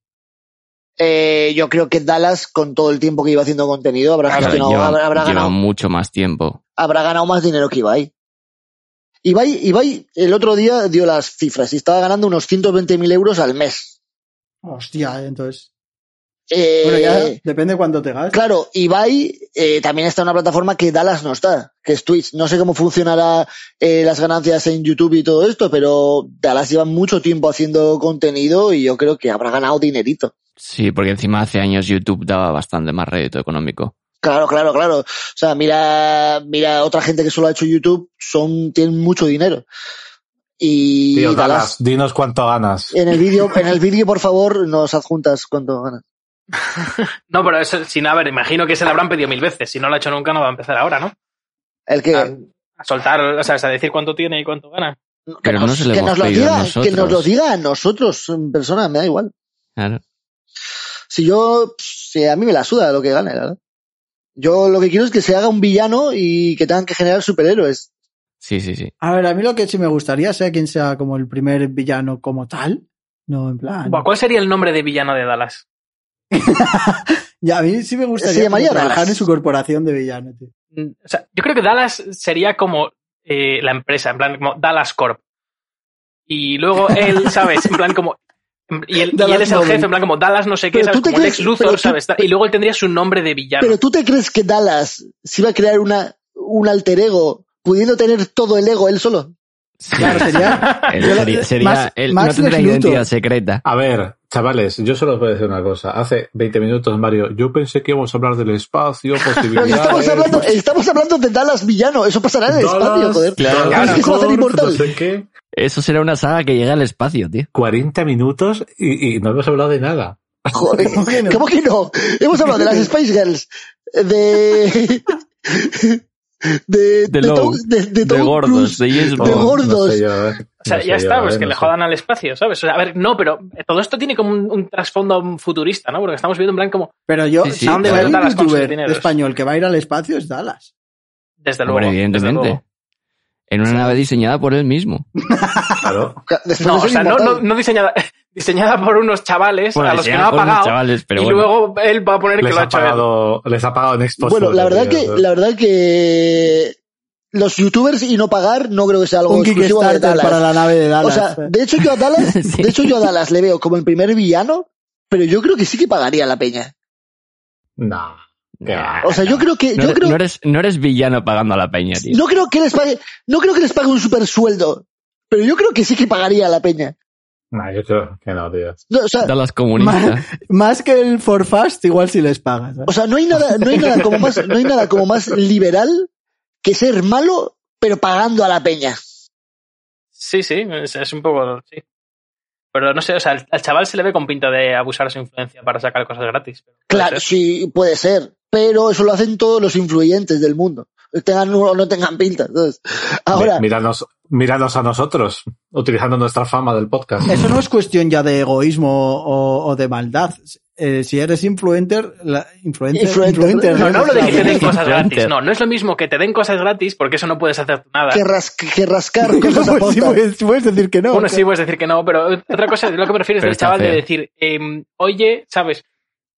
S4: Eh, yo creo que Dallas, con todo el tiempo que iba haciendo contenido, habrá
S2: Claro,
S4: gestionado-
S2: lleva,
S4: habrá- habrá
S2: lleva
S4: ganado
S2: mucho más tiempo.
S4: habrá ganado más dinero que Ibai. Ibai, Ibai el otro día dio las cifras y estaba ganando unos 120.000 euros al mes.
S1: Hostia, entonces.
S4: Eh,
S1: Bueno, ya depende cuánto te gastes.
S4: Claro, Ibai eh, también está en una plataforma que Dallas no está, que es Twitch. No sé cómo funcionará eh, las ganancias en YouTube y todo esto, pero Dallas lleva mucho tiempo haciendo contenido y yo creo que habrá ganado dinerito.
S2: Sí, porque encima hace años YouTube daba bastante más rédito económico.
S4: Claro, claro, claro. O sea, mira, mira otra gente que solo ha hecho YouTube, son tienen mucho dinero. Y
S5: Tío,
S4: Dallas
S5: Dallas, dinos cuánto ganas.
S4: En el vídeo, en el vídeo, por favor, nos adjuntas cuánto ganas.
S3: No, pero eso, sin haber, imagino que se lo habrán pedido mil veces. Si no lo ha hecho nunca, no va a empezar ahora, ¿no?
S4: El que,
S3: A,
S2: Ah,
S3: a soltar, o sea, a decir cuánto tiene y cuánto gana.
S4: que
S2: Pero no se lo
S4: que
S2: hemos
S4: nos lo
S2: pedido
S4: diga,
S2: nosotros.
S4: que nos lo diga a nosotros en persona, me da igual.
S2: Claro.
S4: Si yo, si a mí me la suda lo que gane, la verdad. Yo lo que quiero es que se haga un villano y que tengan que generar superhéroes.
S2: Sí, sí, sí.
S1: A ver, a mí lo que sí me gustaría sea quien sea como el primer villano como tal. Ah, No, en plan.
S3: Buah, ¿Cuál sería el nombre de villano de Dallas?
S1: Ya, a mí sí me gustaría
S4: Se llamaría
S1: como trabajar
S4: Dallas.
S1: en su corporación de villano, tío.
S3: Mm, O sea, yo creo que Dallas sería como eh, la empresa, en plan, como Dallas Corp. Y luego él, ¿sabes? En plan, como. Y él, y él
S1: Dallas
S3: es el
S1: Mobile.
S3: jefe, en plan, como Dallas, no sé qué,
S4: Pero
S3: ¿sabes?
S4: tú te
S3: Como Lex
S4: crees- pero
S3: Luthor,
S4: tú-
S3: ¿sabes? Y luego él tendría su nombre de villano.
S4: Pero tú te crees que Dallas se iba a crear una, un alter ego, pudiendo tener todo el ego él solo.
S1: Claro, sería.
S2: Él
S1: Yo lo-
S2: sería, sería-
S1: más-
S2: él
S1: más
S2: no tendría
S1: Lex Luthor.
S2: identidad secreta.
S5: A ver, chavales, yo solo os voy a decir una cosa. Hace 20 minutos, Mario, yo pensé que íbamos a hablar del espacio,
S4: Pero que
S5: posibilidades.
S4: estamos hablando, estamos hablando de Dallas villano, eso pasará en el espacio,
S5: Dallas,
S4: joder.
S2: Claro,
S5: Dallas
S4: Es que se va a hacer
S5: Corp,
S4: inmortal.
S5: no sé qué.
S2: Eso será una saga que llega al espacio, tío.
S5: 40 minutos y, y no hemos hablado de nada.
S4: Joder,
S1: ¿Cómo que no?
S4: ¿cómo que no? Hemos hablado de las Spice Girls, de... De,
S2: De
S4: Tom-
S2: Lowe,
S4: de, de
S2: De
S4: Tom
S2: gordos,
S4: Cruise.
S2: de James
S4: De
S2: Bond.
S4: gordos.
S5: No sé yo, eh.
S3: O sea,
S5: No sé
S3: ya
S5: yo,
S3: está, pues
S5: eh,
S3: que
S5: no
S3: le
S5: sé.
S3: jodan al espacio, ¿sabes? O sea, a ver, no, pero todo esto tiene como un, un trasfondo futurista, ¿no? Porque estamos viendo en plan como,
S1: Pero yo,
S2: Sí, sí,
S1: si hay
S2: claro.
S1: un
S3: Dallas con sus
S1: youtuber
S3: dineros.
S1: español que va a ir al espacio es Dallas.
S3: desde luego.
S2: Hombre,
S3: desde
S2: evidentemente.
S3: luego.
S2: En una nave diseñada por él mismo.
S5: Claro.
S4: Después
S3: No,
S4: de
S3: o
S4: ser
S3: sea, no,
S4: inmortal.
S3: no, no diseñada, diseñada por unos chavales
S2: Bueno,
S3: a los que no
S2: diseñada
S3: ha
S2: por unos
S3: pagado.
S2: chavales, pero
S3: y
S2: bueno.
S3: luego él va a poner que
S5: Les
S3: lo ha
S5: ha,
S3: hecho él.
S5: pagado, les ha pagado en Xbox.
S4: Bueno, la verdad que,
S5: tío,
S4: la verdad que los youtubers y no pagar no creo que sea algo
S1: Un
S4: exclusivo de
S1: Kickstarter
S4: Dallas.
S1: para la nave de
S4: O
S1: Dallas. eh.
S4: sea, de hecho yo a Dallas,
S2: Sí.
S4: de hecho yo a Dallas le veo como el primer villano, pero yo creo que sí que pagaría la peña.
S5: Nah. Qué va.
S4: O sea, yo creo que,
S2: No
S4: yo
S2: eres,
S4: creo
S2: no eres, no eres villano pagando a la peña, tío.
S4: No creo que les pague, no creo que les pague un super sueldo, pero yo creo que sí que pagaría la peña.
S5: Nah, yo creo que no, tío.
S4: No, o, sea,
S2: Dallas
S1: Ma-
S2: comunista.
S1: Más que el For Fast, igual si les pagas. ¿eh?
S4: o sea, no hay nada, no hay nada como más, no hay nada como más liberal que ser malo, pero pagando a la peña.
S3: Sí, sí, es, es un poco. Sí. Pero no sé, o sea, al, al chaval se le ve con pinta de abusar de su influencia para sacar cosas gratis. Pero puede
S4: Claro,
S3: ser.
S4: sí, puede ser, pero eso lo hacen todos los influyentes del mundo. Tengan o no tengan pinta. entonces. Ahora,
S5: Mi- Míranos, míranos a nosotros, utilizando nuestra fama del podcast.
S1: Eso no es cuestión ya de egoísmo o, o de maldad. eh, si eres influencer, la, influencer,
S4: Influencer.
S1: influencer,
S4: No,
S3: No, no hablo de que te den
S2: Influencer.
S3: cosas gratis. No, no es lo mismo que te den cosas gratis porque eso no puedes hacer tú nada.
S4: Que, ras- que rascar cosas a
S1: Pues sí,
S4: posta.
S1: puedes, puedes decir que no.
S3: Bueno, sí, puedes decir que no, pero otra cosa es lo que me refiero es
S2: Pero
S3: del
S2: está
S3: chaval de
S2: feo.
S3: decir, eh, oye, ¿sabes?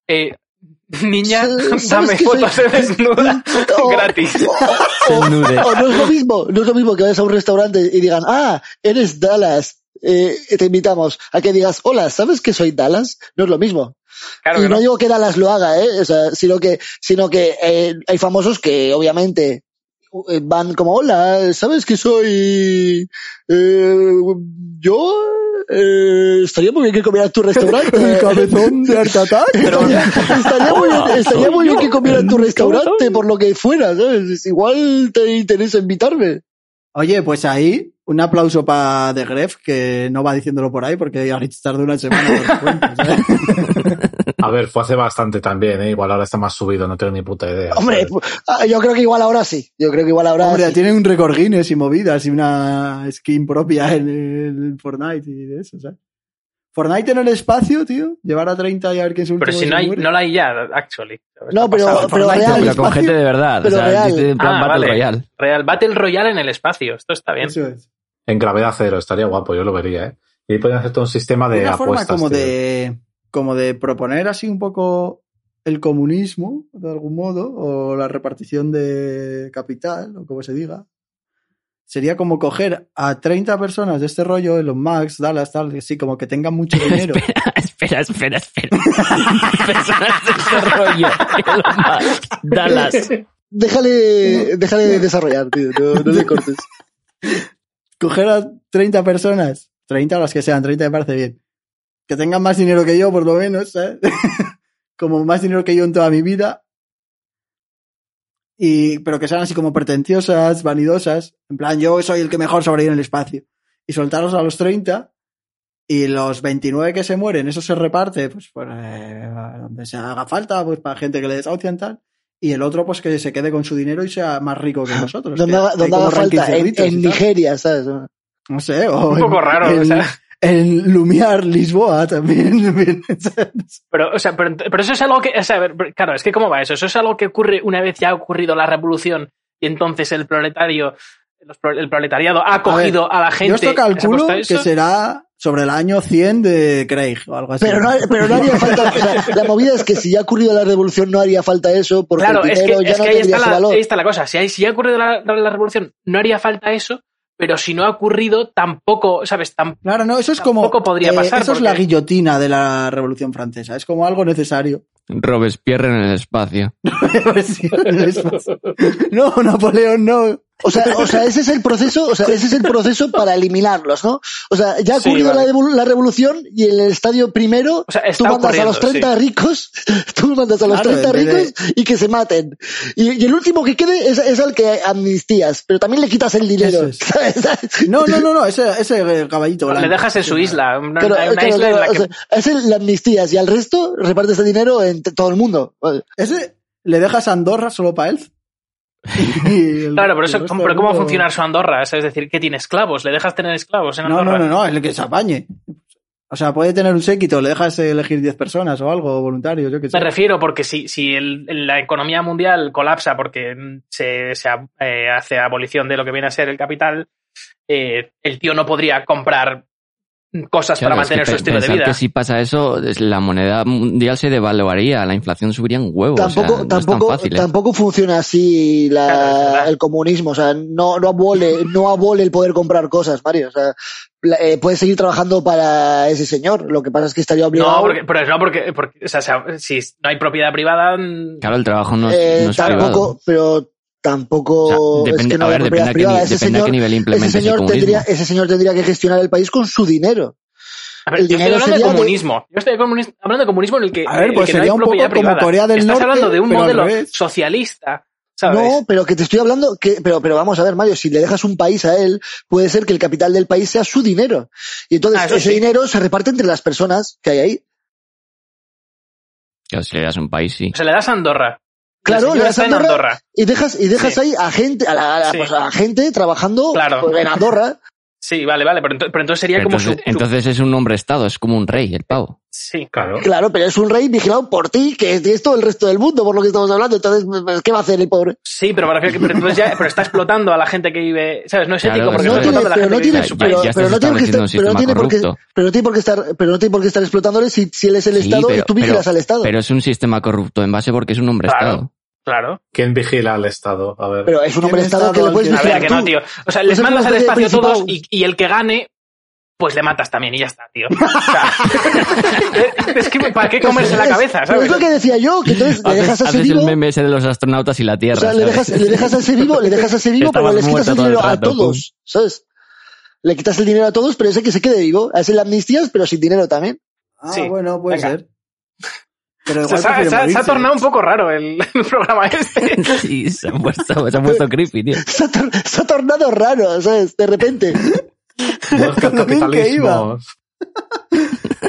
S3: Eh, niña,
S4: ¿Sabes
S3: dame
S4: que
S3: fotos
S4: soy-
S3: de desnuda
S4: Oh.
S3: gratis.
S2: Desnude.
S4: O no es lo mismo, no es lo mismo que vayas a un restaurante y digan, ah, eres Dallas, eh, te invitamos a que digas, hola, ¿sabes que soy Dallas? No es lo mismo.
S3: Claro
S4: y
S3: que
S4: no,
S3: no.
S4: digo que Dallas lo haga, ¿eh? O sea, sino que, sino que eh, hay famosos que obviamente eh, van como, hola, ¿sabes que soy eh, yo? Eh, estaría muy bien que comiera en tu restaurante.
S1: El cabezón de Art Attack.
S4: Estaría, estaría muy bien, estaría muy bien que comiera en tu restaurante, por lo que fuera, ¿sabes? Igual te interesa invitarme.
S1: Oye, pues ahí, un aplauso para The Gref, que no va diciéndolo por ahí porque Aritz tardó una semana. en darse cuenta, ¿sabes?
S5: A ver, fue hace bastante también, ¿eh? Igual ahora está más subido, no tengo ni puta idea.
S4: Hombre,
S5: ¿sabes?
S4: ah, yo creo que igual ahora sí. Yo creo que igual ahora
S1: Hombre,
S4: sí.
S1: tiene un récord Guinness y movidas y una skin propia en el Fortnite y de eso, ¿sabes? Fortnite en el espacio, tío. Llevar a 30 y a ver quién es el último.
S3: Pero si
S1: que
S3: no,
S1: se
S3: hay,
S1: muere.
S3: no la hay ya, actually. ¿sabes?
S4: No,
S3: Ha
S4: pero-
S3: pasado.
S4: pero
S1: Fortnite,
S4: real,
S2: Pero con gente de verdad.
S4: Pero
S2: o sea,
S4: real.
S2: dice en plan
S3: Ah,
S2: Battle
S3: vale.
S2: Royale.
S3: Real Battle Royale en el espacio. Esto está bien.
S1: Eso es.
S5: En gravedad cero, estaría guapo, yo lo vería, ¿eh? Y ahí podrían hacer todo un sistema de
S1: una forma
S5: apuestas.
S1: como
S5: tío.
S1: de, como de proponer así un poco el comunismo, de algún modo, o la repartición de capital, o como se diga. Sería como coger a 30 personas de este rollo, Elon Musk, Dallas, tal, así como que tengan mucho dinero.
S2: Espera, espera, espera. Personas de ese rollo. Elon Musk, Dallas.
S4: Déjale, déjale desarrollar, tío. No, no le cortes.
S1: coger a 30 personas, 30 o las que sean, 30 me parece bien, que tengan más dinero que yo, por lo menos, ¿sabes? como más dinero que yo en toda mi vida, y, pero que sean así como pretenciosas, vanidosas, en plan, yo soy el que mejor sobrevive en el espacio, y soltarlos a los 30. Y los 29 que se mueren, eso se reparte, pues, por, eh, a donde se haga falta, pues para gente que le desahucian tal. Y el otro, pues que se quede con su dinero y sea más rico que nosotros.
S4: Donde
S1: que
S4: haga,
S1: hay
S4: donde
S1: como
S4: haga
S1: rankings
S4: falta.
S1: de
S4: En,
S1: ritos y
S4: en
S1: tal.
S4: Nigeria, ¿sabes?
S1: No sé, o
S3: Un poco raro,
S1: en,
S3: o sea.
S1: en Lumiar, Lisboa también. también, ¿sabes?
S3: Pero, o sea, pero, pero eso es algo que. o sea, a ver, pero- claro, es que ¿cómo va eso? Eso es algo que ocurre una vez ya ha ocurrido la revolución y entonces el proletario. los pro- el proletariado ha cogido a, la
S1: Yo
S3: gente.
S1: esto calculo
S3: ¿se ha
S1: que
S3: puesto eso?
S1: será sobre el año 100 de Craig o algo así.
S4: Pero no, pero no haría falta. o sea, la movida es que si ya ha ocurrido la revolución, no haría falta eso, porque
S3: Claro,
S4: el
S3: es que,
S4: dinero ya
S3: es
S4: no
S3: que ahí,
S4: tendría
S3: está
S4: su
S3: la,
S4: valor.
S3: ahí está la cosa. Si, hay- si ha ocurrido la, la- la revolución, no haría falta eso, pero si no ha ocurrido, tampoco, ¿sabes? Tam-
S1: Claro, no, eso es como. eh,
S3: Tampoco podría pasar,
S1: Eso es la
S3: porque-
S1: guillotina de la Revolución Francesa. Es como algo necesario.
S2: Robespierre en el espacio.
S1: no, Napoleón, no.
S4: O sea, o sea, ese es el proceso, o sea, ese es el proceso para eliminarlos, ¿no? O sea, ya ha
S3: Sí,
S4: ocurrido
S3: vale.
S4: la, devol- la revolución y en el estadio primero
S3: o sea,
S4: tú
S3: está
S4: mandas a
S3: ocurriendo,
S4: los 30 ricos, tú mandas a los
S1: Claro,
S4: 30
S1: en vez
S4: ricos y que se maten. Y, y el último que quede es, es al que amnistías, pero también le quitas el
S1: Eso
S4: dinero.
S1: es.
S4: ¿sabes?
S1: No, no, no, no, ese, ese caballito.
S3: sí. Le
S1: blanco.
S3: dejas en su isla, una,
S4: Pero,
S3: una
S4: claro,
S3: isla en la
S4: claro,
S3: que.
S4: o sea, es el, la amnistías y al resto repartes el dinero entre todo el mundo.
S1: Ese le dejas a Andorra solo para él. Y el-
S3: Claro, pero,
S1: el
S3: eso,
S1: resto
S3: ¿cómo, pero
S1: del
S3: ¿cómo va a
S1: mundo-
S3: funcionar su Andorra? O sea, Es decir, ¿qué tiene esclavos? ¿Le dejas tener esclavos en
S1: No,
S3: Andorra?
S1: no, no, no, es el que se apañe. O sea, puede tener un séquito, le dejas elegir 10 personas o algo, voluntarios, yo qué sé.
S3: Me refiero porque si, si el- la economía mundial colapsa porque mm, se, se ab- eh, hace abolición de lo que viene a ser el capital, eh, el tío no podría comprar cosas
S2: Claro,
S3: para
S2: es que
S3: mantener su
S2: pe-
S3: estilo de
S2: pensar
S3: vida.
S2: que si pasa eso, es- la moneda mundial se devaluaría, la inflación subiría en huevos.
S4: tampoco,
S2: o sea, no es tan
S4: tampoco,
S2: fácil, ¿eh?
S4: tampoco funciona así la-
S3: Claro, es verdad.
S4: el comunismo. O sea, no, no abole, no abole el poder comprar cosas, Mario. O sea, la- eh, puedes seguir trabajando para ese señor. Lo que pasa es que estaría obligado.
S3: No, porque, pero no porque, porque- o sea, se- si no hay propiedad privada, mm,
S2: Claro, el trabajo no es,
S4: Eh,
S2: no es privado.
S4: tampoco, pero tampoco.
S2: O sea,
S4: es
S2: depende,
S4: que no
S2: a
S4: haya
S2: ver, depende,
S4: propiedad
S2: a qué,
S4: privada.
S2: ni-
S4: Ese
S2: depende a
S4: señor,
S2: qué nivel
S4: ese
S2: implementes el
S4: señor
S2: comunismo.
S4: tendría, ese señor tendría que gestionar el país con su dinero.
S3: a ver,
S4: El
S3: yo estoy
S4: dinero
S3: hablando de
S4: sería de-
S3: comunismo. Yo estoy comuni- hablando de comunismo en el que,
S1: A ver,
S3: en el
S1: pues
S3: que no
S1: sería
S3: hay
S1: un poco
S3: propiedad
S1: como
S3: privada.
S1: Corea del
S3: Estás
S1: Norte,
S3: hablando de un
S1: pero al
S3: modelo
S1: revés.
S3: socialista, ¿sabes?
S4: No, pero que te estoy hablando que, pero, pero vamos a ver, Mario, si le dejas un país a él, puede ser que el capital del país sea su dinero. Y entonces
S3: Ah, eso
S4: ese
S3: sí.
S4: dinero se reparte entre las personas que hay ahí.
S2: Claro, si le das un país, sí.
S3: O sea, le das a Andorra. El
S4: Claro,
S3: señor
S4: le das
S3: está
S4: a
S3: en
S4: Andorra.
S3: Andorra.
S4: Y dejas, y dejas
S3: Sí.
S4: ahí a gente, a, la, a la-
S3: Sí.
S4: pues, a la gente trabajando
S3: Claro.
S4: pues, en Andorra
S3: Sí, vale, vale, pero, ento- pero entonces sería
S2: Pero
S3: como
S2: entonces,
S3: su- su-
S2: entonces es un hombre estado, es como un rey, el pavo.
S3: Sí,
S5: Claro.
S4: Claro, pero es un rey vigilado por ti, que es esto el resto del mundo, por lo que estamos hablando. Entonces, pues, ¿qué va a hacer el pobre?
S3: sí, pero me refiero que pero entonces ya- pero está explotando a la gente que vive, ¿sabes? No es
S2: Claro,
S3: ético porque
S2: eso
S3: está
S4: No
S2: es.
S4: tiene,
S3: explotando a la
S4: pero
S3: gente
S4: no
S3: que vive
S4: tiene,
S3: en su
S2: Ya-
S4: pero,
S2: ya
S4: pero
S2: estás
S4: no tiene
S2: estableciendo
S4: que estar,
S2: un
S4: pero
S2: sistema
S4: no tiene por qué,
S2: corrupto.
S4: pero no tiene por qué estar, pero no tiene por qué estar explotándole si, si él es el
S2: Sí,
S4: Estado
S2: pero-
S4: y tú vigilas
S2: pero-
S4: al Estado. Pero,
S2: Pero es un sistema corrupto en base porque es un hombre
S3: Claro.
S2: estado.
S3: Claro.
S5: ¿Quién vigila al Estado? A ver.
S4: es un hombre
S1: ¿Quién
S4: Estado
S1: está
S4: que le puedes
S1: todo el
S3: A
S1: tiempo?
S4: vigilar
S3: ver, que
S4: tú.
S3: no, tío. O sea, les
S4: Eso es
S3: mandas al
S4: una especie de
S3: espacio todos y,
S4: principados.
S3: y el que gane, pues le matas también y ya está, tío. O sea, es que ¿para qué comerse la
S4: ¿Sabes?
S3: cabeza,
S4: Pero
S3: sabes?
S4: es lo que decía Pues, yo, que entonces le dejas
S2: Haces,
S4: a ese
S2: haces el
S4: vivo.
S2: meme ese de los astronautas y la
S4: O
S2: Tierra.
S4: sea, le
S2: ¿sabes?
S4: dejas, le dejas a ese vivo, le dejas a ese vivo, pero
S2: Estabas
S4: les quitas
S2: muerta
S4: el
S2: todo el
S4: dinero a
S2: rato, pues.
S4: todos, ¿sabes? Le quitas el dinero a todos, pero ese que se quede vivo. A ese le amnistías, pero sin dinero también.
S1: Ah,
S3: Sí,
S1: bueno, puede
S3: venga.
S1: ser. Pero
S3: O
S1: igual
S3: sea, se, ha-
S1: prefiere
S3: se ha- se ha
S1: morirse.
S3: tornado un poco raro el, el programa este.
S2: sí, se ha puesto, se ha puesto creepy, tío.
S4: Se ha, tor- se ha tornado raro, ¿sabes? De repente.
S5: Muerto el
S1: Lo bien que iba.
S5: capitalismo.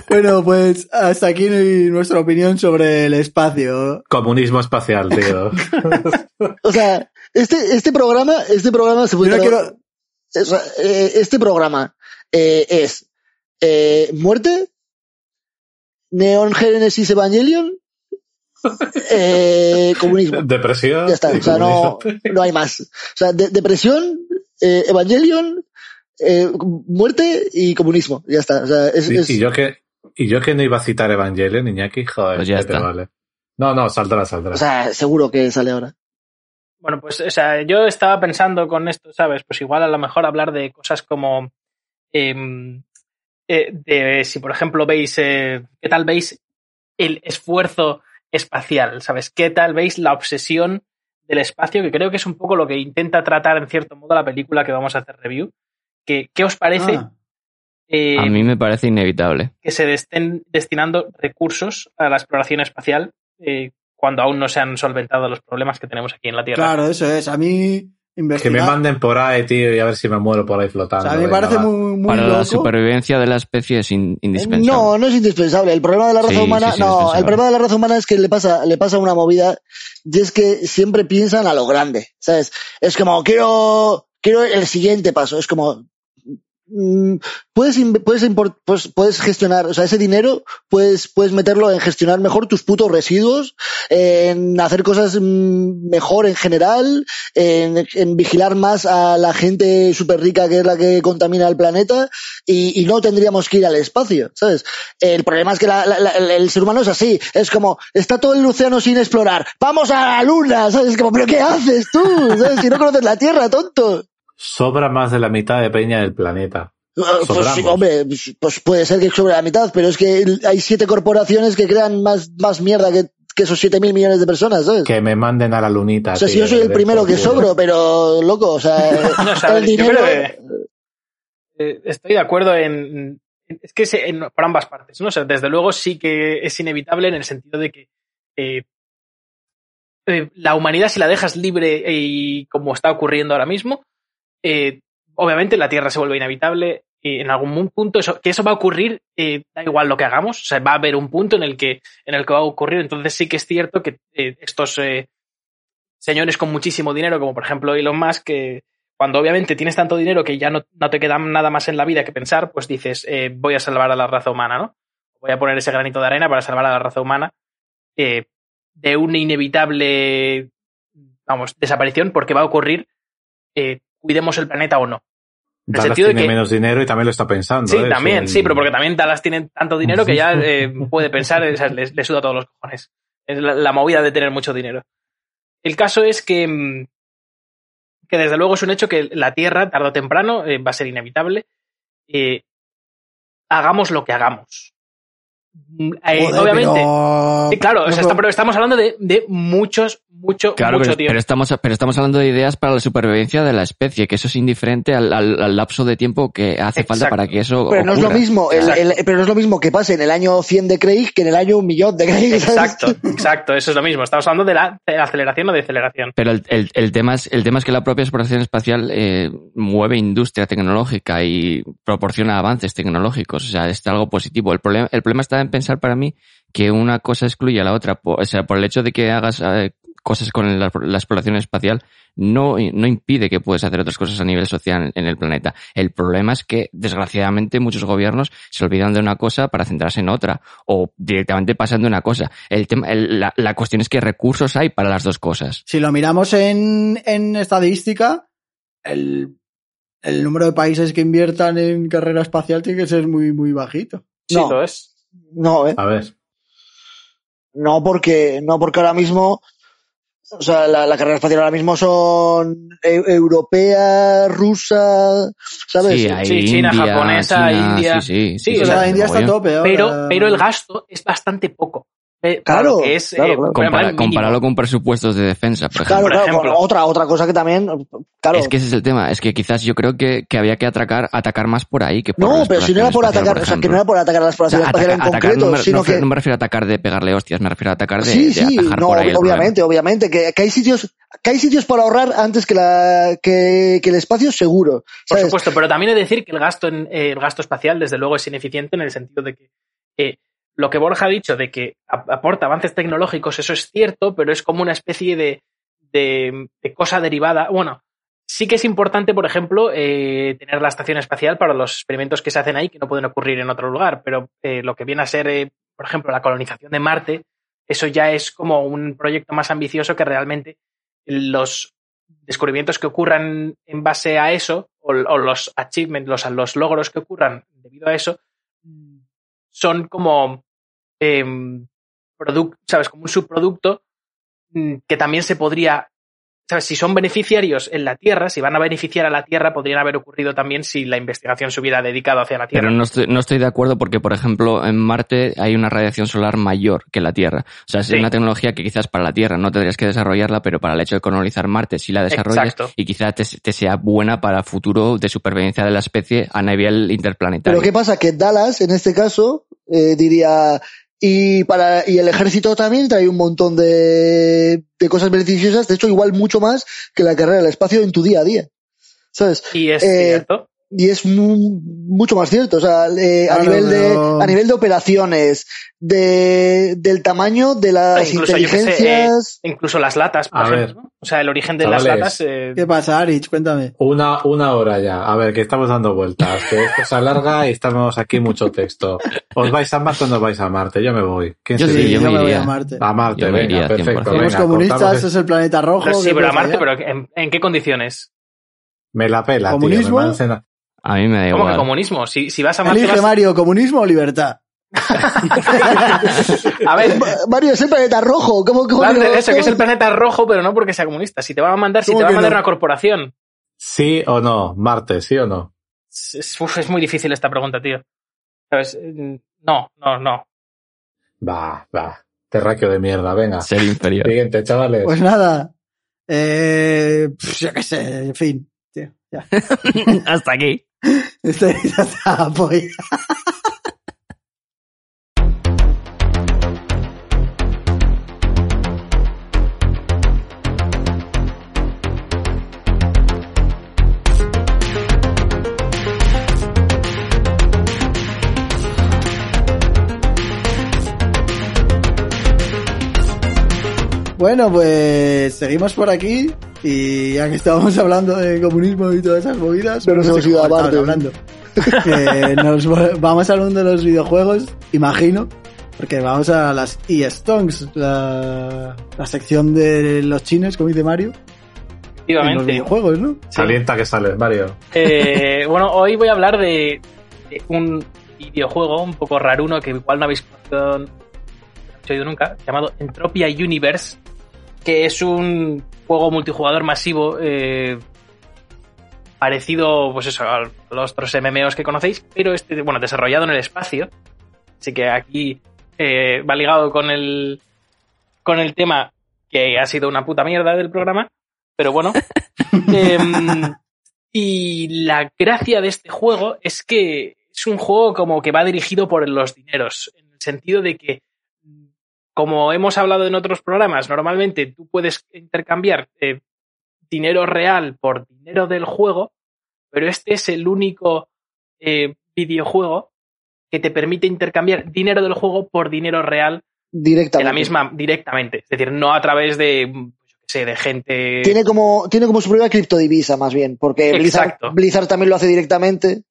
S1: Bueno, pues hasta aquí nuestra opinión sobre el espacio.
S5: Comunismo espacial, tío.
S4: O sea, este, este programa, este programa se
S1: Yo
S4: puede
S1: no
S4: tra-
S1: quiero...
S4: o sea, eh, este programa eh, es eh, muerte, Neon Genesis Evangelion, eh, comunismo.
S5: Depresión.
S4: Ya está,
S5: y
S4: o sea, no,
S5: comunismo.
S4: no hay más. O sea, de- depresión, eh, Evangelion, eh, muerte y comunismo. Ya está. O sea, es,
S5: Y-
S4: es-
S5: Y, yo que, y yo que no iba a citar Evangelion, Iñaki, joder,
S2: Pues ya
S5: vete,
S2: está.
S5: vale. No, no, saldrá, saldrá.
S4: o sea, seguro que sale ahora.
S3: Bueno, pues, o sea, yo estaba pensando con esto, ¿sabes? Pues igual a lo mejor hablar de cosas como. em, eh, de si, por ejemplo, veis. eh, ¿Qué tal veis el esfuerzo espacial? ¿Sabes? ¿Qué tal veis la obsesión del espacio? Que creo que es un poco lo que intenta tratar, en cierto modo, la película que vamos a hacer review. Que, ¿Qué os parece
S1: Ah,
S3: eh,
S2: A mí me parece inevitable.
S3: que se estén destinando recursos a la exploración espacial eh, cuando aún no se han solventado los problemas que tenemos aquí en la Tierra?
S1: claro, eso es. A mí
S5: que me
S1: investigar...
S5: manden por ahí, tío, y a ver si me muero por ahí
S1: o
S5: flotando.
S1: sea, a mí me
S5: venga,
S1: parece
S5: va.
S1: muy, muy
S2: Para la
S1: loco.
S2: supervivencia de la especie es in- indispensable.
S4: No, no es indispensable. El problema de la raza
S2: Sí,
S4: humana,
S2: sí, sí,
S4: no,
S2: indispensable.
S4: el problema de la raza humana es que le pasa, le pasa una movida y es que siempre piensan a lo grande, ¿sabes? Es como, quiero, quiero el siguiente paso. Es como, mm, puedes, in- puedes, import- pues, puedes gestionar, o sea, ese dinero puedes, puedes meterlo en gestionar mejor tus putos residuos, en hacer cosas mm, mejor en general, en, en vigilar más a la gente súper rica que es la que contamina el planeta y, y no tendríamos que ir al espacio, ¿sabes? El problema es que la- la- la- el- el ser humano es así, es como, está todo el océano sin explorar, vamos a la luna, ¿sabes? Es como, pero ¿qué haces tú? ¿Sabes? Si no conoces la Tierra, tonto.
S5: Sobra más de la mitad de peña del planeta.
S4: Ah, Pues,
S5: Sobramos.
S4: sí, hombre, pues- pues puede ser que sobre la mitad, pero es que el- hay siete corporaciones que crean más, más mierda que, que esos siete mil millones de personas, ¿sabes?
S5: Que me manden a la lunita.
S4: o sea,
S5: tío,
S4: si yo soy
S5: que
S4: el
S5: den
S4: primero
S5: por
S4: que
S5: culo.
S4: sobro, pero loco, o sea,
S3: No, o sea,
S4: el
S3: yo creo
S4: dinero.
S3: que- Eh, estoy de acuerdo en. en- Es que se- en- por ambas partes, ¿no? O sea, desde luego sí que es inevitable en el sentido de que eh, eh, la humanidad, si la dejas libre y como está ocurriendo ahora mismo, eh, obviamente la Tierra se vuelve inhabitable y en algún mu- punto eso, que eso va a ocurrir, eh, da igual lo que hagamos, o sea, va a haber un punto en el que, en el que va a ocurrir. Entonces sí que es cierto que eh, estos eh, señores con muchísimo dinero, como por ejemplo Elon Musk, que cuando obviamente tienes tanto dinero que ya no, no te queda nada más en la vida que pensar, pues dices, eh, voy a salvar a la raza humana, ¿no? Voy a poner ese granito de arena para salvar a la raza humana eh, de una inevitable, vamos, desaparición, porque va a ocurrir, eh, cuidemos el planeta o no. el
S5: Dallas
S3: sentido de
S5: tiene
S3: que-
S5: menos dinero y también lo está pensando.
S3: Sí,
S5: ¿eh? Es
S3: también,
S5: un-
S3: sí, pero porque también Dallas tiene tanto dinero que ya eh, puede pensar, o sea, le, le suda todos los cojones. Es la, la movida de tener mucho dinero. El caso es que, mm, que desde luego es un hecho que la Tierra, tarde o temprano, eh, va a ser inevitable. Eh, hagamos lo que hagamos. Mm, eh,
S1: Joder,
S3: obviamente.
S1: pero-
S3: Sí, claro, o sea,
S1: loco.
S3: está- pero estamos hablando de, de muchos, mucho,
S2: Claro,
S3: mucho
S2: pero,
S3: tiempo.
S2: pero estamos, pero estamos hablando de ideas para la supervivencia de la especie, que eso es indiferente al, al- al lapso de tiempo que hace falta
S3: Exacto.
S2: para que eso
S4: Pero no es lo
S2: ocurra.
S4: mismo, el- el- pero no es lo mismo que pase en el año 100 de Craig que en el año un millón de Craig. ¿sabes?
S3: Exacto, exacto, eso es lo mismo. Estamos hablando de la, de la aceleración o deceleración.
S2: Pero el, el- el tema es, el tema es que la propia exploración espacial eh, mueve industria tecnológica y proporciona avances tecnológicos. O sea, es algo positivo. El problema, el problema está en pensar para mí que una cosa excluye a la otra. po- o sea, por el hecho de que hagas eh, cosas con la, la exploración espacial no, no impide que puedas hacer otras cosas a nivel social en el planeta. El problema es que, desgraciadamente, muchos gobiernos se olvidan de una cosa para centrarse en otra o directamente pasan de una cosa. El tema, el- la, la cuestión es que recursos hay para las dos cosas.
S1: Si lo miramos en, en estadística, el, el número de países que inviertan en carrera espacial tiene que ser muy, muy bajito.
S3: Sí,
S4: No.
S3: lo es.
S4: No, ¿eh?
S5: A ver,
S4: No porque, no porque ahora mismo, o sea, la, la carrera espacial ahora mismo son eu- europea, rusa, ¿sabes?
S2: Sí, hay
S3: Sí, China,
S2: India,
S3: japonesa,
S2: China,
S3: India.
S2: Sí, sí,
S3: Sí,
S2: sí,
S3: o
S1: O sea,
S2: sí,
S3: sea,
S1: la India está a
S2: mogollón.
S1: tope ahora.
S3: Pero, pero el gasto es bastante poco. Eh, para
S4: eh, Claro,
S3: lo que es, eh,
S4: claro, claro.
S3: programa
S2: Compara-
S3: mínimo.
S2: compararlo con presupuestos de defensa, por ejemplo.
S4: Claro,
S3: Por
S4: claro,
S3: ejemplo.
S4: otra, otra cosa que también, claro.
S2: Es que ese es el tema. Es que quizás yo creo que, que había que atracar, atacar más por ahí que por la
S4: no, pero si no era por
S2: exploración
S4: atacar, o sea,
S2: espacial,
S4: que no era por atacar a
S2: por
S4: la exploración
S2: ejemplo. O sea,
S4: espacial
S2: ataca-
S4: en
S2: atacar,
S4: concreto,
S2: no, me,
S4: sino
S2: no
S4: que.
S2: me- no me refiero a atacar de pegarle hostias, me refiero a atacar de,
S4: sí,
S2: de
S4: sí,
S2: atajar
S4: no,
S2: por ahí. el
S4: obviamente, obviamente, que, que hay sitios, que hay sitios para ahorrar antes que la, que, que el espacio seguro.
S3: Por
S4: ¿sabes?
S3: supuesto, pero también he de decir que el gasto, en, eh, el gasto espacial, desde luego, es ineficiente en el sentido de que eh, lo que Borja ha dicho de que ap- aporta avances tecnológicos, eso es cierto, pero es como una especie de, de- de cosa derivada. Bueno, sí que es importante, por ejemplo, eh, tener la estación espacial para los experimentos que se hacen ahí que no pueden ocurrir en otro lugar, pero eh, lo que viene a ser, eh, por ejemplo, la colonización de Marte, eso ya es como un proyecto más ambicioso que realmente los descubrimientos que ocurran en base a eso, o, o los achievements, los, los logros que ocurran debido a eso, mm, son como em, produc- ¿sabes? Como un subproducto mm, que también se podría. ¿Sabes? Si son beneficiarios en la Tierra, si van a beneficiar a la Tierra, podrían haber ocurrido también si la investigación se hubiera dedicado hacia la Tierra.
S2: Pero no estoy, no estoy de acuerdo porque, por ejemplo, en Marte hay una radiación solar mayor que la Tierra. O sea, es
S3: Sí.
S2: una tecnología que quizás para la Tierra no tendrías que desarrollarla, pero para el hecho de colonizar Marte sí la desarrollas
S3: Exacto.
S2: y quizás te, te sea buena para el futuro de supervivencia de la especie a nivel interplanetario.
S4: Pero ¿qué pasa? Que Dallas, en este caso, eh, diría, y para y el ejército también trae un montón de, de cosas beneficiosas, de hecho, igual mucho más que la carrera del espacio en tu día a día. ¿Sabes?
S3: Y es
S4: Eh,
S3: cierto.
S4: Y es mu- mucho más cierto. O sea, eh, a,
S3: Ah,
S1: Claro,
S4: nivel de,
S1: pero-
S4: a nivel de operaciones, de, del tamaño de
S3: Ah,
S4: las
S3: Incluso, yo que sé, eh,
S4: inteligencias.
S3: incluso las latas, por
S5: A
S3: ejemplo.
S5: ver.
S3: ¿no? O sea, el origen de las
S5: Chavales.
S3: latas. eh,
S1: ¿Qué pasa, Arich? Cuéntame.
S5: una, una hora ya. A ver, que estamos dando vueltas. Que esto se alarga y estamos aquí mucho texto. ¿Os vais a Marte o no vais a Marte? Yo me voy. ¿Quién
S2: Yo
S5: se
S2: sí,
S5: dice?
S2: yo me
S1: me voy
S2: iría.
S1: a Marte.
S5: A Marte,
S2: Yo me
S5: venga,
S2: iría,
S5: perfecto.
S2: 100%.
S1: Somos
S5: Venga, cortamos
S1: comunistas,
S5: este-
S1: es el planeta rojo.
S3: sí,
S1: ¿qué ¿eh?
S3: pero a
S1: pasa
S3: Marte,
S1: ya?
S3: pero ¿en- ¿en qué condiciones?
S5: Me la pela, tío.
S1: ¿Comunismo?
S5: Me van a cenar.
S2: A mí me da
S3: ¿Cómo que
S2: igual.
S3: comunismo? Si, si vas a Marte,
S1: Elige,
S3: vas-
S1: Mario, ¿comunismo o libertad?
S3: a ver,
S4: Mario, es el planeta rojo. ¿Cómo, cómo
S3: vas de
S4: digo
S3: eso, eh, que es el
S4: esto?
S3: planeta rojo, pero no porque sea comunista. Si te va a mandar, si
S1: ¿Cómo
S3: te va a
S1: que
S3: mandar
S1: no?
S3: una corporación.
S5: ¿Sí o no? Marte, ¿sí o no?
S3: Es, es- uf, es muy difícil esta pregunta, tío. ¿Sabes? Mm, No, no, no.
S5: Va, va. Terráqueo de mierda, venga.
S2: Ser inferior.
S5: Siguiente, chavales.
S1: Pues nada. Eh, pf, yo qué sé, en fin. tío, ya.
S2: Hasta aquí.
S1: Este ya está, pues. Bueno, pues seguimos por aquí y ya que estábamos hablando de comunismo y todas esas movidas, pues
S4: Pero nos hemos ido a
S1: cómo estábamos
S4: Marte.
S1: hablando. Que nos vo- vamos al mundo de los videojuegos, imagino, porque vamos a las e-stongs, la, la sección de los chines, como dice Mario, en los
S3: Efectivamente.
S1: videojuegos, ¿no?
S5: Salienta que sales, Mario.
S3: Eh, bueno, hoy voy a hablar de, de un videojuego un poco raruno que igual no habéis conocido, no habéis oído nunca, llamado Entropia Universe, que es un juego multijugador masivo eh, parecido pues eso, a los otros MMOs que conocéis, pero este, bueno, desarrollado en el espacio. Así que aquí eh, va ligado con el, con el tema que ha sido una puta mierda del programa, pero bueno. Em, y la gracia de este juego es que es un juego como que va dirigido por los dineros, en el sentido de que, como hemos hablado en otros programas, normalmente tú puedes intercambiar eh, dinero real por dinero del juego, pero este es el único eh, videojuego que te permite intercambiar dinero del juego por dinero real
S4: directamente.
S3: en la misma directamente, es decir, no a través de, pues, yo qué sé, de gente.
S4: Tiene como, tiene como su propia criptodivisa, más bien, porque Blizzard,
S3: Exacto.
S4: Blizzard también lo hace directamente,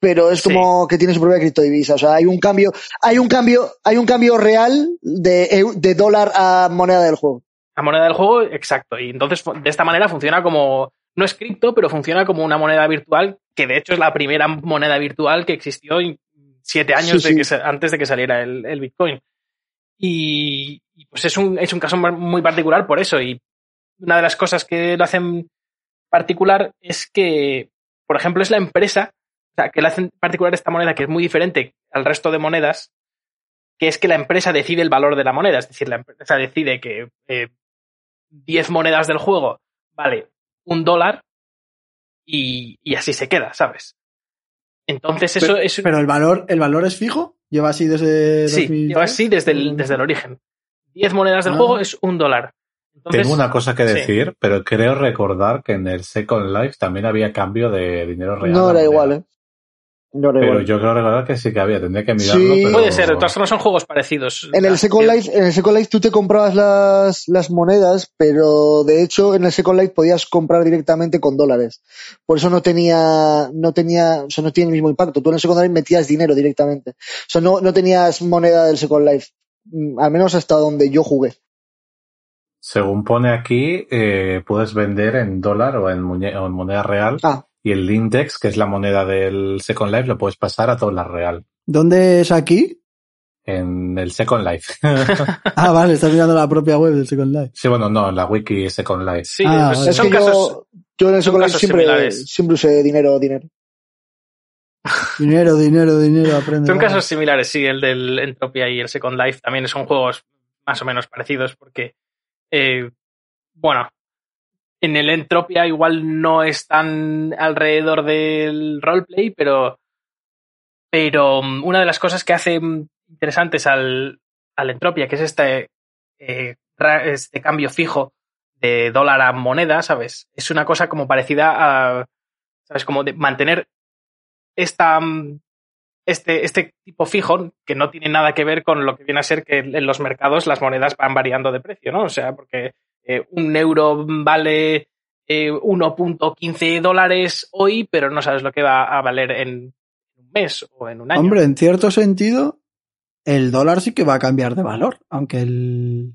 S4: pero es
S3: Sí.
S4: como que tiene su propia criptodivisa. O sea, hay un cambio, hay un cambio, hay un cambio real de, eu- de dólar a moneda del juego.
S3: La moneda del juego, exacto. Y entonces fu- de esta manera funciona como. No es cripto, pero funciona como una moneda virtual, que de hecho es la primera moneda virtual que existió en siete años de
S4: Sí, sí.
S3: que se- antes de que saliera el, el Bitcoin. Y, y, pues es un, es un caso mar- muy particular por eso. Y una de las cosas que lo hacen particular es que, por ejemplo, es la empresa, o sea, que le hacen particular esta moneda que es muy diferente al resto de monedas, que es que la empresa decide el valor de la moneda. Es decir, la empresa decide que eh, 10 monedas del juego vale un dólar y, y así se queda, ¿sabes? Entonces eso es...
S1: Pero el valor, el valor es fijo. Lleva así desde.
S3: sí,
S1: 2003?
S3: lleva así desde el,
S1: Mm.
S3: desde el origen. 10 monedas del
S1: Ah.
S3: juego es un dólar. Entonces,
S5: Tengo una cosa que
S3: sí.
S5: decir, pero creo recordar que en el Second Life también había cambio de dinero real.
S4: no
S5: a
S4: era
S5: moneda.
S4: igual, ¿eh? No era
S5: Pero
S4: igual.
S5: yo creo recordar que sí que había, tendría que mirarlo.
S4: Sí.
S5: pero-
S3: Puede ser, de todas formas son juegos parecidos.
S4: En el,
S3: Ah,
S4: Second
S3: bien.
S4: Life, en el Second Life tú te comprabas las, las monedas, pero de hecho en el Second Life podías comprar directamente con dólares. Por eso no tenía, no tenía, o sea, no tiene el mismo impacto. Tú en el Second Life metías dinero directamente. O sea, no, no tenías moneda del Second Life. Mm, Al menos hasta donde yo jugué.
S5: Según pone aquí, eh, puedes vender en dólar o en, muñe- o en moneda real.
S4: Ah.
S5: Y el index, que es la moneda del Second Life, lo puedes pasar a dólar real.
S1: ¿Dónde es aquí?
S5: En el Second Life.
S1: Ah, vale, estás mirando la propia web del Second Life.
S5: sí, bueno, no, en la wiki Second Life.
S3: Sí,
S1: Ah,
S3: pues
S1: vale.
S4: Es
S3: son
S4: que
S3: casos...
S4: yo, yo en el Second Life
S3: casos
S4: siempre,
S3: similares.
S4: siempre usé dinero, dinero.
S1: Dinero, dinero, dinero, aprende.
S3: Son
S1: vale.
S3: casos similares, sí, el del Entropia y el Second Life también son juegos más o menos parecidos porque, eh, bueno, en el Entropia igual no es tan alrededor del roleplay, pero, pero mm, una de las cosas que hace mm, interesantes al, al Entropia, que es este, eh, ra- este cambio fijo de dólar a moneda, ¿sabes? Es una cosa como parecida a, ¿sabes? Como de mantener esta, mm, este, este tipo fijo que no tiene nada que ver con lo que viene a ser que en los mercados las monedas van variando de precio, ¿no? O sea, porque eh, un euro vale eh, 1.15 dólares hoy, pero no sabes lo que va a valer en un mes o en un año.
S1: Hombre, en cierto sentido, el dólar sí que va a cambiar de valor, aunque el,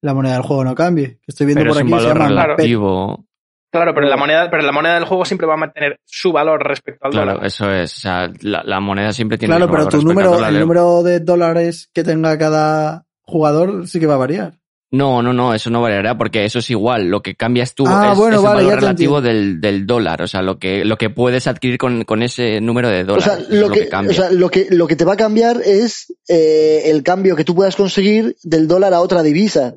S1: la moneda del juego no cambie. Estoy viendo
S2: Pero es
S1: por aquí
S2: un
S1: que se
S2: valor
S1: llama
S3: claro.
S1: PET.
S2: relativo.
S3: Claro, pero la moneda, pero la moneda del juego siempre va a mantener su valor respecto al
S2: Claro,
S3: dólar.
S2: eso es. O sea, la, la moneda siempre tiene
S1: Claro,
S2: el mismo
S1: pero
S2: valor
S1: tu
S2: respecto al
S1: número,
S2: dólar. eh.
S1: el número de dólares que tenga cada jugador sí que va a variar.
S2: No, no, no, eso no variará porque eso es igual. Lo que cambias tú
S1: Ah,
S2: es,
S1: bueno,
S2: es el
S1: vale, ya
S2: valor
S1: te
S2: relativo del, del dólar. O sea, lo que, lo que puedes adquirir con, con ese número de
S4: O
S2: dólares.
S4: sea,
S2: eso es
S4: lo que,
S2: cambia.
S4: o sea, lo que, lo que te va a cambiar es eh, el cambio que tú puedas conseguir del dólar a otra divisa.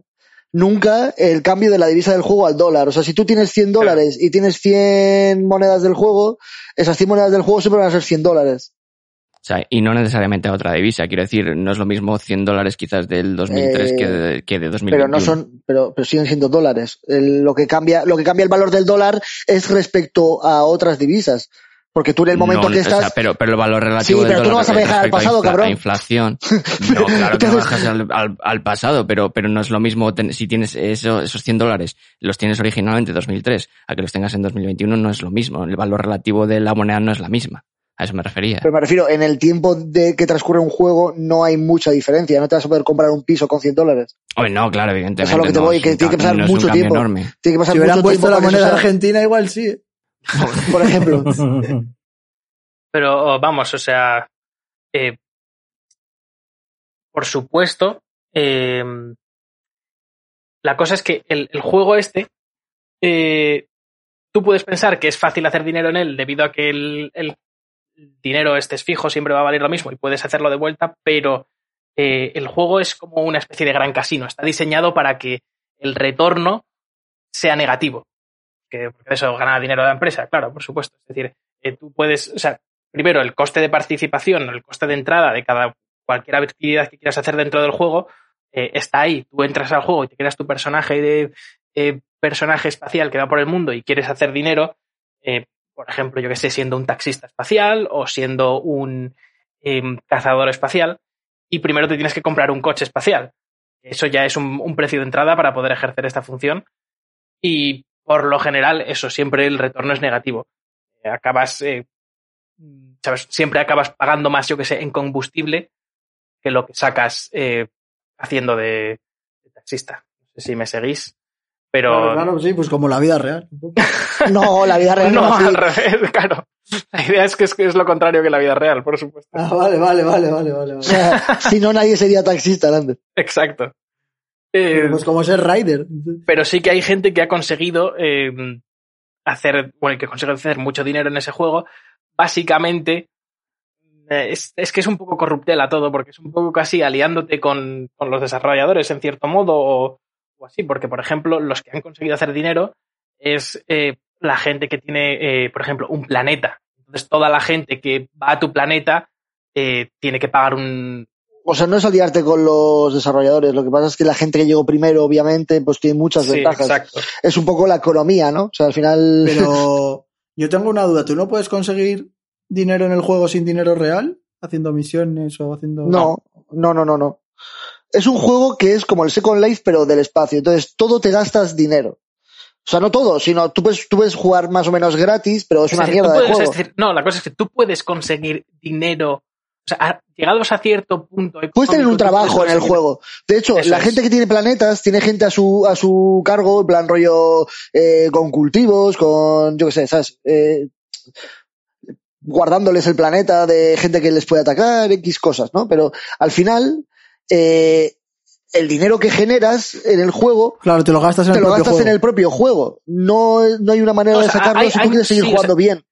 S4: Nunca el cambio de la divisa del juego al dólar. O sea, si tú tienes 100
S3: Claro.
S4: dólares y tienes 100 monedas del juego, esas 100 monedas del juego siempre van a ser 100 dólares.
S2: O sea, y no necesariamente a otra divisa. Quiero decir, no es lo mismo 100 dólares quizás del 2003
S4: Eh,
S2: que, de, que de 2021.
S4: Pero no son, pero, pero siguen siendo dólares. El- lo que cambia, lo que cambia el valor del dólar es respecto a otras divisas. Porque tú en el momento
S2: No,
S4: que
S2: o sea,
S4: estás,
S2: pero, pero el valor relativo
S4: Sí,
S2: del
S4: pero tú no
S2: dólar
S4: vas a viajar al
S2: respecto
S4: pasado,
S2: infla-
S4: cabrón.
S2: a inflación. No, claro que no
S4: Entonces-
S2: bajas al, al- al pasado, pero, pero no es lo mismo ten- si tienes eso- esos 100 dólares, los tienes originalmente en 2003, a que los tengas en 2021 no es lo mismo. El valor relativo de la moneda no es la misma. A eso me refería.
S4: Pero me refiero, en el tiempo de que transcurre un juego no hay mucha diferencia. No te vas a poder comprar un piso con 100 dólares.
S2: Hombre, no, claro, evidentemente.
S4: Eso es lo que te
S2: no,
S4: voy,
S2: es
S4: que
S2: un
S4: tiene que
S2: cam-
S4: pasar
S2: no es un
S4: mucho
S2: cambio
S4: tiempo.
S2: enorme.
S4: Tiene que pasar
S1: Si hubieran
S4: mucho
S1: puesto
S4: tiempo
S1: la
S4: para que eso
S1: moneda
S4: sea-
S1: argentina, igual sí.
S4: Por ejemplo.
S3: Pero oh, vamos, o sea, eh, por supuesto, eh, la cosa es que el, el juego este, eh, tú puedes pensar que es fácil hacer dinero en él debido a que el, el dinero este es fijo, siempre va a valer lo mismo y puedes hacerlo de vuelta, pero eh, el juego es como una especie de gran casino. Está diseñado para que el retorno sea negativo. Que, porque de eso gana dinero la empresa, claro, por supuesto. Es decir, eh, tú puedes, o sea, primero el coste de participación, el coste de entrada de cada cualquier actividad que quieras hacer dentro del juego eh, está ahí. Tú entras al juego y te creas tu personaje de eh, personaje espacial que va por el mundo y quieres hacer dinero, eh, por ejemplo, yo que sé, siendo un taxista espacial o siendo un em, cazador espacial, y primero te tienes que comprar un coche espacial. Eso ya es un, un precio de entrada para poder ejercer esta función. Y por lo general, eso siempre el retorno es negativo. Eh, Acabas, eh, sabes, siempre acabas pagando más, yo que sé, en combustible que lo que sacas eh, haciendo de, de taxista. No sé si me seguís, pero
S1: Claro, claro, sí, pues como la vida real. un poco.
S4: No, la vida real
S3: no,
S4: no,
S3: al
S4: así.
S3: revés, claro. La idea es que es, que es lo contrario que la vida real, por supuesto.
S1: Ah, vale, vale, vale, vale, vale.
S4: O
S1: vale.
S4: sea, si no, nadie sería taxista, Lander.
S3: Exacto. Eh,
S1: Pues como ser rider.
S3: pero sí que hay gente que ha conseguido eh, hacer, bueno, que consigue hacer mucho dinero en ese juego. Básicamente, eh, es, es que es un poco corruptela todo, porque es un poco casi aliándote con, con los desarrolladores en cierto modo o, o así, porque por ejemplo, los que han conseguido hacer dinero es eh, la gente que tiene, eh, por ejemplo, un planeta. Entonces, toda la gente que va a tu planeta eh, tiene que pagar un,
S4: O sea, no es aliarte con los desarrolladores. Lo que pasa es que la gente que llegó primero, obviamente, pues tiene muchas
S3: Sí,
S4: ventajas.
S3: exacto.
S4: Es un poco la economía, ¿no? O sea, al final.
S1: Pero yo tengo una duda. ¿Tú no puedes conseguir dinero en el juego sin dinero real? Haciendo misiones o haciendo.
S4: No, no, no, no, no. Es un juego que es como el Second Life, pero del espacio. Entonces, todo te gastas dinero. O sea, no todo, sino tú puedes, tú puedes jugar más o menos gratis, pero es
S3: Es
S4: una
S3: decir,
S4: mierda
S3: tú
S4: de
S3: puedes-
S4: juego.
S3: es decir, no, la cosa es que tú puedes conseguir dinero. O sea, a- llegados a cierto punto.
S4: Puedes tener
S3: económico,
S4: un
S3: tú
S4: trabajo
S3: puedes
S4: en el
S3: conseguir-
S4: juego. De hecho,
S3: Eso
S4: la
S3: es.
S4: gente que tiene planetas tiene gente a su, a su cargo, en plan rollo eh, con cultivos, con, yo qué sé, ¿sabes? Eh, guardándoles el planeta de gente que les puede atacar, X cosas, ¿no? Pero al final, eh, el dinero que generas en el juego
S1: Claro, te lo gastas en
S4: te
S1: el
S4: lo
S1: propio
S4: gastas
S1: juego.
S4: en el propio juego. No, no hay una manera
S3: O
S4: de
S3: sea,
S4: sacarlo
S3: hay-
S4: si tú
S3: hay-
S4: quieres seguir
S3: sí, o
S4: jugando bien.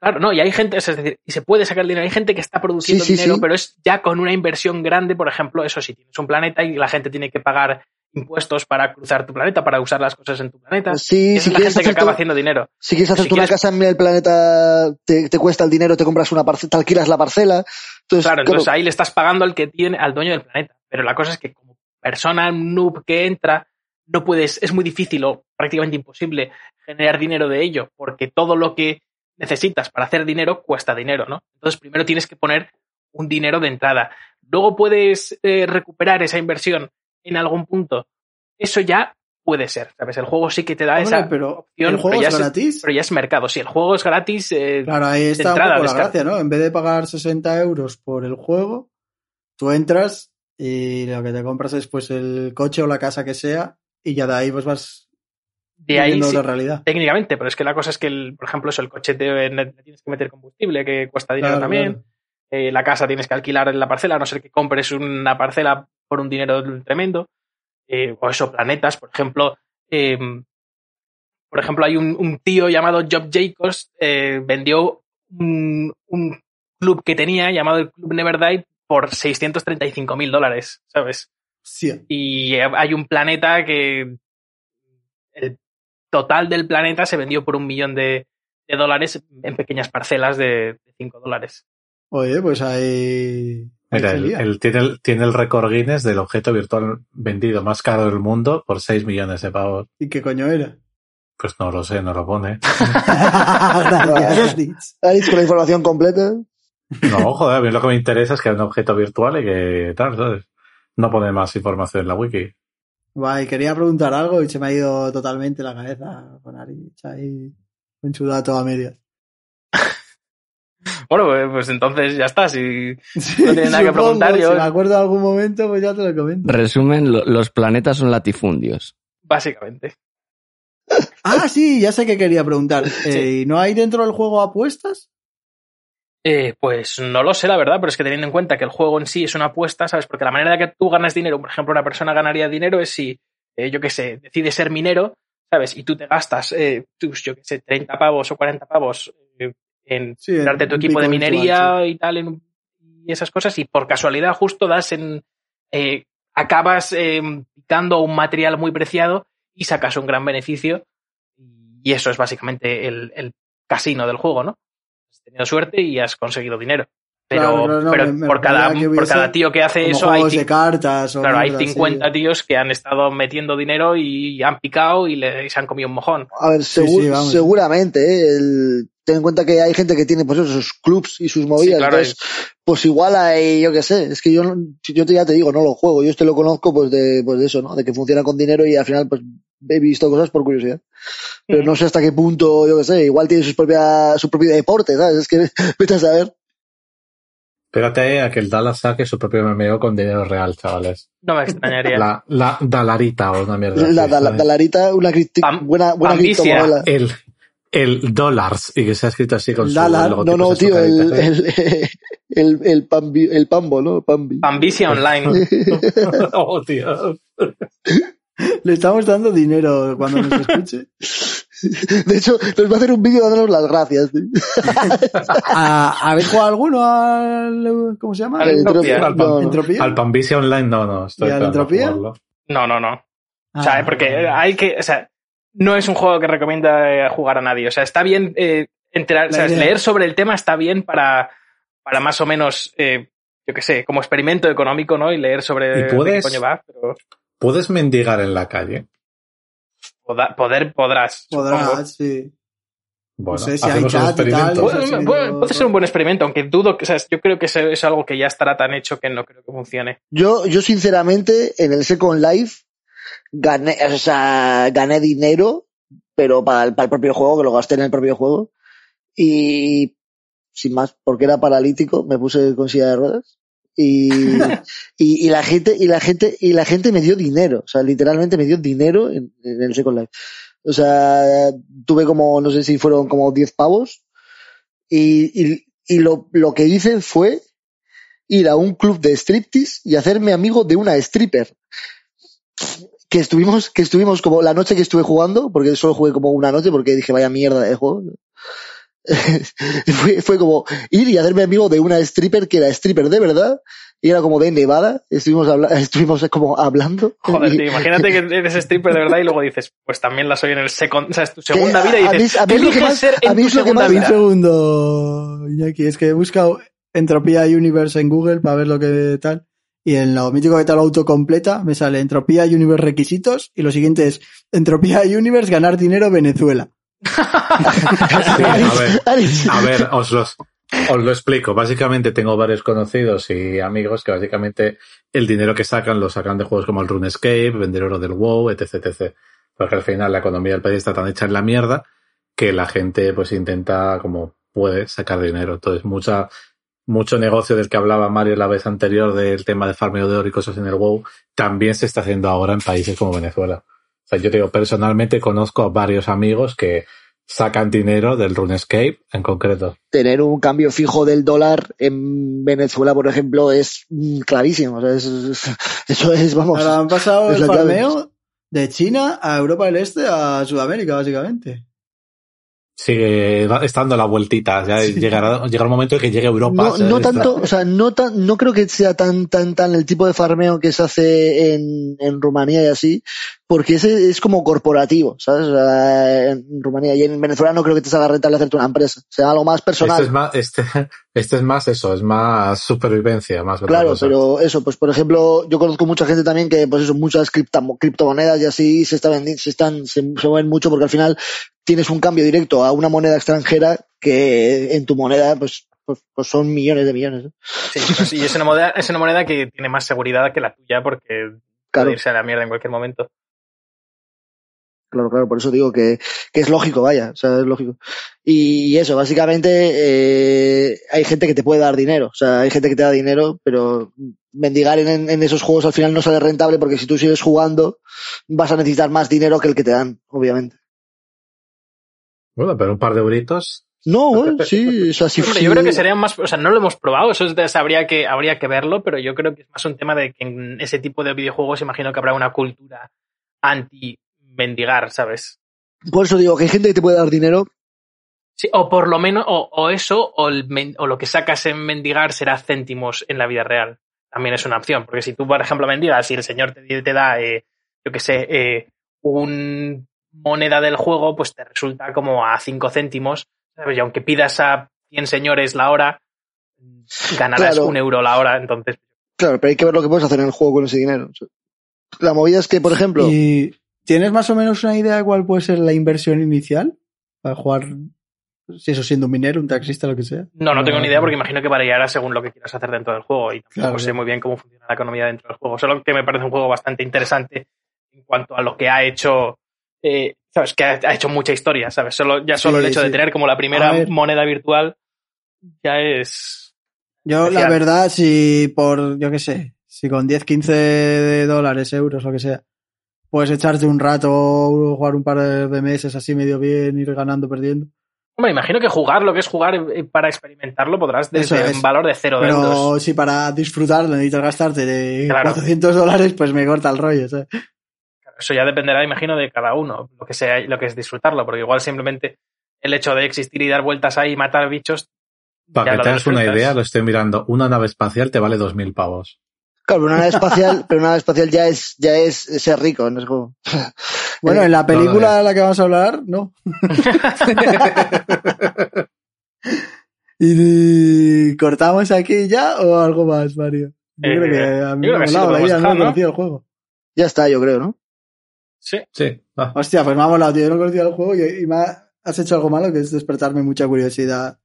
S3: Claro, no, y hay gente, es decir, y se puede sacar dinero. Hay gente que está produciendo
S4: Sí, sí,
S3: dinero,
S4: sí.
S3: pero es ya con una inversión grande, por ejemplo, eso sí, tienes un planeta y la gente tiene que pagar impuestos para cruzar tu planeta, para usar las cosas en tu planeta.
S4: Pues Sí,
S3: Esa
S4: si
S3: es la
S4: quieres,
S3: gente que
S4: hacer
S3: acaba
S4: tu-
S3: haciendo dinero.
S4: si quieres hacerte
S3: si
S4: una
S3: quieres-
S4: casa en el planeta, te, te cuesta el dinero, te compras una parcela, te alquilas la parcela.
S1: Pues
S4: Entonces,
S3: Claro, entonces
S4: claro,
S3: ahí le estás pagando al que tiene, al dueño del planeta. Pero la cosa es que como persona noob que entra, no puedes, es muy difícil o prácticamente imposible generar dinero de ello, porque todo lo que necesitas para hacer dinero cuesta dinero, ¿no? Entonces primero tienes que poner un dinero de entrada. Luego puedes eh, recuperar esa inversión en algún punto. Eso ya puede ser, ¿sabes? El juego sí que te da
S1: Hombre,
S3: Ah, esa
S1: pero
S3: opción,
S1: el juego
S3: pero ya
S1: es
S3: es-
S1: gratis.
S3: pero ya es mercado. Si el juego es gratis, eh,
S1: Claro, ahí está
S3: entrada,
S1: un poco la
S3: descarga.
S1: gracia, ¿no? En vez de pagar 60 euros por el juego, tú entras y lo que te compras es pues el coche o la casa que sea y ya de ahí pues vas
S3: de ahí
S1: viviendo
S3: sí-
S1: la realidad.
S3: técnicamente, pero es que la cosa es que, el- por ejemplo, eso, el coche te, eh, le tienes que meter combustible, que cuesta dinero
S1: Claro,
S3: también.
S1: claro.
S3: Eh, la casa tienes que alquilar en la parcela, a no ser que compres una parcela por un dinero tremendo. Eh, o eso, planetas, por ejemplo. eh, por ejemplo, hay un, un tío llamado Job Jacobs, eh, vendió un, un club que tenía llamado el Club Never Die por 635 mil dólares, ¿sabes?
S1: Sí.
S3: y eh, hay un planeta que el total del planeta se vendió por un millón de, de dólares en pequeñas parcelas de 5 dólares.
S1: Oye, pues ahí... ahí
S5: Mira,
S1: se
S5: el-
S1: lía.
S5: el- tiene, el, tiene el récord Guinness del objeto virtual vendido más caro del mundo por 6 millones de pavos.
S1: ¿Y qué coño era?
S5: Pues no lo sé, no lo pone.
S1: Gracias, Lich.
S4: Alex, con la información completa.
S5: No, joder, a mí lo que me interesa es que es un objeto virtual y que tal, ¿sabes? No pone más información en la wiki.
S1: Guay, quería preguntar algo y se me ha ido totalmente la cabeza con Arich ahí enchudado todo a medias.
S3: Bueno, eh, pues entonces ya está. Si
S1: Sí,
S3: No tiene nada que
S1: supongo,
S3: preguntar, yo-
S1: Si me acuerdo de algún momento, pues ya te lo comento.
S2: Resumen, lo- los planetas son latifundios.
S3: básicamente.
S1: Ah, sí, ya sé que quería preguntar. Eh, ¿y ¿No hay dentro del juego apuestas?
S3: Eh, pues no lo sé, la verdad, pero es que teniendo en cuenta que el juego en sí es una apuesta, ¿sabes? Porque la manera de que tú ganas dinero, por ejemplo, una persona ganaría dinero es si, eh, yo qué sé, decide ser minero, ¿sabes? Y tú te gastas eh, tus, yo qué sé, 30 pavos o 40 pavos eh, en
S1: Sí, en
S3: darte tu
S1: un
S3: equipo de
S1: Bitcoin Virtual,
S3: minería y tal en un- y esas cosas y por casualidad justo das en eh, acabas eh, picando un material muy preciado y sacas un gran beneficio y eso es básicamente el, el casino del juego, ¿no? Has tenido suerte y has conseguido dinero. Pero,
S1: Claro, claro, no,
S3: pero
S1: me- me
S3: por, cada,
S1: refería a que
S3: por
S1: hubiese
S3: cada tío que hace
S1: Como
S3: eso hay,
S1: juegos
S3: cin-
S1: de cartas o
S3: claro, hay
S1: mierda así.
S3: 50 tíos que han estado metiendo dinero y han picado y, le- y se han comido un mojón.
S4: A ver,
S1: Sí,
S4: segu-
S1: sí, vamos.
S4: seguramente, ¿eh? El- ten en cuenta que hay gente que tiene pues eso, sus clubs y sus movidas.
S3: claro,
S4: entonces, pues igual hay, yo qué sé, es que yo, no- yo te- ya te digo, no lo juego, yo este lo conozco pues de, pues de eso, ¿no? De que funciona con dinero y al final pues he visto cosas por curiosidad. Pero no sé hasta qué punto, yo qué sé, igual tiene sus propia, su propio deporte, ¿sabes? Es que vete a saber.
S5: Espérate eh, a que el Dallas saque su propio MMO con dinero real, chavales.
S3: No me extrañaría.
S5: La, la Dalarita o una mierda.
S4: La,
S5: así,
S4: la, la-
S5: ¿sabes?
S4: la larita, una cripti-
S3: Pam-
S4: buena, buena
S3: Pambicia.
S4: criptomoneda.
S5: El, el Dollars, y que se ha escrito así con su
S4: Lala, Ah, no,
S5: logotipo,
S4: no,
S5: esa su
S4: tío, el,
S5: carita.
S4: el, el, el, pambi- el pambo, ¿no? Pambi.
S3: Pambicia Online.
S5: oh, tío.
S1: Le estamos dando dinero cuando nos escuche.
S4: De hecho, nos va a hacer un vídeo dándonos las gracias. tío.
S1: ¿A- Ah, ¿Habéis jugado alguno al. ¿Cómo se llama?
S3: Al Entropía.
S5: Al,
S4: No,
S5: pan,
S4: no.
S1: ¿Entropía?
S5: al Pambicia Online, no, no. Estoy
S1: ¿Y al
S5: esperando a
S1: Entropía?
S5: jugarlo.
S3: No, no, no. O
S1: Ah.
S3: sea, ¿eh? porque hay que. O sea, no es un juego que recomienda eh, jugar a nadie. O sea, está bien eh, enterar,
S1: La
S3: o sea,
S1: idea.
S3: leer sobre el tema está bien para, para más o menos, eh, yo qué sé, como experimento económico, ¿no? Y leer sobre
S5: ¿Y
S3: de
S5: puedes?
S3: qué coño va. Pero
S5: ¿Puedes mendigar en la calle?
S3: poda- poder podrás. supongo.
S1: Podrás, sí.
S5: Bueno,
S1: sé si hay
S5: hacemos
S1: chat
S5: un
S1: y tal,
S5: experimento.
S1: Pues,
S3: Puede,
S1: sí,
S3: puede-
S1: no-
S3: puede ser un buen experimento, aunque dudo que, o sea, yo creo que eso es algo que ya estará tan hecho que no creo que funcione.
S4: Yo, yo sinceramente, en el Second Life gané, o sea, gané dinero, pero para el, para el propio juego, que lo gasté en el propio juego. Y sin más, porque era paralítico, me puse con silla de ruedas. Y, y, y la gente, y la gente, y la gente me dio dinero. O sea, literalmente me dio dinero en, en el Second Life. O sea, tuve como, no sé si fueron como 10 pavos. Y, y, y lo, lo que hice fue ir a un club de striptease y hacerme amigo de una stripper. Que estuvimos, que estuvimos como la noche que estuve jugando, porque solo jugué como una noche porque dije vaya mierda de juego. fue, fue como ir y hacerme amigo de una stripper que era stripper de verdad y era como de Nevada. Estuvimos, habla- estuvimos como hablando.
S3: Joder,
S4: Y-
S3: tío, imagínate que eres stripper de verdad y luego dices, pues también la soy en el second, o sea, es tu
S4: que
S3: segunda
S4: a-
S3: vida y
S4: a mí-
S3: dices,
S4: a mí
S3: ¿qué
S4: es lo que
S3: eliges
S4: más-
S3: ser
S4: a
S3: en
S4: mí
S3: tu
S4: es lo que
S3: segunda
S4: más-
S1: Un
S4: Mira.
S3: vida?
S1: segundo, Iñaki, es que he buscado Entropía Universe en Google para ver lo que tal. Y en lo mítico que tal auto completa me sale Entropía Universe requisitos y lo siguiente es Entropía Universe ganar dinero Venezuela.
S5: Sí, a ver.
S4: Alex,
S5: A ver, os, los, os lo explico. Básicamente tengo varios conocidos y amigos que básicamente el dinero que sacan lo sacan de juegos como el RuneScape, vender oro del WoW, etc, etc. Porque al final la economía del país está tan hecha en la mierda que la gente pues intenta como puede sacar dinero. Entonces mucha, mucho negocio del que hablaba Mario la vez anterior del tema de farmeo de oro y cosas en el WoW también se está haciendo ahora en países como Venezuela. O sea, yo te digo, personalmente conozco a varios amigos que sacan dinero del RuneScape en concreto.
S4: tener un cambio fijo del dólar en Venezuela, por ejemplo, es mm, clarísimo. O sea, es- es- eso es, vamos.
S1: Ahora han pasado
S4: es
S1: el
S4: la clave.
S1: farmeo de China a Europa del Este a Sudamérica, básicamente.
S5: Sigue da- estando la vueltita. Ya
S1: Sí.
S5: llegará, llegará un momento en que llegue a Europa.
S4: No,
S5: ¿sabes?
S4: no tanto,
S5: este
S4: o sea, no tan, no creo que sea tan, tan, tan el tipo de farmeo que se hace en, en Rumanía y así, porque ese es como corporativo, ¿sabes? O sea, en Rumanía y en Venezuela no creo que te salga rentable hacerte una empresa, o sea algo más personal.
S5: Este es más, este, este es más eso, es más supervivencia, más que otra
S4: Claro,
S5: cosa.
S4: pero eso, pues por ejemplo, yo conozco mucha gente también que, pues eso, muchas criptamo- criptomonedas y así se, está vendi- se están, se, se mueven mucho porque al final tienes un cambio directo a una moneda extranjera que en tu moneda, pues, pues, pues son millones de millones. ¿eh?
S3: Sí, pero sí, es una, moneda, es una moneda que tiene más seguridad que la tuya porque
S4: Claro,
S3: puede irse a la mierda en cualquier momento.
S4: claro, claro, por eso digo que, que es lógico, vaya, o sea, es lógico. Y, eso, básicamente, eh, hay gente que te puede dar dinero, o sea, hay gente que te da dinero, pero mendigar en, en esos juegos al final no sale rentable porque si tú sigues jugando vas a necesitar más dinero que el que te dan, obviamente.
S5: Bueno, pero un par de euritos.
S4: No, eh, sí, o sea, sí,
S3: Hombre,
S4: sí.
S3: yo creo que sería más, o sea, no lo hemos probado, eso es de- habría que, habría que verlo, pero yo creo que es más un tema de que en ese tipo de videojuegos imagino que habrá una cultura anti-mendigar, ¿sabes?
S4: Por eso digo que hay gente que te puede dar dinero.
S3: Sí, o por lo menos, o, o eso, o, el men- o lo que sacas en mendigar será céntimos en la vida real. También es una opción, porque si tú, por ejemplo, mendigas y el señor te, te da, eh, yo qué sé, eh, un moneda del juego, pues te resulta como a cinco céntimos, ¿sabes? Y aunque pidas a 100 señores la hora, ganarás
S4: Claro.
S3: un euro la hora, entonces...
S4: Claro, pero hay que ver lo que puedes hacer en el juego con ese dinero. O sea, La movida es que, por ejemplo,
S1: ¿Y tienes más o menos una idea de cuál puede ser la inversión inicial para jugar Si eso siendo un minero, un taxista, lo que sea.
S3: No, no tengo ni idea porque imagino que variará según lo que quieras hacer dentro del juego y tampoco
S1: Eh, Claro.
S3: sé muy bien cómo funciona la economía dentro del juego. Solo que me parece un juego bastante interesante en cuanto a lo que ha hecho, eh, sabes, que ha, ha hecho mucha historia, sabes. Solo, ya solo
S1: Sí,
S3: el hecho de
S1: sí.
S3: tener como la
S1: A
S3: primera
S1: ver.
S3: moneda virtual ya es.
S1: Yo, la
S3: Especial.
S1: verdad, si por, yo qué sé, si con 10, 15 de dólares, euros, lo que sea, puedes echarte un rato, jugar un par de de meses así medio bien, ir ganando, perdiendo.
S3: Hombre, imagino que jugar lo que es jugar eh, para experimentarlo podrás
S1: Eso
S3: desde
S1: es.
S3: un valor de cero euros.
S1: Pero si para disfrutar necesitas gastarte de
S3: Claro.
S1: 400 dólares, pues me corta el rollo. ¿sabes?
S3: Eso ya dependerá, imagino, de cada uno, lo que sea, lo que es disfrutarlo, porque igual simplemente el hecho de existir y dar vueltas ahí y matar bichos.
S5: Para
S3: ya
S5: que
S3: lo
S5: te hagas una
S3: disfrutas.
S5: idea, lo estoy mirando. Una nave espacial te vale 2.000 pavos.
S4: Claro, pero una nave espacial, pero una nave espacial ya es, ya es ser rico, no es como.
S3: Eh,
S1: Bueno, en la
S5: no lo
S1: película
S5: veo.
S1: de la que vamos a hablar, no. ¿Y cortamos aquí ya o algo más, Mario? Yo
S3: Eh,
S1: creo que a mí
S3: yo
S1: me ha
S3: creo que sí lo
S1: molado la
S3: podemos
S1: vida, no
S3: dejar,
S1: he
S3: ¿no?
S1: conocido el juego.
S4: Ya está, yo creo, ¿no?
S3: Sí.
S5: Sí. va.
S1: Hostia, pues me ha molado, tío. Yo no he conocido el juego y, y me ha- has hecho algo malo que es despertarme mucha curiosidad.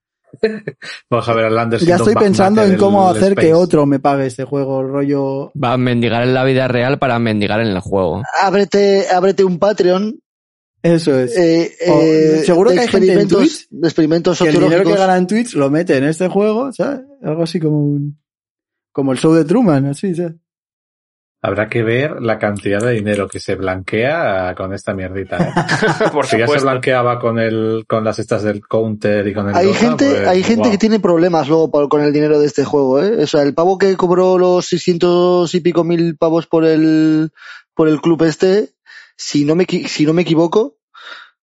S5: Vamos a ver al Anderson.
S1: ya estoy pensando en cómo hacer que
S5: otro
S1: otro me pague este juego, rollo.
S2: Va a mendigar en la vida real para mendigar en el juego.
S4: Ábrete, ábrete un Patreon.
S1: Eso es.
S4: eh,
S1: O-
S4: eh,
S1: seguro
S4: de
S1: que hay gente en
S4: experimentos-
S1: Twitch
S4: de experimentos
S1: que el dinero que
S4: sociológicos.
S1: gana en Twitch lo mete en este juego, ¿sabes? Algo así como un. Como el show de Truman, así, ¿sabes?
S5: Habrá que ver la cantidad de dinero que se blanquea con esta mierdita. ¿eh?
S3: Por
S5: si ya se
S3: supuesto.
S5: blanqueaba con el, con las estas del counter y con el.
S1: Ah,
S4: Hay
S5: Dota,
S4: gente,
S5: pues,
S4: hay gente
S5: guau.
S4: que tiene problemas luego por- con el dinero de este juego, ¿eh? O sea, el pavo que cobró los 600 y pico mil pavos por el, por el club este, si no me, equi- si no me equivoco,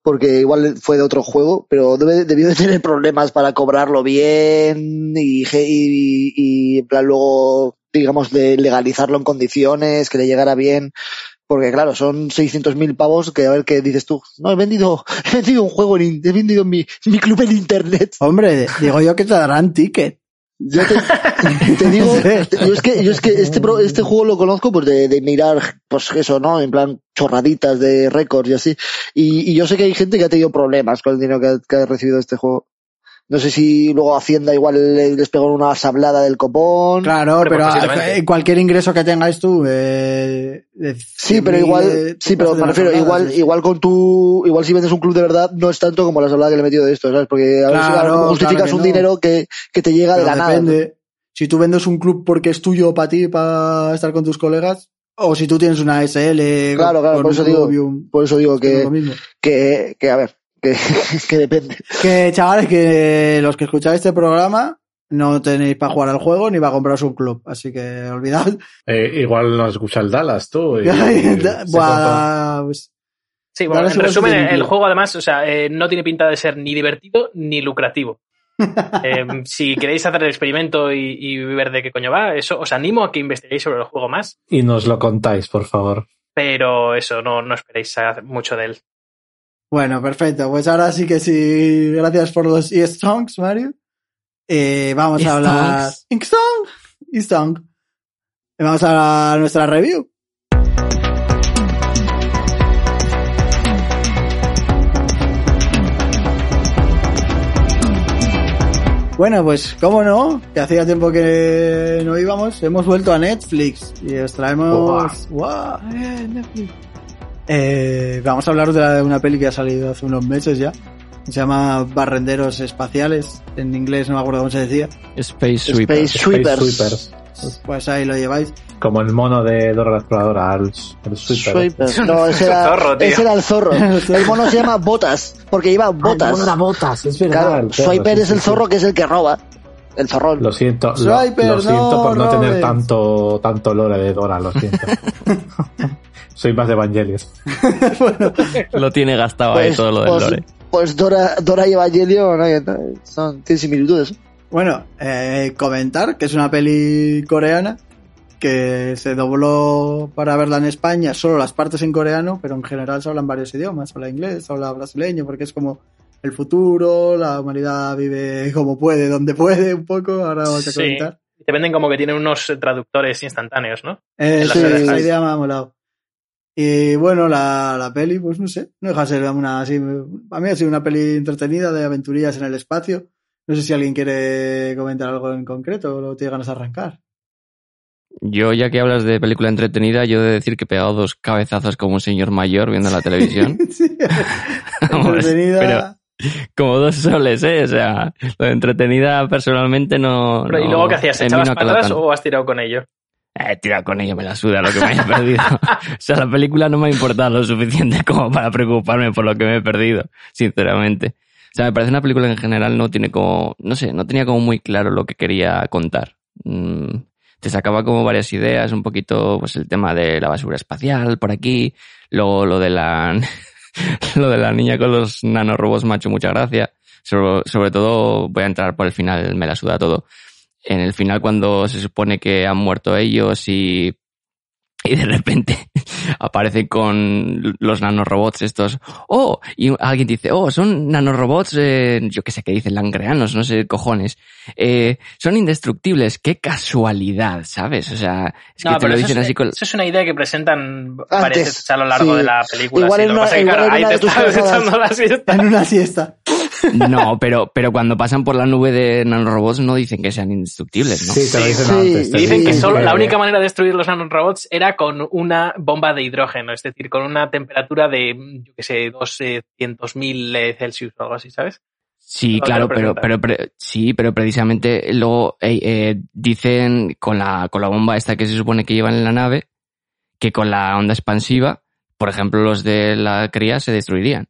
S4: porque igual fue de otro juego, pero debe- debió de tener problemas para cobrarlo bien y, ge- y, y en plan luego, digamos, de legalizarlo en condiciones, que le llegara bien. Porque claro, son 600.000 pavos que a ver qué dices tú. No, he vendido, he vendido un juego, en in- he vendido mi, mi club en internet.
S1: Hombre, digo yo que te darán ticket.
S4: Yo te, te digo, yo es que, yo es que este, pro- este juego lo conozco pues de, de mirar, pues eso, ¿no? En plan, chorraditas de récords y así. Y, y yo sé que hay gente que ha tenido problemas con el dinero que ha, que ha recibido este juego. No sé si luego Hacienda igual le- les pegó una sablada del copón.
S1: Claro,
S3: Hombre,
S1: pero
S3: pues,
S1: a-
S3: posiblemente.
S1: eh, cualquier ingreso que tengáis tú. eh, de
S4: Sí,
S1: 100.000,
S4: pero
S1: eh,
S4: igual, sí, pero
S1: te
S4: me refiero,
S1: vas a dar,
S4: igual,
S1: sí, sí.
S4: igual con tu, igual si vendes un club de verdad, no es tanto como la sablada que le he metido de esto, ¿sabes? Porque a ver
S1: Claro,
S4: si ahora cómo
S1: claro
S4: justificas
S1: que
S4: un
S1: no.
S4: dinero que, que te llega de
S1: Pero
S4: la nada. ¿no?
S1: depende. Si tú vendes un club porque es tuyo para ti, para estar con tus colegas, o si tú tienes una SL.
S4: Claro,
S1: con
S4: claro, por
S1: un
S4: eso digo,
S1: club y un-
S4: Por eso digo
S1: es
S4: que,
S1: lo mismo.
S4: que, que a ver, que, que depende.
S1: Que chavales, que los que escucháis este programa no tenéis para jugar al juego ni para compraros un club. Así que olvidad.
S5: Eh, igual nos escucha el Dallas, tú. y- y se compra.
S1: Buah, pues,
S3: Sí, bueno,
S1: Dale
S3: en
S1: su
S3: resumen,
S1: versión
S3: el
S1: limpia.
S3: juego además, o sea, eh, no tiene pinta de ser ni divertido ni lucrativo. Eh, si queréis hacer el experimento y, y ver de qué coño va, eso os animo a que investiguéis sobre el juego más,
S5: Y nos lo contáis, por favor.
S3: pero eso, no, no esperéis a- mucho de él.
S1: Bueno, perfecto. Pues ahora sí que sí. Gracias por los e-stongs, Mario. Eh, vamos a hablar. E-stong. E-stong. Vamos a nuestra review. Bueno, pues cómo no, que hacía tiempo que no íbamos, hemos vuelto a Netflix y os traemos... ¡Guau! Eh, Netflix. Eh, vamos a hablar de la- una peli que ha salido hace unos meses ya. Se llama Barrenderos Espaciales. En inglés no me acuerdo cómo se decía.
S2: Space Sweeper.
S4: Space Sweepers.
S5: Space Sweepers.
S1: Pues ahí lo lleváis.
S5: Como el mono de Dora la Exploradora, el, el Sweeper.
S4: Sweepers. No, ese era,
S3: Zorro, tío.
S4: ese era el zorro. El mono se llama Botas, porque lleva botas.
S5: botas, es
S4: Claro, Swiper es el zorro que es el que roba. El zorrón.
S5: Lo siento, lo,
S1: Swiper,
S5: lo siento
S1: no,
S5: por no tener
S1: Robert.
S5: tanto, tanto lore de Dora, lo siento. Soy más de Evangelion.
S2: Lo tiene gastado ahí
S4: Pues,
S2: todo lo del
S4: pues-
S2: lore.
S4: pues Dora, Dora y Evangelion ¿no? son, tienen similitudes.
S1: Bueno, eh, comentar que es una peli coreana que se dobló para verla en España, solo las partes en coreano, pero en general se hablan varios idiomas, se habla inglés, se habla brasileño, porque es como el futuro, la humanidad vive como puede, donde puede, un poco, ahora vamos a
S3: Sí.
S1: comentar.
S3: Te venden como que tienen unos traductores instantáneos, ¿no?
S1: Eh,
S3: En las
S1: sí,
S3: orejas.
S1: la idea me ha molado. Y bueno, la, la peli, pues no sé, no deja de ser una así. A mí ha sido una peli entretenida de aventurillas en el espacio. No sé si alguien quiere comentar algo en concreto o lo tiene ganas de arrancar.
S2: Yo, ya que hablas de película entretenida, yo he de decir que he pegado dos cabezazos como un señor mayor viendo la televisión.
S1: Sí.
S2: Vamos,
S1: entretenida.
S2: pero- como dos soles, ¿eh? O sea, lo de entretenida personalmente no.
S3: Pero, ¿Y
S2: no-
S3: luego qué hacías?
S2: en mí
S3: ¿Echabas
S2: no
S3: para
S2: caló
S3: atrás
S2: tanto.
S3: o has tirado con ello?
S2: Eh, tira con ello, me la suda lo que me haya perdido. o sea, la película no me ha importado lo suficiente como para preocuparme por lo que me he perdido, sinceramente. O sea, me parece una película que en general no tiene como, no sé, no tenía como muy claro lo que quería contar. Mm, te sacaba como varias ideas, un poquito, pues el tema de la basura espacial por aquí, luego lo de la, lo de la niña con los nanorobots macho, mucha gracia. Sobre, sobre todo, voy a entrar por el final, me la suda todo en el final cuando se supone que han muerto ellos y, y de repente aparecen con los nanorobots estos. ¡Oh! Y alguien dice, oh, son nanorobots, eh, yo qué sé qué dicen, langreanos, no sé, cojones. Eh, son indestructibles, qué casualidad, ¿sabes? O sea, es que te lo
S3: eso
S2: dicen
S3: es,
S2: así con...
S3: eso es una idea que presentan
S4: Antes,
S3: varias a lo largo
S4: sí.
S3: de la película.
S4: Igual
S3: sí,
S4: en
S3: lo que
S4: una-
S3: pasa es que,
S4: igual
S3: claro,
S4: en
S3: ahí
S4: una
S3: te
S4: de tus
S3: estás
S4: cosas.
S3: echando la siesta.
S1: En una siesta.
S2: No, pero, pero cuando pasan por la nube de nanorobots no dicen que sean indestructibles, ¿no?
S5: Sí, te lo dicen
S4: Sí,
S5: antes. te
S4: sí.
S3: Dicen que
S4: Sí,
S3: solo
S5: que-
S3: la única manera de destruir los nanorobots era con una bomba de hidrógeno, es decir, con una temperatura de, mm, yo qué sé, 200.000 eh, Celsius o algo así, ¿sabes?
S2: Sí,
S3: No te
S2: claro,
S3: lo
S2: pero,
S3: presentan.
S2: pero, pre- sí, pero precisamente luego eh, eh, dicen con la, con la bomba esta que se supone que llevan en la nave, que con la onda expansiva, por ejemplo, los de la cría se destruirían.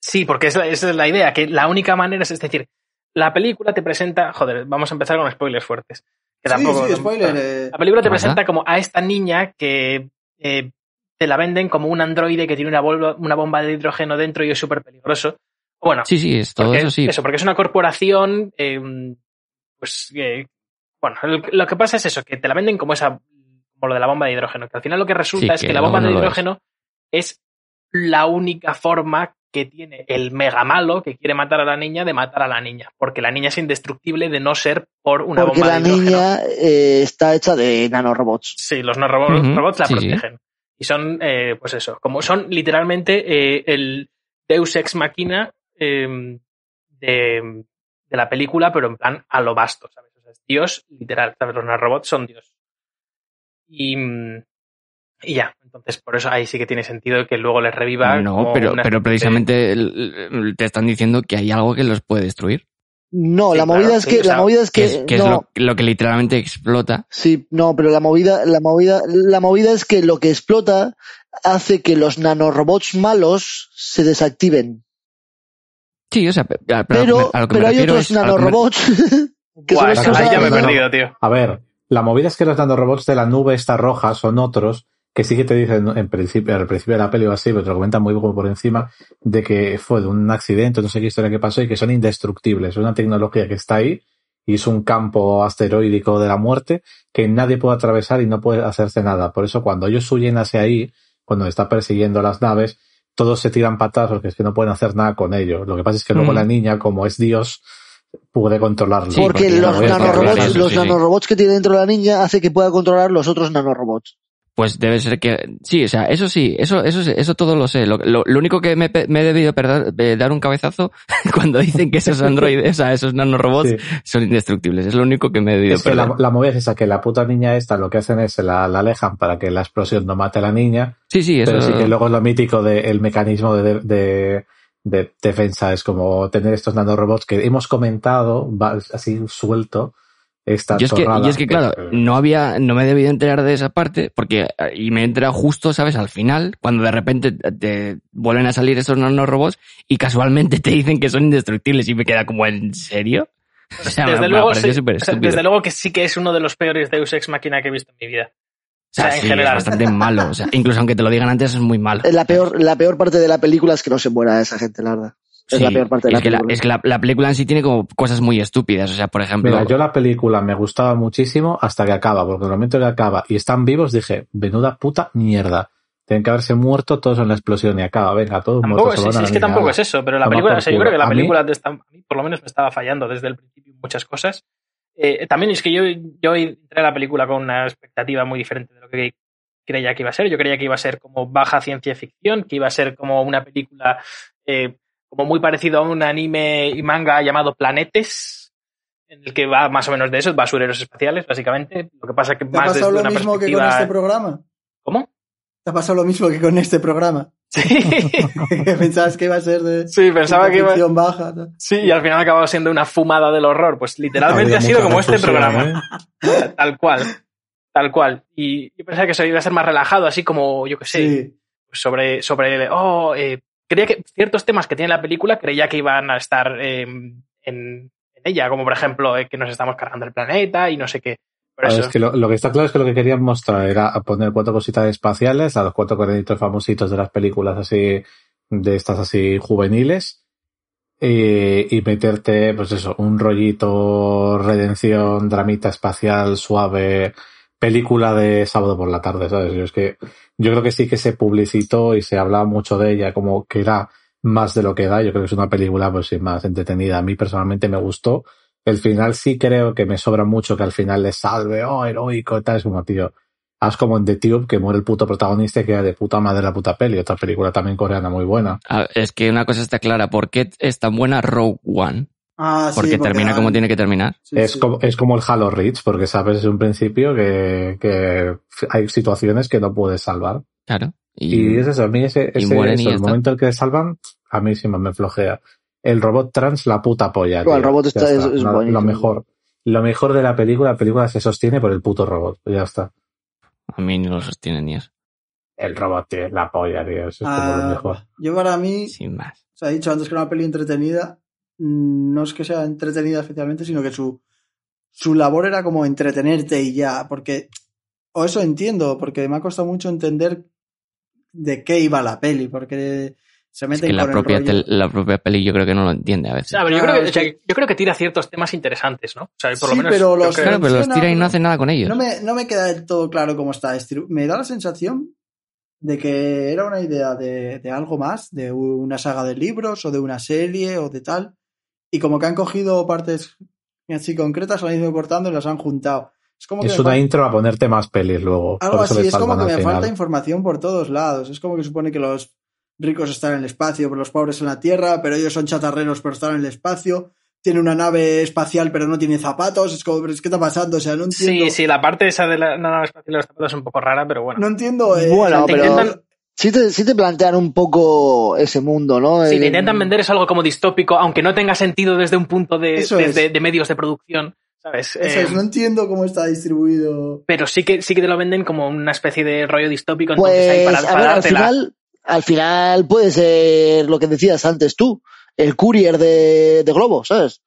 S3: Sí, porque es la- esa es la idea, que la única manera es, es decir, la película te presenta, joder, vamos a empezar con spoilers fuertes. Que tampoco,
S1: sí, sí, spoiler. eh.
S3: La película te
S2: Ajá.
S3: presenta como a esta niña que eh, te la venden como un androide que tiene una, bolva- una bomba de hidrógeno dentro y es súper peligroso. Bueno,
S2: Sí, sí, es todo
S3: porque-
S2: eso sí.
S3: porque es una corporación, eh, pues, eh, bueno, lo, lo que pasa es eso, que te la venden como esa, como lo de la bomba de hidrógeno, que al final lo que resulta
S2: Sí,
S3: es que
S2: que
S3: la bomba
S2: luego
S3: de
S2: no lo es.
S3: hidrógeno es. la única forma que tiene el mega malo que quiere matar a la niña de matar a la niña, porque la niña es indestructible de no ser por una
S4: Porque
S3: bomba
S4: la
S3: de hidrógeno.
S4: niña eh, está hecha de nanorobots.
S3: Sí, los no robots,
S2: Ujú,
S3: robots la
S2: sí, sí.
S3: protegen. Y son, eh, pues eso, como son literalmente eh, el Deus Ex Machina eh, de, de la película, pero en plan a lo vasto, ¿sabes? O sea, es Dios, literal, ¿sabes? Los robots son Dios. Y, mm, y ya, entonces por eso ahí sí que tiene sentido que luego les reviva.
S2: No,
S3: como
S2: pero,
S3: una
S2: pero
S3: especie de-
S2: precisamente el- el- te están diciendo que hay algo que los puede destruir,
S4: No,
S3: Sí,
S4: la movida
S3: claro,
S4: es
S3: sí,
S4: que,
S3: o sea,
S4: la movida es
S2: que
S4: que,
S2: es, que es
S4: no,
S2: lo, lo que literalmente explota.
S4: sí, no, pero la movida, la movida, la movida es que lo que explota hace que los nanorobots malos se desactiven.
S2: Sí, o sea, pe- a- pero, a lo que me-
S4: Pero,
S2: a lo que me
S4: pero hay
S2: refiero
S4: otros
S2: es- a lo que me-
S4: nanorobots que
S3: Buah,
S4: son los
S5: es
S4: que
S5: que
S3: ahí
S5: usan-
S3: ya me he
S5: no, no.
S3: perdido, tío.
S5: A ver, la movida es que los nanorobots de la nube esta roja son otros que sí que te dicen en principio, al principio de la peli o así, pero te lo comentan muy poco por encima, de que fue de un accidente, no sé qué historia que pasó, y que son indestructibles. Es una tecnología que está ahí y es un campo asteroidico de la muerte que nadie puede atravesar y no puede hacerse nada. Por eso cuando ellos huyen hacia ahí, cuando está persiguiendo las naves, todos se tiran patadas porque es que no pueden hacer nada con ellos. Lo que pasa es que luego
S2: Mm.
S5: la niña, como es Dios, puede controlarlo.
S2: Sí,
S4: porque,
S2: porque
S5: la
S4: los
S2: no voy a
S5: movida-
S2: controlar
S4: nanorobots,
S2: eso,
S4: los
S2: sí, sí.
S4: nanorobots que tiene dentro la niña hace que pueda controlar los otros nanorobots.
S2: Pues debe ser que. Sí, o sea, eso sí, eso, eso, sí, eso todo lo sé. Lo, lo- lo único que me, pe- me he debido perder- de dar un cabezazo cuando dicen que esos androides, o sea, esos nanorobots
S5: Sí.
S2: son indestructibles. Es lo único que me he debido
S5: Es que
S2: perder.
S5: la, la movida es esa, que la puta niña esta lo que hacen es se la, la alejan para que la explosión no mate a la niña,
S2: Sí, sí, eso.
S5: pero sí que luego es lo mítico del mecanismo de, de- de defensa, es como tener estos nanorobots que hemos comentado, va- así suelto, esta
S2: Yo es que,
S5: chorrada.
S2: y es que, claro,
S5: pues, eh.
S2: no había, no me he debido enterar de esa parte, porque, eh, y me he enterado justo, ¿sabes? Al final, cuando de repente te- te vuelven a salir esos nanorobots y casualmente te dicen que son indestructibles y me queda como, ¿en serio? O sea,
S3: Desde
S2: me, me
S3: luego,
S2: pareció
S3: sí,
S2: súper
S3: o sea,
S2: estúpido.
S3: desde luego que sí que es uno de los peores Deus Ex Machina que he visto en mi vida.
S2: O sea,
S3: O sea, en
S2: sí,
S3: general.
S2: es bastante malo. O sea, incluso aunque te lo digan antes, es muy malo.
S4: Eh, La peor, la peor parte de la película es que no se muera esa gente, la verdad. Es
S2: Sí,
S4: la peor parte de la
S2: es que
S4: película.
S2: es que la, la película en sí tiene como cosas muy estúpidas. O sea, por ejemplo,
S5: Mira, yo la película me gustaba muchísimo hasta que acaba, porque en el momento que acaba y están vivos dije, menuda puta mierda. Tienen que haberse muerto todos en la explosión y acaba, venga, todos
S3: Tampoco, sí,
S5: muertos. se van
S3: sí,
S5: a la
S3: es que
S5: niña,
S3: tampoco
S5: ala.
S3: es eso, pero la
S5: Toma
S3: película,
S5: por
S3: o sea, yo creo que
S5: culo.
S3: la
S5: A mí-
S3: película te está- a mí por lo menos me estaba fallando desde el principio en muchas cosas. Eh, también es que yo, yo entré a la película con una expectativa muy diferente de lo que creía que iba a ser. Yo creía que iba a ser como baja ciencia ficción, que iba a ser como una película eh, como muy parecido a un anime y manga llamado Planetes, en el que va más o menos de eso, basureros espaciales, básicamente. Lo que pasa que
S1: ¿Te ha
S3: más desde
S1: pasado lo
S3: una
S1: mismo que con
S3: perspectiva-
S1: este programa?
S3: ¿Cómo?
S1: ¿Te ha pasado lo mismo que con este programa?
S3: Sí.
S1: que pensabas que iba a ser de
S3: Sí, pensaba que iba.
S1: ficción baja. tal.
S3: Sí, y al final ha acabado siendo una fumada del horror. Pues literalmente ha
S5: habido
S3: sido
S5: mucha
S3: como este
S5: confusión,
S3: programa.
S5: ¿eh?
S3: Tal cual. Tal cual. Y yo pensaba que se iba a ser más relajado, así como, yo qué sé, pues
S1: Sí.
S3: sobre, sobre oh, eh, creía que ciertos temas que tiene la película creía que iban a estar eh, en, en ella, como por ejemplo eh, que nos estamos cargando el planeta y no sé qué. Pero
S5: A ver,
S3: eso,
S5: es que lo, lo que está claro es que lo que querían mostrar era a poner cuatro cositas espaciales, a los cuatro cuadernitos famositos de las películas así, de estas así juveniles, y, y meterte, pues eso, un rollito, redención, dramita espacial, suave, película de sábado por la tarde, ¿sabes? Yo es que, yo creo que sí que se publicitó y se hablaba mucho de ella, como que era más de lo que da. Yo creo que es una película, pues sí, más entretenida. A mí personalmente me gustó. El final sí creo que me sobra mucho que al final le salve, oh, heroico y tal. Es como, tío, haz como en The Tube que muere el puto protagonista y queda de puta madre la puta peli. Otra película también coreana muy buena.
S2: A ver, Es que una cosa está clara, ¿por qué es tan buena Rogue One?
S1: Ah, sí,
S2: Porque termina
S1: dan-
S2: como tiene que terminar.
S1: sí,
S5: es,
S1: sí.
S5: Como, es como el Halo Reach, porque sabes desde un principio que, que hay situaciones que no puedes salvar.
S2: Claro.
S5: Y es eso, a mí ese,
S2: y
S5: ese-
S2: mueren y ya
S5: eso, el
S2: está.
S5: momento en el que salvan, a mí sí me, me flojea. El robot trans, la puta polla.
S4: Bueno, el
S5: tío.
S4: robot
S5: Ya
S4: está- es- es
S5: No,
S4: buenísimo.
S5: Lo mejor. Lo mejor de la película, la película se sostiene por el puto robot. Ya está.
S2: A mí no lo sostienen ni eso.
S5: El robot, tío, es la polla, tío. Eso es como lo
S1: Ah,
S5: mejor.
S1: Yo para mí,
S2: Sin más.
S1: se ha dicho antes que era una peli entretenida, mm, no es que sea entretenida especialmente, sino que su, su labor era como entretenerte y ya, porque, o eso entiendo, porque me ha costado mucho entender de qué iba la peli, porque se
S2: Es
S1: meten
S2: que la
S1: con
S2: propia,
S1: el rollo.
S2: tel- la propia peli yo creo que no lo entiende a veces.
S3: A ver, yo,
S1: Claro,
S3: creo que,
S1: Ah, es
S3: o sea,
S1: que-
S3: yo creo que tira ciertos temas interesantes, ¿no? O sea, por lo
S1: Sí,
S3: menos.
S1: pero
S3: yo
S1: los-
S3: creo-
S2: Claro, pero los tira y no hace nada con ellos.
S1: No me, no me queda del todo claro cómo está. estru- Me da la sensación de que era una idea de, de algo más, de una saga de libros o de una serie o de tal. Y como que han cogido partes así concretas, las han ido cortando y las han juntado. Es como que
S5: Es
S1: me
S5: una
S1: fal-
S5: intro a ponerte más pelis luego.
S1: algo
S5: por eso
S1: así,
S5: le
S1: es como
S5: salvan
S1: que
S5: al
S1: me
S5: final.
S1: falta información por todos lados. Es como que supone que los ricos están en el espacio, pero los pobres en la tierra, pero ellos son chatarreros, pero están en el espacio. Tiene una nave espacial, pero no tiene zapatos. Es como, ¿pero es que está pasando? O sea, no entiendo.
S3: Sí, sí, la parte esa de la nave espacial de los zapatos es un poco rara, pero bueno.
S1: No entiendo. eh,
S4: Bueno,
S1: o sea, te
S4: pero-
S1: intentan-
S4: Sí te, sí te plantean un poco ese mundo, ¿no?
S3: Si
S4: El-
S3: te intentan vender es algo como distópico, aunque no tenga sentido desde un punto de,
S1: Eso
S3: desde-
S1: es.
S3: de medios de producción, ¿sabes?
S1: eso
S3: Eh,
S1: es, no entiendo cómo está distribuido.
S3: Pero sí que, sí que te lo venden como una especie de rollo distópico, entonces ahí
S4: Pues,
S3: para,
S4: a
S3: para
S4: ver, al
S3: dártela.
S4: final, al final puede ser lo que decías antes tú, el courier de, de Globo, ¿sabes?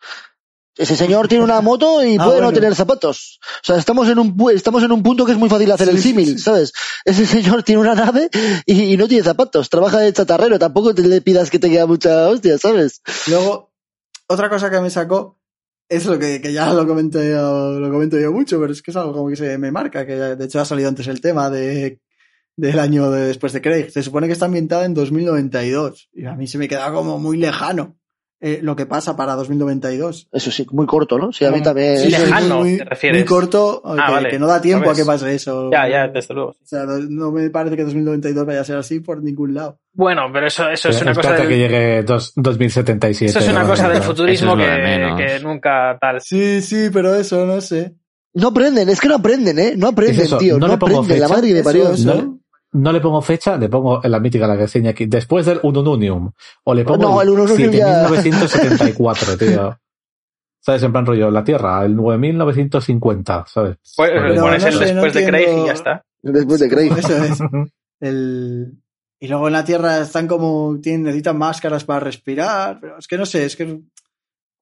S4: Ese señor tiene una moto y
S1: Ah,
S4: puede no
S1: bueno.
S4: tener zapatos. O sea, estamos en un pu- estamos en un punto que es muy fácil hacer
S1: Sí,
S4: el
S1: sí,
S4: símil,
S1: sí.
S4: ¿sabes? Ese señor tiene una nave y, y no tiene zapatos, trabaja de chatarrero, tampoco te le pidas que te queda mucha hostia, ¿sabes?
S1: Luego, otra cosa que me sacó es lo que, que ya lo comenté lo comento yo mucho, pero es que es algo como que se me marca, que ya- de hecho ha salido antes el tema de del año de- después de Craig. Se supone que está ambientada en 2092 y a mí se me queda como muy lejano eh, lo que pasa para 2092.
S4: Eso sí, muy corto, ¿no? Sí, a mí
S1: Como-
S4: también.
S1: Mm. sí, sí,
S4: eso-
S3: lejano,
S1: muy,
S3: te refieres.
S1: muy corto, que,
S3: vale.
S1: que no da tiempo a
S3: ¿Sabes?
S1: que pase eso.
S3: Ya, ya, desde luego.
S1: O sea, no- no me parece que 2092 vaya a ser así por ningún lado.
S3: Bueno, pero eso, eso es
S5: Pero
S3: una cosa
S5: espérate
S3: del,
S5: que llegue dos- 2077.
S3: eso es una
S5: ¿no?
S3: cosa del
S5: Pero-
S3: futurismo
S2: Eso es lo de
S3: que,
S2: menos.
S3: que nunca tal. Pues,
S1: Sí, sí, pero eso, no sé.
S4: No aprenden, es que no aprenden, ¿eh? No aprenden,
S5: Es eso,
S4: tío.
S5: no
S4: No,
S5: le pongo
S4: aprenden, la
S5: fecha,
S4: madre que le
S1: eso
S4: parió.
S1: es.
S5: No, le- no le pongo fecha, le pongo la mítica la que enseña aquí. Después del Unununium. O le pongo
S4: No, el Unununium ya-
S5: 7974, tío. ¿Sabes? En plan rollo, la Tierra, el 9950, ¿sabes?
S3: Pues,
S5: Porque-
S1: No,
S3: pones
S1: no
S3: el
S1: sé, no
S3: después de Craig y
S1: entiendo.
S3: ya está.
S4: Después Pues de Craig.
S1: Eso es. El... Y luego en la Tierra están como. Tienen, necesitan máscaras para respirar. Pero es que no sé, es que.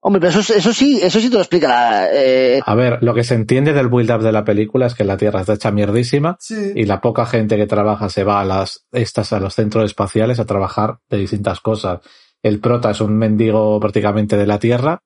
S4: Hombre, pero eso, eso sí, eso sí te lo explica la, eh,
S5: A ver, lo que se entiende del build-up de la película es que la Tierra está hecha mierdísima
S1: Sí.
S5: y la poca gente que trabaja se va a las estas a los centros espaciales a trabajar de distintas cosas. El prota es un mendigo prácticamente de la Tierra,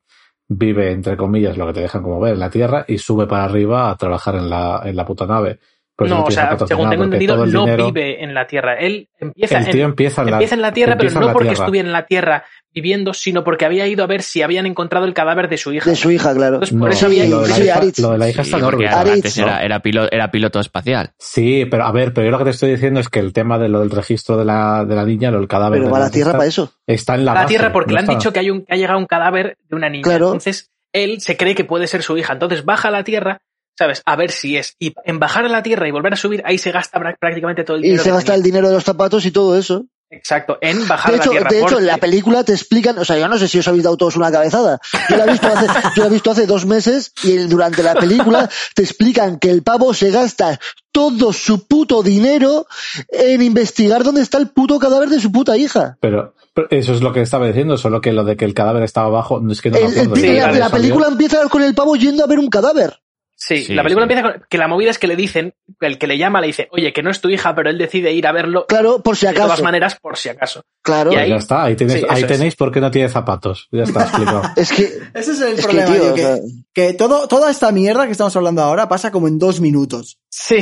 S5: vive entre comillas lo que te dejan como ver en la Tierra y sube para arriba a trabajar en la en la puta nave. Pues
S3: no, o
S5: empieza
S3: sea,
S5: patrocinado,
S3: según tengo
S5: porque
S3: entendido,
S5: todo el
S3: no
S5: dinero-
S3: vive en la Tierra. Él empieza
S5: El
S3: en,
S5: tío empieza en la,
S3: empieza en la Tierra, pero
S5: empieza en
S3: no
S5: la
S3: porque
S5: Tierra.
S3: estuviera en la Tierra viviendo, sino porque había ido a ver si habían encontrado el cadáver de su hija.
S4: de su hija, claro.
S3: Entonces, por
S5: No,
S3: eso había
S5: lo de la
S4: sí,
S5: hija-
S4: Aritz.
S5: Lo de la hija
S2: Sí,
S5: está en
S2: porque
S5: órbita.
S4: Aritz,
S2: antes
S4: ¿no?
S2: era, era pilo- era piloto espacial.
S5: Sí, pero a ver, pero yo lo que te estoy diciendo es que el tema de lo del registro de la, de la niña, lo del cadáver.
S4: Pero
S5: de
S4: va a la
S5: las
S4: Tierra
S5: estas,
S4: para eso.
S5: Está en la
S3: a la
S5: base,
S3: Tierra porque
S5: no
S3: le han
S5: está-
S3: dicho que, hay un, que ha llegado un cadáver de una niña.
S4: Claro.
S3: Entonces, él se cree que puede ser su hija. Entonces, baja a la Tierra, ¿sabes? A ver si es. Y en bajar a la Tierra y volver a subir, ahí se gasta pra- prácticamente todo el
S4: Y
S3: dinero.
S4: se
S3: que
S4: gasta el
S3: tenía.
S4: dinero de los zapatos y todo eso.
S3: Exacto, en bajar
S4: De
S3: a la
S4: hecho,
S3: Tierra.
S4: de hecho,
S3: porque-
S4: en la película te explican, o sea, yo no sé si os habéis dado todos una cabezada. Yo la he visto hace, yo la he visto hace dos meses y el- durante la película te explican que el pavo se gasta todo su puto dinero en investigar dónde está el puto cadáver de su puta hija.
S5: Pero, pero eso es lo que estaba diciendo, solo que lo de que el cadáver estaba abajo, no es que no
S4: El-
S5: me
S4: el
S5: acuerdo.
S4: pi-
S5: ya,
S4: la,
S5: ya
S4: la
S5: salió.
S4: película empieza con el pavo yendo a ver un cadáver.
S3: Sí,
S2: Sí,
S3: la película
S2: sí.
S3: empieza con que la movida es que le dicen, el que le llama le dice, oye, que no es tu hija, pero él decide ir a verlo
S4: Claro, por si
S3: de todas
S4: acaso.
S3: maneras por si acaso.
S4: Claro.
S3: y
S5: Pues
S3: ahí-
S5: ya está, ahí tenéis,
S3: Sí, eso
S5: ahí
S3: es.
S5: tenéis por qué no tiene zapatos. Ya está explicado.
S4: Es que,
S1: Ese es el
S4: es que,
S1: problema,
S4: tío,
S1: tío,
S4: o
S1: que,
S4: sea,
S1: que todo, toda esta mierda que estamos hablando ahora pasa como en dos minutos.
S3: Sí,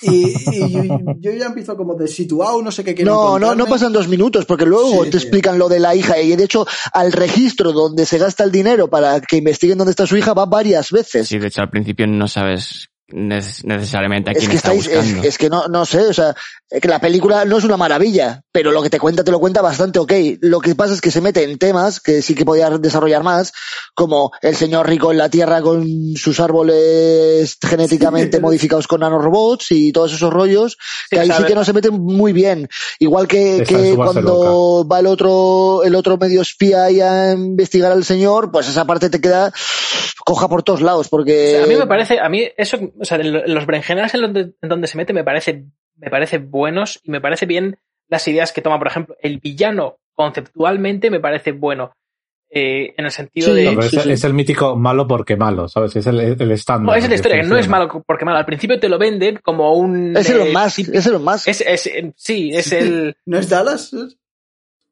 S1: Y, y yo, yo ya empiezo como de situado, no sé qué quiero
S4: No, no, no
S1: encontrarme.
S4: pasan dos minutos, porque luego
S1: Sí,
S4: te
S1: sí.
S4: explican lo de la hija. Y de hecho, al registro donde se gasta el dinero para que investiguen dónde está su hija va varias veces.
S2: Sí, de hecho al principio no sabes neces- necesariamente a
S4: es
S2: quién
S4: que
S2: está
S4: estáis, es,
S2: buscando.
S4: es que no, no sé, o sea, es que la película no es una maravilla, pero lo que te cuenta te lo cuenta bastante ok. Lo que pasa es que se mete en temas que sí que podía desarrollar más, como el señor rico en la tierra con sus árboles genéticamente
S1: Sí.
S4: modificados con nanorobots y todos esos rollos, que ahí sí
S3: ¿sabes?
S4: que no se meten muy bien. Igual que,
S5: Está en
S4: que
S5: su base
S4: cuando va el otro, el otro medio espía ahí a investigar al señor, pues esa parte te queda coja por todos lados,
S3: O
S4: porque...
S3: sea, a mí me parece, a mí eso, o sea, en lo- en los berenjenas en donde, en donde se mete me parece, me parece buenos y me parece bien las ideas que toma, por ejemplo, el villano conceptualmente me parece bueno eh, en el sentido
S4: Sí,
S3: de...
S5: No, pero
S4: sí,
S5: es,
S4: sí.
S5: es el mítico malo porque malo, ¿sabes? Es el, el estándar.
S3: No, esa es la
S5: que
S3: historia, que no
S5: funciona.
S3: es malo porque malo. Al principio te lo venden como un...
S4: Es Elon
S3: eh,
S4: Musk,
S3: tip-
S4: es Elon Musk.
S3: es- es- eh, sí, es el...
S1: ¿No es Dallas?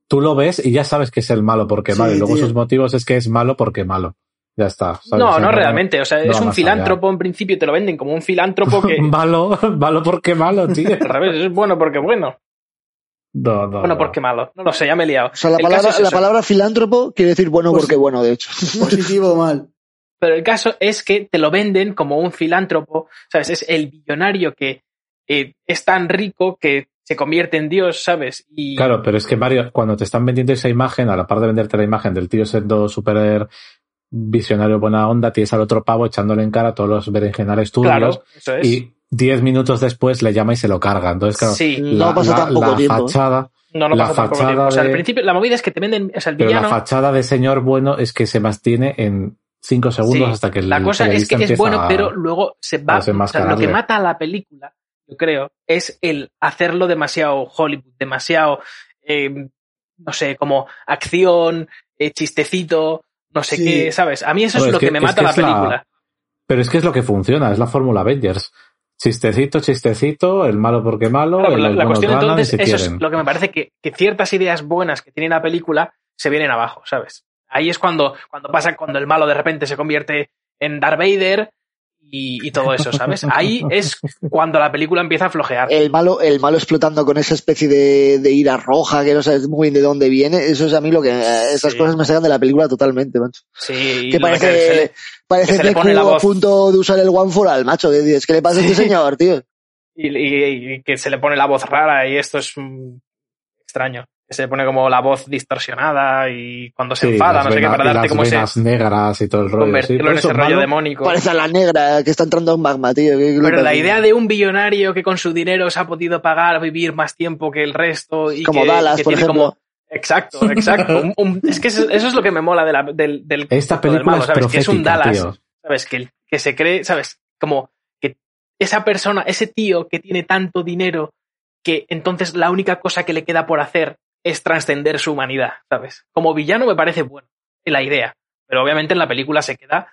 S5: Tú lo ves y ya sabes que es el malo porque
S1: Sí,
S5: malo. Y luego
S1: tío.
S5: sus motivos es que es malo porque malo. Ya está. ¿sabes? O
S3: No,
S5: sea,
S3: no realmente. O sea,
S5: no
S3: es
S5: va
S3: un
S5: más
S3: filántropo en principio, te lo venden como un filántropo que
S5: Malo, malo porque malo, tío.
S3: al revés, es bueno porque bueno.
S5: No, no.
S3: Bueno
S5: no.
S3: porque malo. No lo sé, ya me he liado.
S4: O sea, la
S3: El
S4: palabra,
S3: caso es
S4: la
S3: eso.
S4: palabra filántropo quiere decir bueno
S1: Pues-
S4: porque bueno, de hecho. pues,
S1: Positivo o mal.
S3: Pero el caso es que te lo venden como un filántropo, ¿sabes? Es el billonario que eh, es tan rico que se convierte en Dios, ¿sabes? Y
S5: Claro, pero es que Mario, cuando te están vendiendo esa imagen, a la par de venderte la imagen del tío siendo súper visionario buena onda, tienes al otro pavo echándole en cara todos los berenjenales turbios
S3: claro, eso es.
S5: y diez minutos después le llama y se lo carga. Entonces, claro,
S3: sí,
S4: No pasa tan poco
S5: la
S3: ¿eh?
S4: tiempo.
S5: fachada,
S3: no, no
S5: la
S3: pasa tampoco
S5: fachada
S3: tiempo. O sea, al
S5: de-
S3: principio la movida es que te venden, o sea, el
S5: pero la
S3: villano
S5: fachada de señor bueno es que se mantiene en cinco segundos
S3: Sí,
S5: hasta que el
S3: La cosa es
S5: periodista
S3: que es
S5: empieza
S3: bueno,
S5: a-
S3: pero luego se va.
S5: a
S3: o sea, lo
S5: desenmascararle.
S3: que mata a la película, yo creo, es el hacerlo demasiado Hollywood, demasiado, eh, no sé, como acción, eh, chistecito, no sé
S1: Sí.
S3: qué, ¿sabes? A mí eso
S5: No,
S3: es,
S5: es
S3: lo que,
S5: que-
S3: me
S5: es
S3: mata
S5: que
S3: la
S5: es la-
S3: película.
S5: Pero es que es lo que funciona, es la fórmula Avengers. Chistecito, chistecito, el malo porque malo,
S3: Claro,
S5: el-
S3: la,
S5: los
S3: la
S5: buenos
S3: cuestión
S5: ganan y
S3: entonces,
S5: se
S3: eso es
S5: quieren.
S3: lo que me parece que, que ciertas ideas buenas que tiene la película se vienen abajo, ¿sabes? Ahí es cuando, cuando pasa, cuando el malo de repente se convierte en Darth Vader y, y todo eso, ¿sabes? Ahí es cuando la película empieza a flojear.
S4: El malo, el malo explotando con esa especie de, de ira roja que no sabes muy bien de dónde viene. Eso es a mí lo que, esas
S3: Sí.
S4: cosas me sacan de la película totalmente, macho.
S3: Sí, y
S4: Que
S3: lo de
S4: parece,
S3: que se le-
S4: parece
S3: que se le
S4: Deku
S3: pone la
S4: a
S3: voz.
S4: punto de usar el One for All, macho. ¿Qué, dices? ¿Qué le pasa a este
S3: Sí.
S4: señor, tío?
S3: y- y- y que se le pone la voz rara y esto es mm, extraño. Que se le pone como la voz distorsionada y cuando se
S5: Sí,
S3: enfada,
S5: las
S3: no sé qué,
S5: vena-
S3: para
S5: y
S3: darte
S5: las
S3: como se
S5: venas negras y todo el rollo. sí.
S3: convertirlo
S5: Por
S3: en
S5: eso,
S3: ese rollo
S5: malo,
S3: demónico.
S4: Parece a la negra que está entrando a un magma, tío. Qué
S3: Pero
S4: lupa,
S3: la
S4: tío.
S3: idea de un billonario que con su dinero se ha podido pagar vivir más tiempo que el resto y
S4: Como
S3: que,
S4: Dallas,
S3: que
S4: por
S3: tiene
S4: ejemplo.
S3: como- Exacto, exacto. Un- un- es que eso, eso es lo que me mola de la- del, del
S5: Esta
S3: concepto del
S5: película
S3: malo,
S5: es
S3: ¿sabes?
S5: profética,
S3: que es un Dallas,
S5: tío.
S3: ¿sabes? Que, el- que se cree, ¿sabes? Como que esa persona, ese tío que tiene tanto dinero, que entonces la única cosa que le queda por hacer es trascender su humanidad, ¿sabes? Como villano me parece bueno la idea, pero obviamente en la película se queda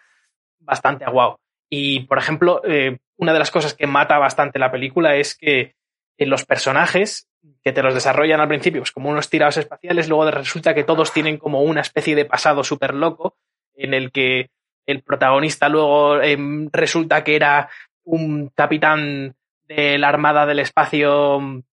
S3: bastante aguado. Y, por ejemplo, eh, una de las cosas que mata bastante la película es que eh, los personajes que te los desarrollan al principio, pues como unos tirados espaciales, luego resulta que todos tienen como una especie de pasado súper loco en el que el protagonista luego em, resulta que era un capitán de la Armada del Espacio em,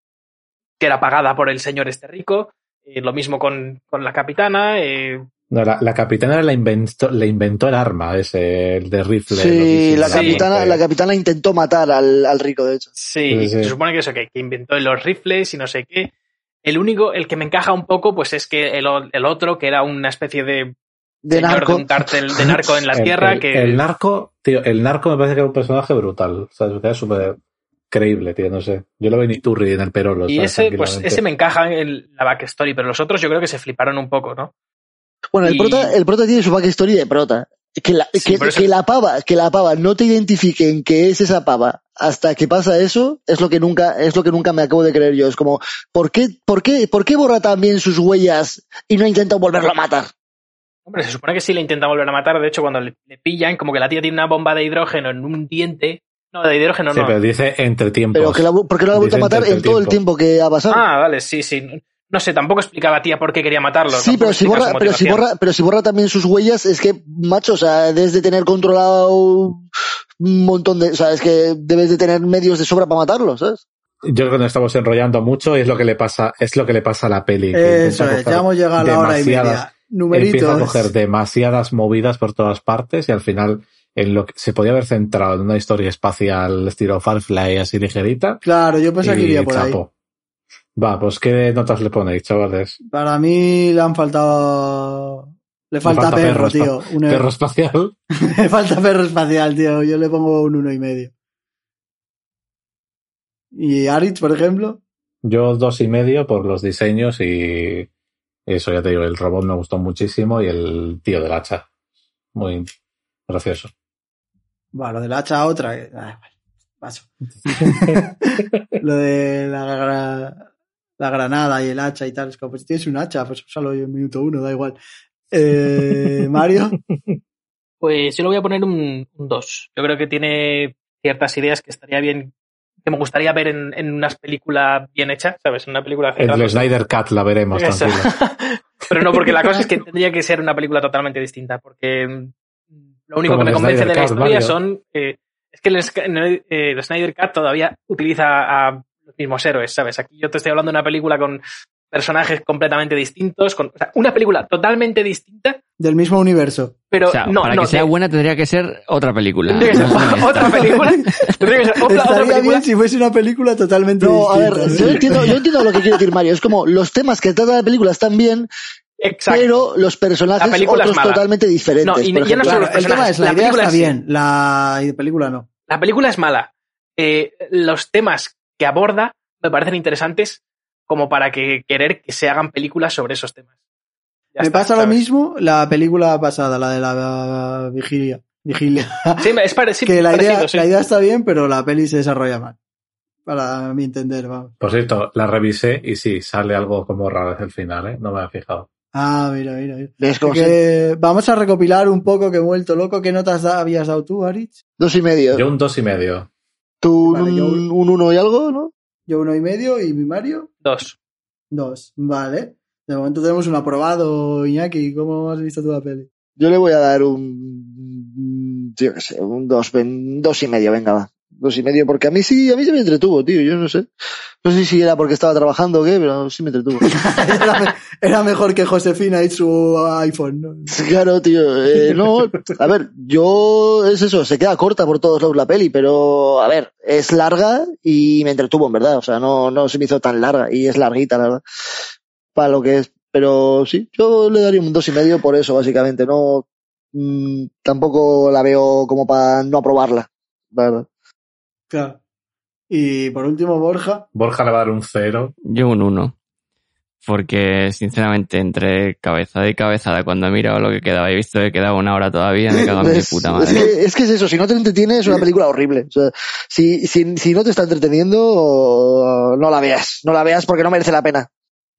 S3: que era pagada por el señor este rico. Eh, lo mismo con, con la capitana. eh,
S5: No, la, la capitana la inventó, le inventó el arma, ese, el de rifle.
S4: Sí,
S5: loquísimo,
S4: la
S3: sí.
S5: eh,
S4: capitana, la capitana intentó matar al, al rico, de hecho.
S3: sí,
S5: Sí, sí.
S3: se supone que eso, que, que inventó los rifles y no sé qué. El único, el que me encaja un poco, pues es que el, o- el otro, que era una especie de,
S4: De
S3: señor
S4: narco.
S3: de un cártel de narco en la
S5: El-
S3: tierra,
S5: el,
S3: que
S5: el narco, tío, el narco me parece que era un personaje brutal. O sea, era súper creíble, tío, no sé. Yo lo veo Turri en el Perolo.
S3: Y
S5: ¿sabes?
S3: ese, pues
S5: Tranquilamente.
S3: ese me encaja en la backstory, pero los otros yo creo que se fliparon un poco, ¿no?
S4: Bueno, el
S3: Y-
S4: prota, el prota tiene su backstory de prota. Que la,
S3: Sí,
S4: que,
S3: por eso-
S4: que la pava, que la pava no te identifiquen que es esa pava hasta que pasa eso, es lo que nunca, es lo que nunca me acabo de creer yo. Es como, ¿por qué, por qué, por qué borra también sus huellas y no intenta volverlo a matar?
S3: Hombre, se supone que sí le intenta volver a matar, de hecho cuando le, le pillan, como que la tía tiene una bomba de hidrógeno en un diente. No, de hidrógeno
S5: Sí,
S3: no.
S5: pero dice entre tiempos.
S4: Pero que la, ¿por qué no la ha vuelto a
S5: Dicen
S4: matar
S5: tanto
S4: en todo el tiempo que ha pasado?
S3: Ah, vale, sí, sí. No sé, tampoco explicaba tía por qué quería matarlo.
S4: Sí,
S3: tampoco
S4: pero si,
S3: explica
S4: borra,
S3: su
S4: pero, si
S3: motivación.
S4: borra, pero si borra también sus huellas, es que, macho, o sea, debes de tener controlado un montón de. O sea, es que debes de tener medios de sobra para matarlo, ¿sabes?
S5: Yo creo que nos estamos enrollando mucho y es lo que le pasa, es lo que le pasa a la peli. que
S1: Eso
S5: intenta
S1: es,
S5: coger
S1: ya hemos llegado a la hora y
S5: demasiadas-
S1: media.
S5: Empieza a coger
S1: Numeritos.
S5: demasiadas movidas por todas partes y al final en lo que se podía haber centrado en una historia espacial estilo Firefly así ligerita.
S1: Claro, yo pensaba que
S5: y
S1: Pues iría por ahí.
S5: chapo. Va, pues qué notas le ponéis, chavales.
S1: Para mí le han faltado. Le falta,
S5: falta
S1: perro,
S5: perro,
S1: tío. Un- e-
S5: Perro espacial.
S1: le falta perro espacial, tío. Yo le pongo un uno y medio. ¿Y Aritz, por ejemplo?
S5: Yo dos y medio por los diseños y eso ya te digo, el robot me gustó muchísimo y el tío del hacha. Muy gracioso.
S1: Bueno, lo del hacha otra. que- ah, vale, paso. lo de la, gra- la granada y el hacha y tal. Es como, pues tienes un hacha, pues úsalo en minuto uno, da igual. Eh, Mario,
S3: Pues yo le voy a poner un 2. Yo creo que tiene ciertas ideas que estaría bien, que me gustaría ver en, en una película bien hecha, ¿sabes? En una película
S5: En
S3: cerrada.
S5: el Snyder Cat la veremos,
S3: Eso.
S5: tranquilo.
S3: Pero no, porque la cosa es que tendría que ser una película totalmente distinta, porque mm, lo único
S5: Como
S3: que me
S5: el
S3: convence
S5: Snyder
S3: de la
S5: Cut,
S3: historia
S5: Mario.
S3: son... eh, es que el, Sc- en el, eh, el Snyder Cut todavía utiliza a los mismos héroes, ¿sabes? Aquí yo te estoy hablando de una película con personajes completamente distintos, con, o sea, una película totalmente distinta,
S1: del mismo universo.
S3: pero
S2: O sea,
S3: no,
S2: para
S3: no,
S2: que sea
S3: de-
S2: buena tendría que ser otra película.
S3: tendría que ser
S2: No es esta.
S3: otra película, tendría que ser otra- otra
S1: Estaría
S3: película
S1: bien si fuese una película totalmente
S4: No, a ver,
S1: distinta, ¿no?
S4: yo entiendo, yo entiendo lo que quiere decir Mario. Es como los temas que trata la película están bien,
S3: Exacto.
S4: pero los personajes
S3: La película es
S4: otros
S3: mala.
S4: totalmente diferentes.
S3: No, y- y en
S4: por ejemplo.
S1: Claro,
S3: absoluto.
S1: el tema es, la,
S3: La
S1: idea
S3: película
S1: está
S3: sí.
S1: bien, la película no.
S3: La película es mala. Eh, los temas que aborda me parecen interesantes como para que querer que se hagan películas sobre esos temas. Ya
S1: me
S3: está,
S1: pasa lo
S3: ¿sabes?
S1: mismo la película pasada, la de la vigilia. vigilia.
S3: Sí, me- es parecido.
S1: que la idea,
S3: parecido, sí.
S1: la idea está bien, pero la peli se desarrolla mal. Para mi entender, vamos.
S5: Por cierto, la revisé y sí, sale algo como raro desde el final, ¿eh? No me había fijado.
S1: Ah, mira, mira, mira.
S4: ¿Ves cómo se-
S1: Que vamos a recopilar un poco que he vuelto loco. ¿Qué notas da- habías dado tú, Aritz?
S4: Dos y medio.
S5: Yo un dos y medio.
S4: Tú
S1: Vale,
S4: un,
S1: yo-
S4: un uno y algo, ¿no?
S1: Yo uno y medio y mi Mario
S3: Dos.
S1: dos. Vale. De momento tenemos un aprobado, Iñaki. ¿Cómo has visto tú la peli?
S4: Yo le voy a dar un, yo qué sé, un dos, ven- dos y medio, venga, va. Dos y medio, porque a mí sí, a mí se me entretuvo, tío, yo no sé. No sé si era porque estaba trabajando o qué, pero sí me entretuvo.
S1: Era, me- era mejor que Josefina y su iPhone. ¿no?
S4: claro, tío, eh, no, a ver, yo, es eso, se queda corta por todos lados la peli, pero, a ver, es larga y me entretuvo, en verdad, o sea, no, no se me hizo tan larga, y es larguita, la verdad, para lo que es, pero sí, yo le daría un dos y medio por eso, básicamente, no, mm, tampoco la veo como para no aprobarla, la verdad.
S1: Claro. Y por último, Borja.
S5: Borja le va a dar un cero.
S2: Yo un 1. Porque, sinceramente, entre cabezada y cabezada, cuando he mirado lo que quedaba y he visto que quedaba una hora todavía, me cago en Ah, mi
S4: Es,
S2: puta
S4: es
S2: madre.
S4: que, es que es eso, si no te entretiene es una película horrible. O sea, si, si, si no te está entreteniendo, no la veas. No la veas porque no merece la pena.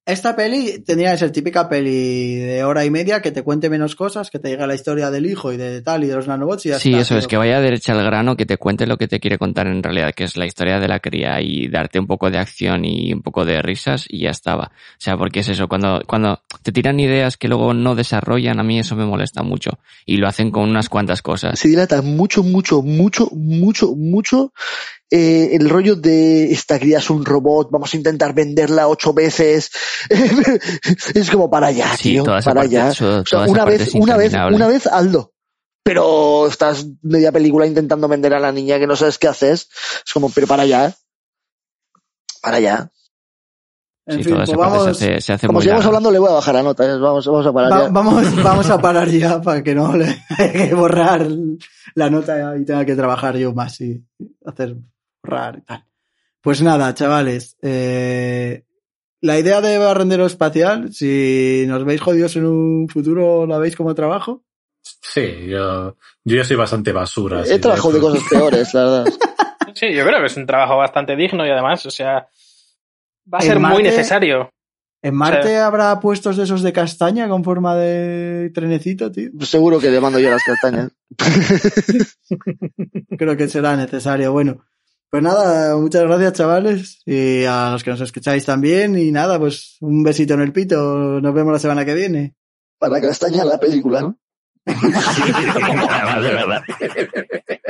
S1: Esta peli tendría que ser típica peli de hora y media que te cuente menos cosas, que te diga la historia del hijo y de tal y de los nanobots y ya
S2: Sí,
S1: está,
S2: eso es,
S1: pero-
S2: que vaya derecha al grano, que te cuente lo que te quiere contar en realidad, que es la historia de la cría y darte un poco de acción y un poco de risas y ya estaba. O sea, porque es eso, cuando, cuando te tiran ideas que luego no desarrollan, a mí eso me molesta mucho. Y lo hacen con unas cuantas cosas.
S4: Se dilata mucho, mucho, mucho, mucho, mucho eh, el rollo de esta cría es un robot, vamos a intentar venderla ocho veces. es como para allá,
S2: Sí,
S4: Ah, tío,
S2: toda esa
S4: para
S2: parte-
S4: allá.
S2: eso-
S4: O sea,
S2: toda esa
S4: una
S2: parte
S4: vez,
S2: es
S4: una vez,
S2: interminable.
S4: una vez, Aldo. Pero estás media película intentando vender a la niña que no sabes qué haces. Es como, pero para allá. eh". Para allá.
S2: Sí,
S1: En fin,
S2: toda
S1: pues
S2: esa parte
S1: vamos,
S2: se hace, se hace
S4: Como
S2: muy
S4: sigamos
S2: larga.
S4: hablando, le voy a bajar la nota. ¿eh? Vamos, vamos a parar
S1: va-
S4: ya.
S1: vamos, vamos a parar ya para que no le hay que borrar la nota y tenga que trabajar yo más y hacer borrar y tal. Pues nada, chavales. eh, la idea de barrendero espacial, si nos veis jodidos en un futuro, la veis como trabajo.
S5: Sí, yo, yo ya soy bastante basura. así
S4: He trabajado de cosas peores, la verdad.
S3: Sí, yo creo que es un trabajo bastante digno y además, o sea, va a
S1: En
S3: ser muy
S1: Marte-
S3: necesario.
S1: ¿En Marte habrá puestos de esos de castaña con forma de trenecito, tío?
S4: Seguro que le mando yo las castañas.
S1: creo que será necesario. Bueno, pues nada, muchas gracias, chavales, y a los que nos escucháis también. Y nada, pues un besito en el pito. Nos vemos la semana que viene.
S4: Para castaña la película, ¿no?
S2: Vale, vale, vale.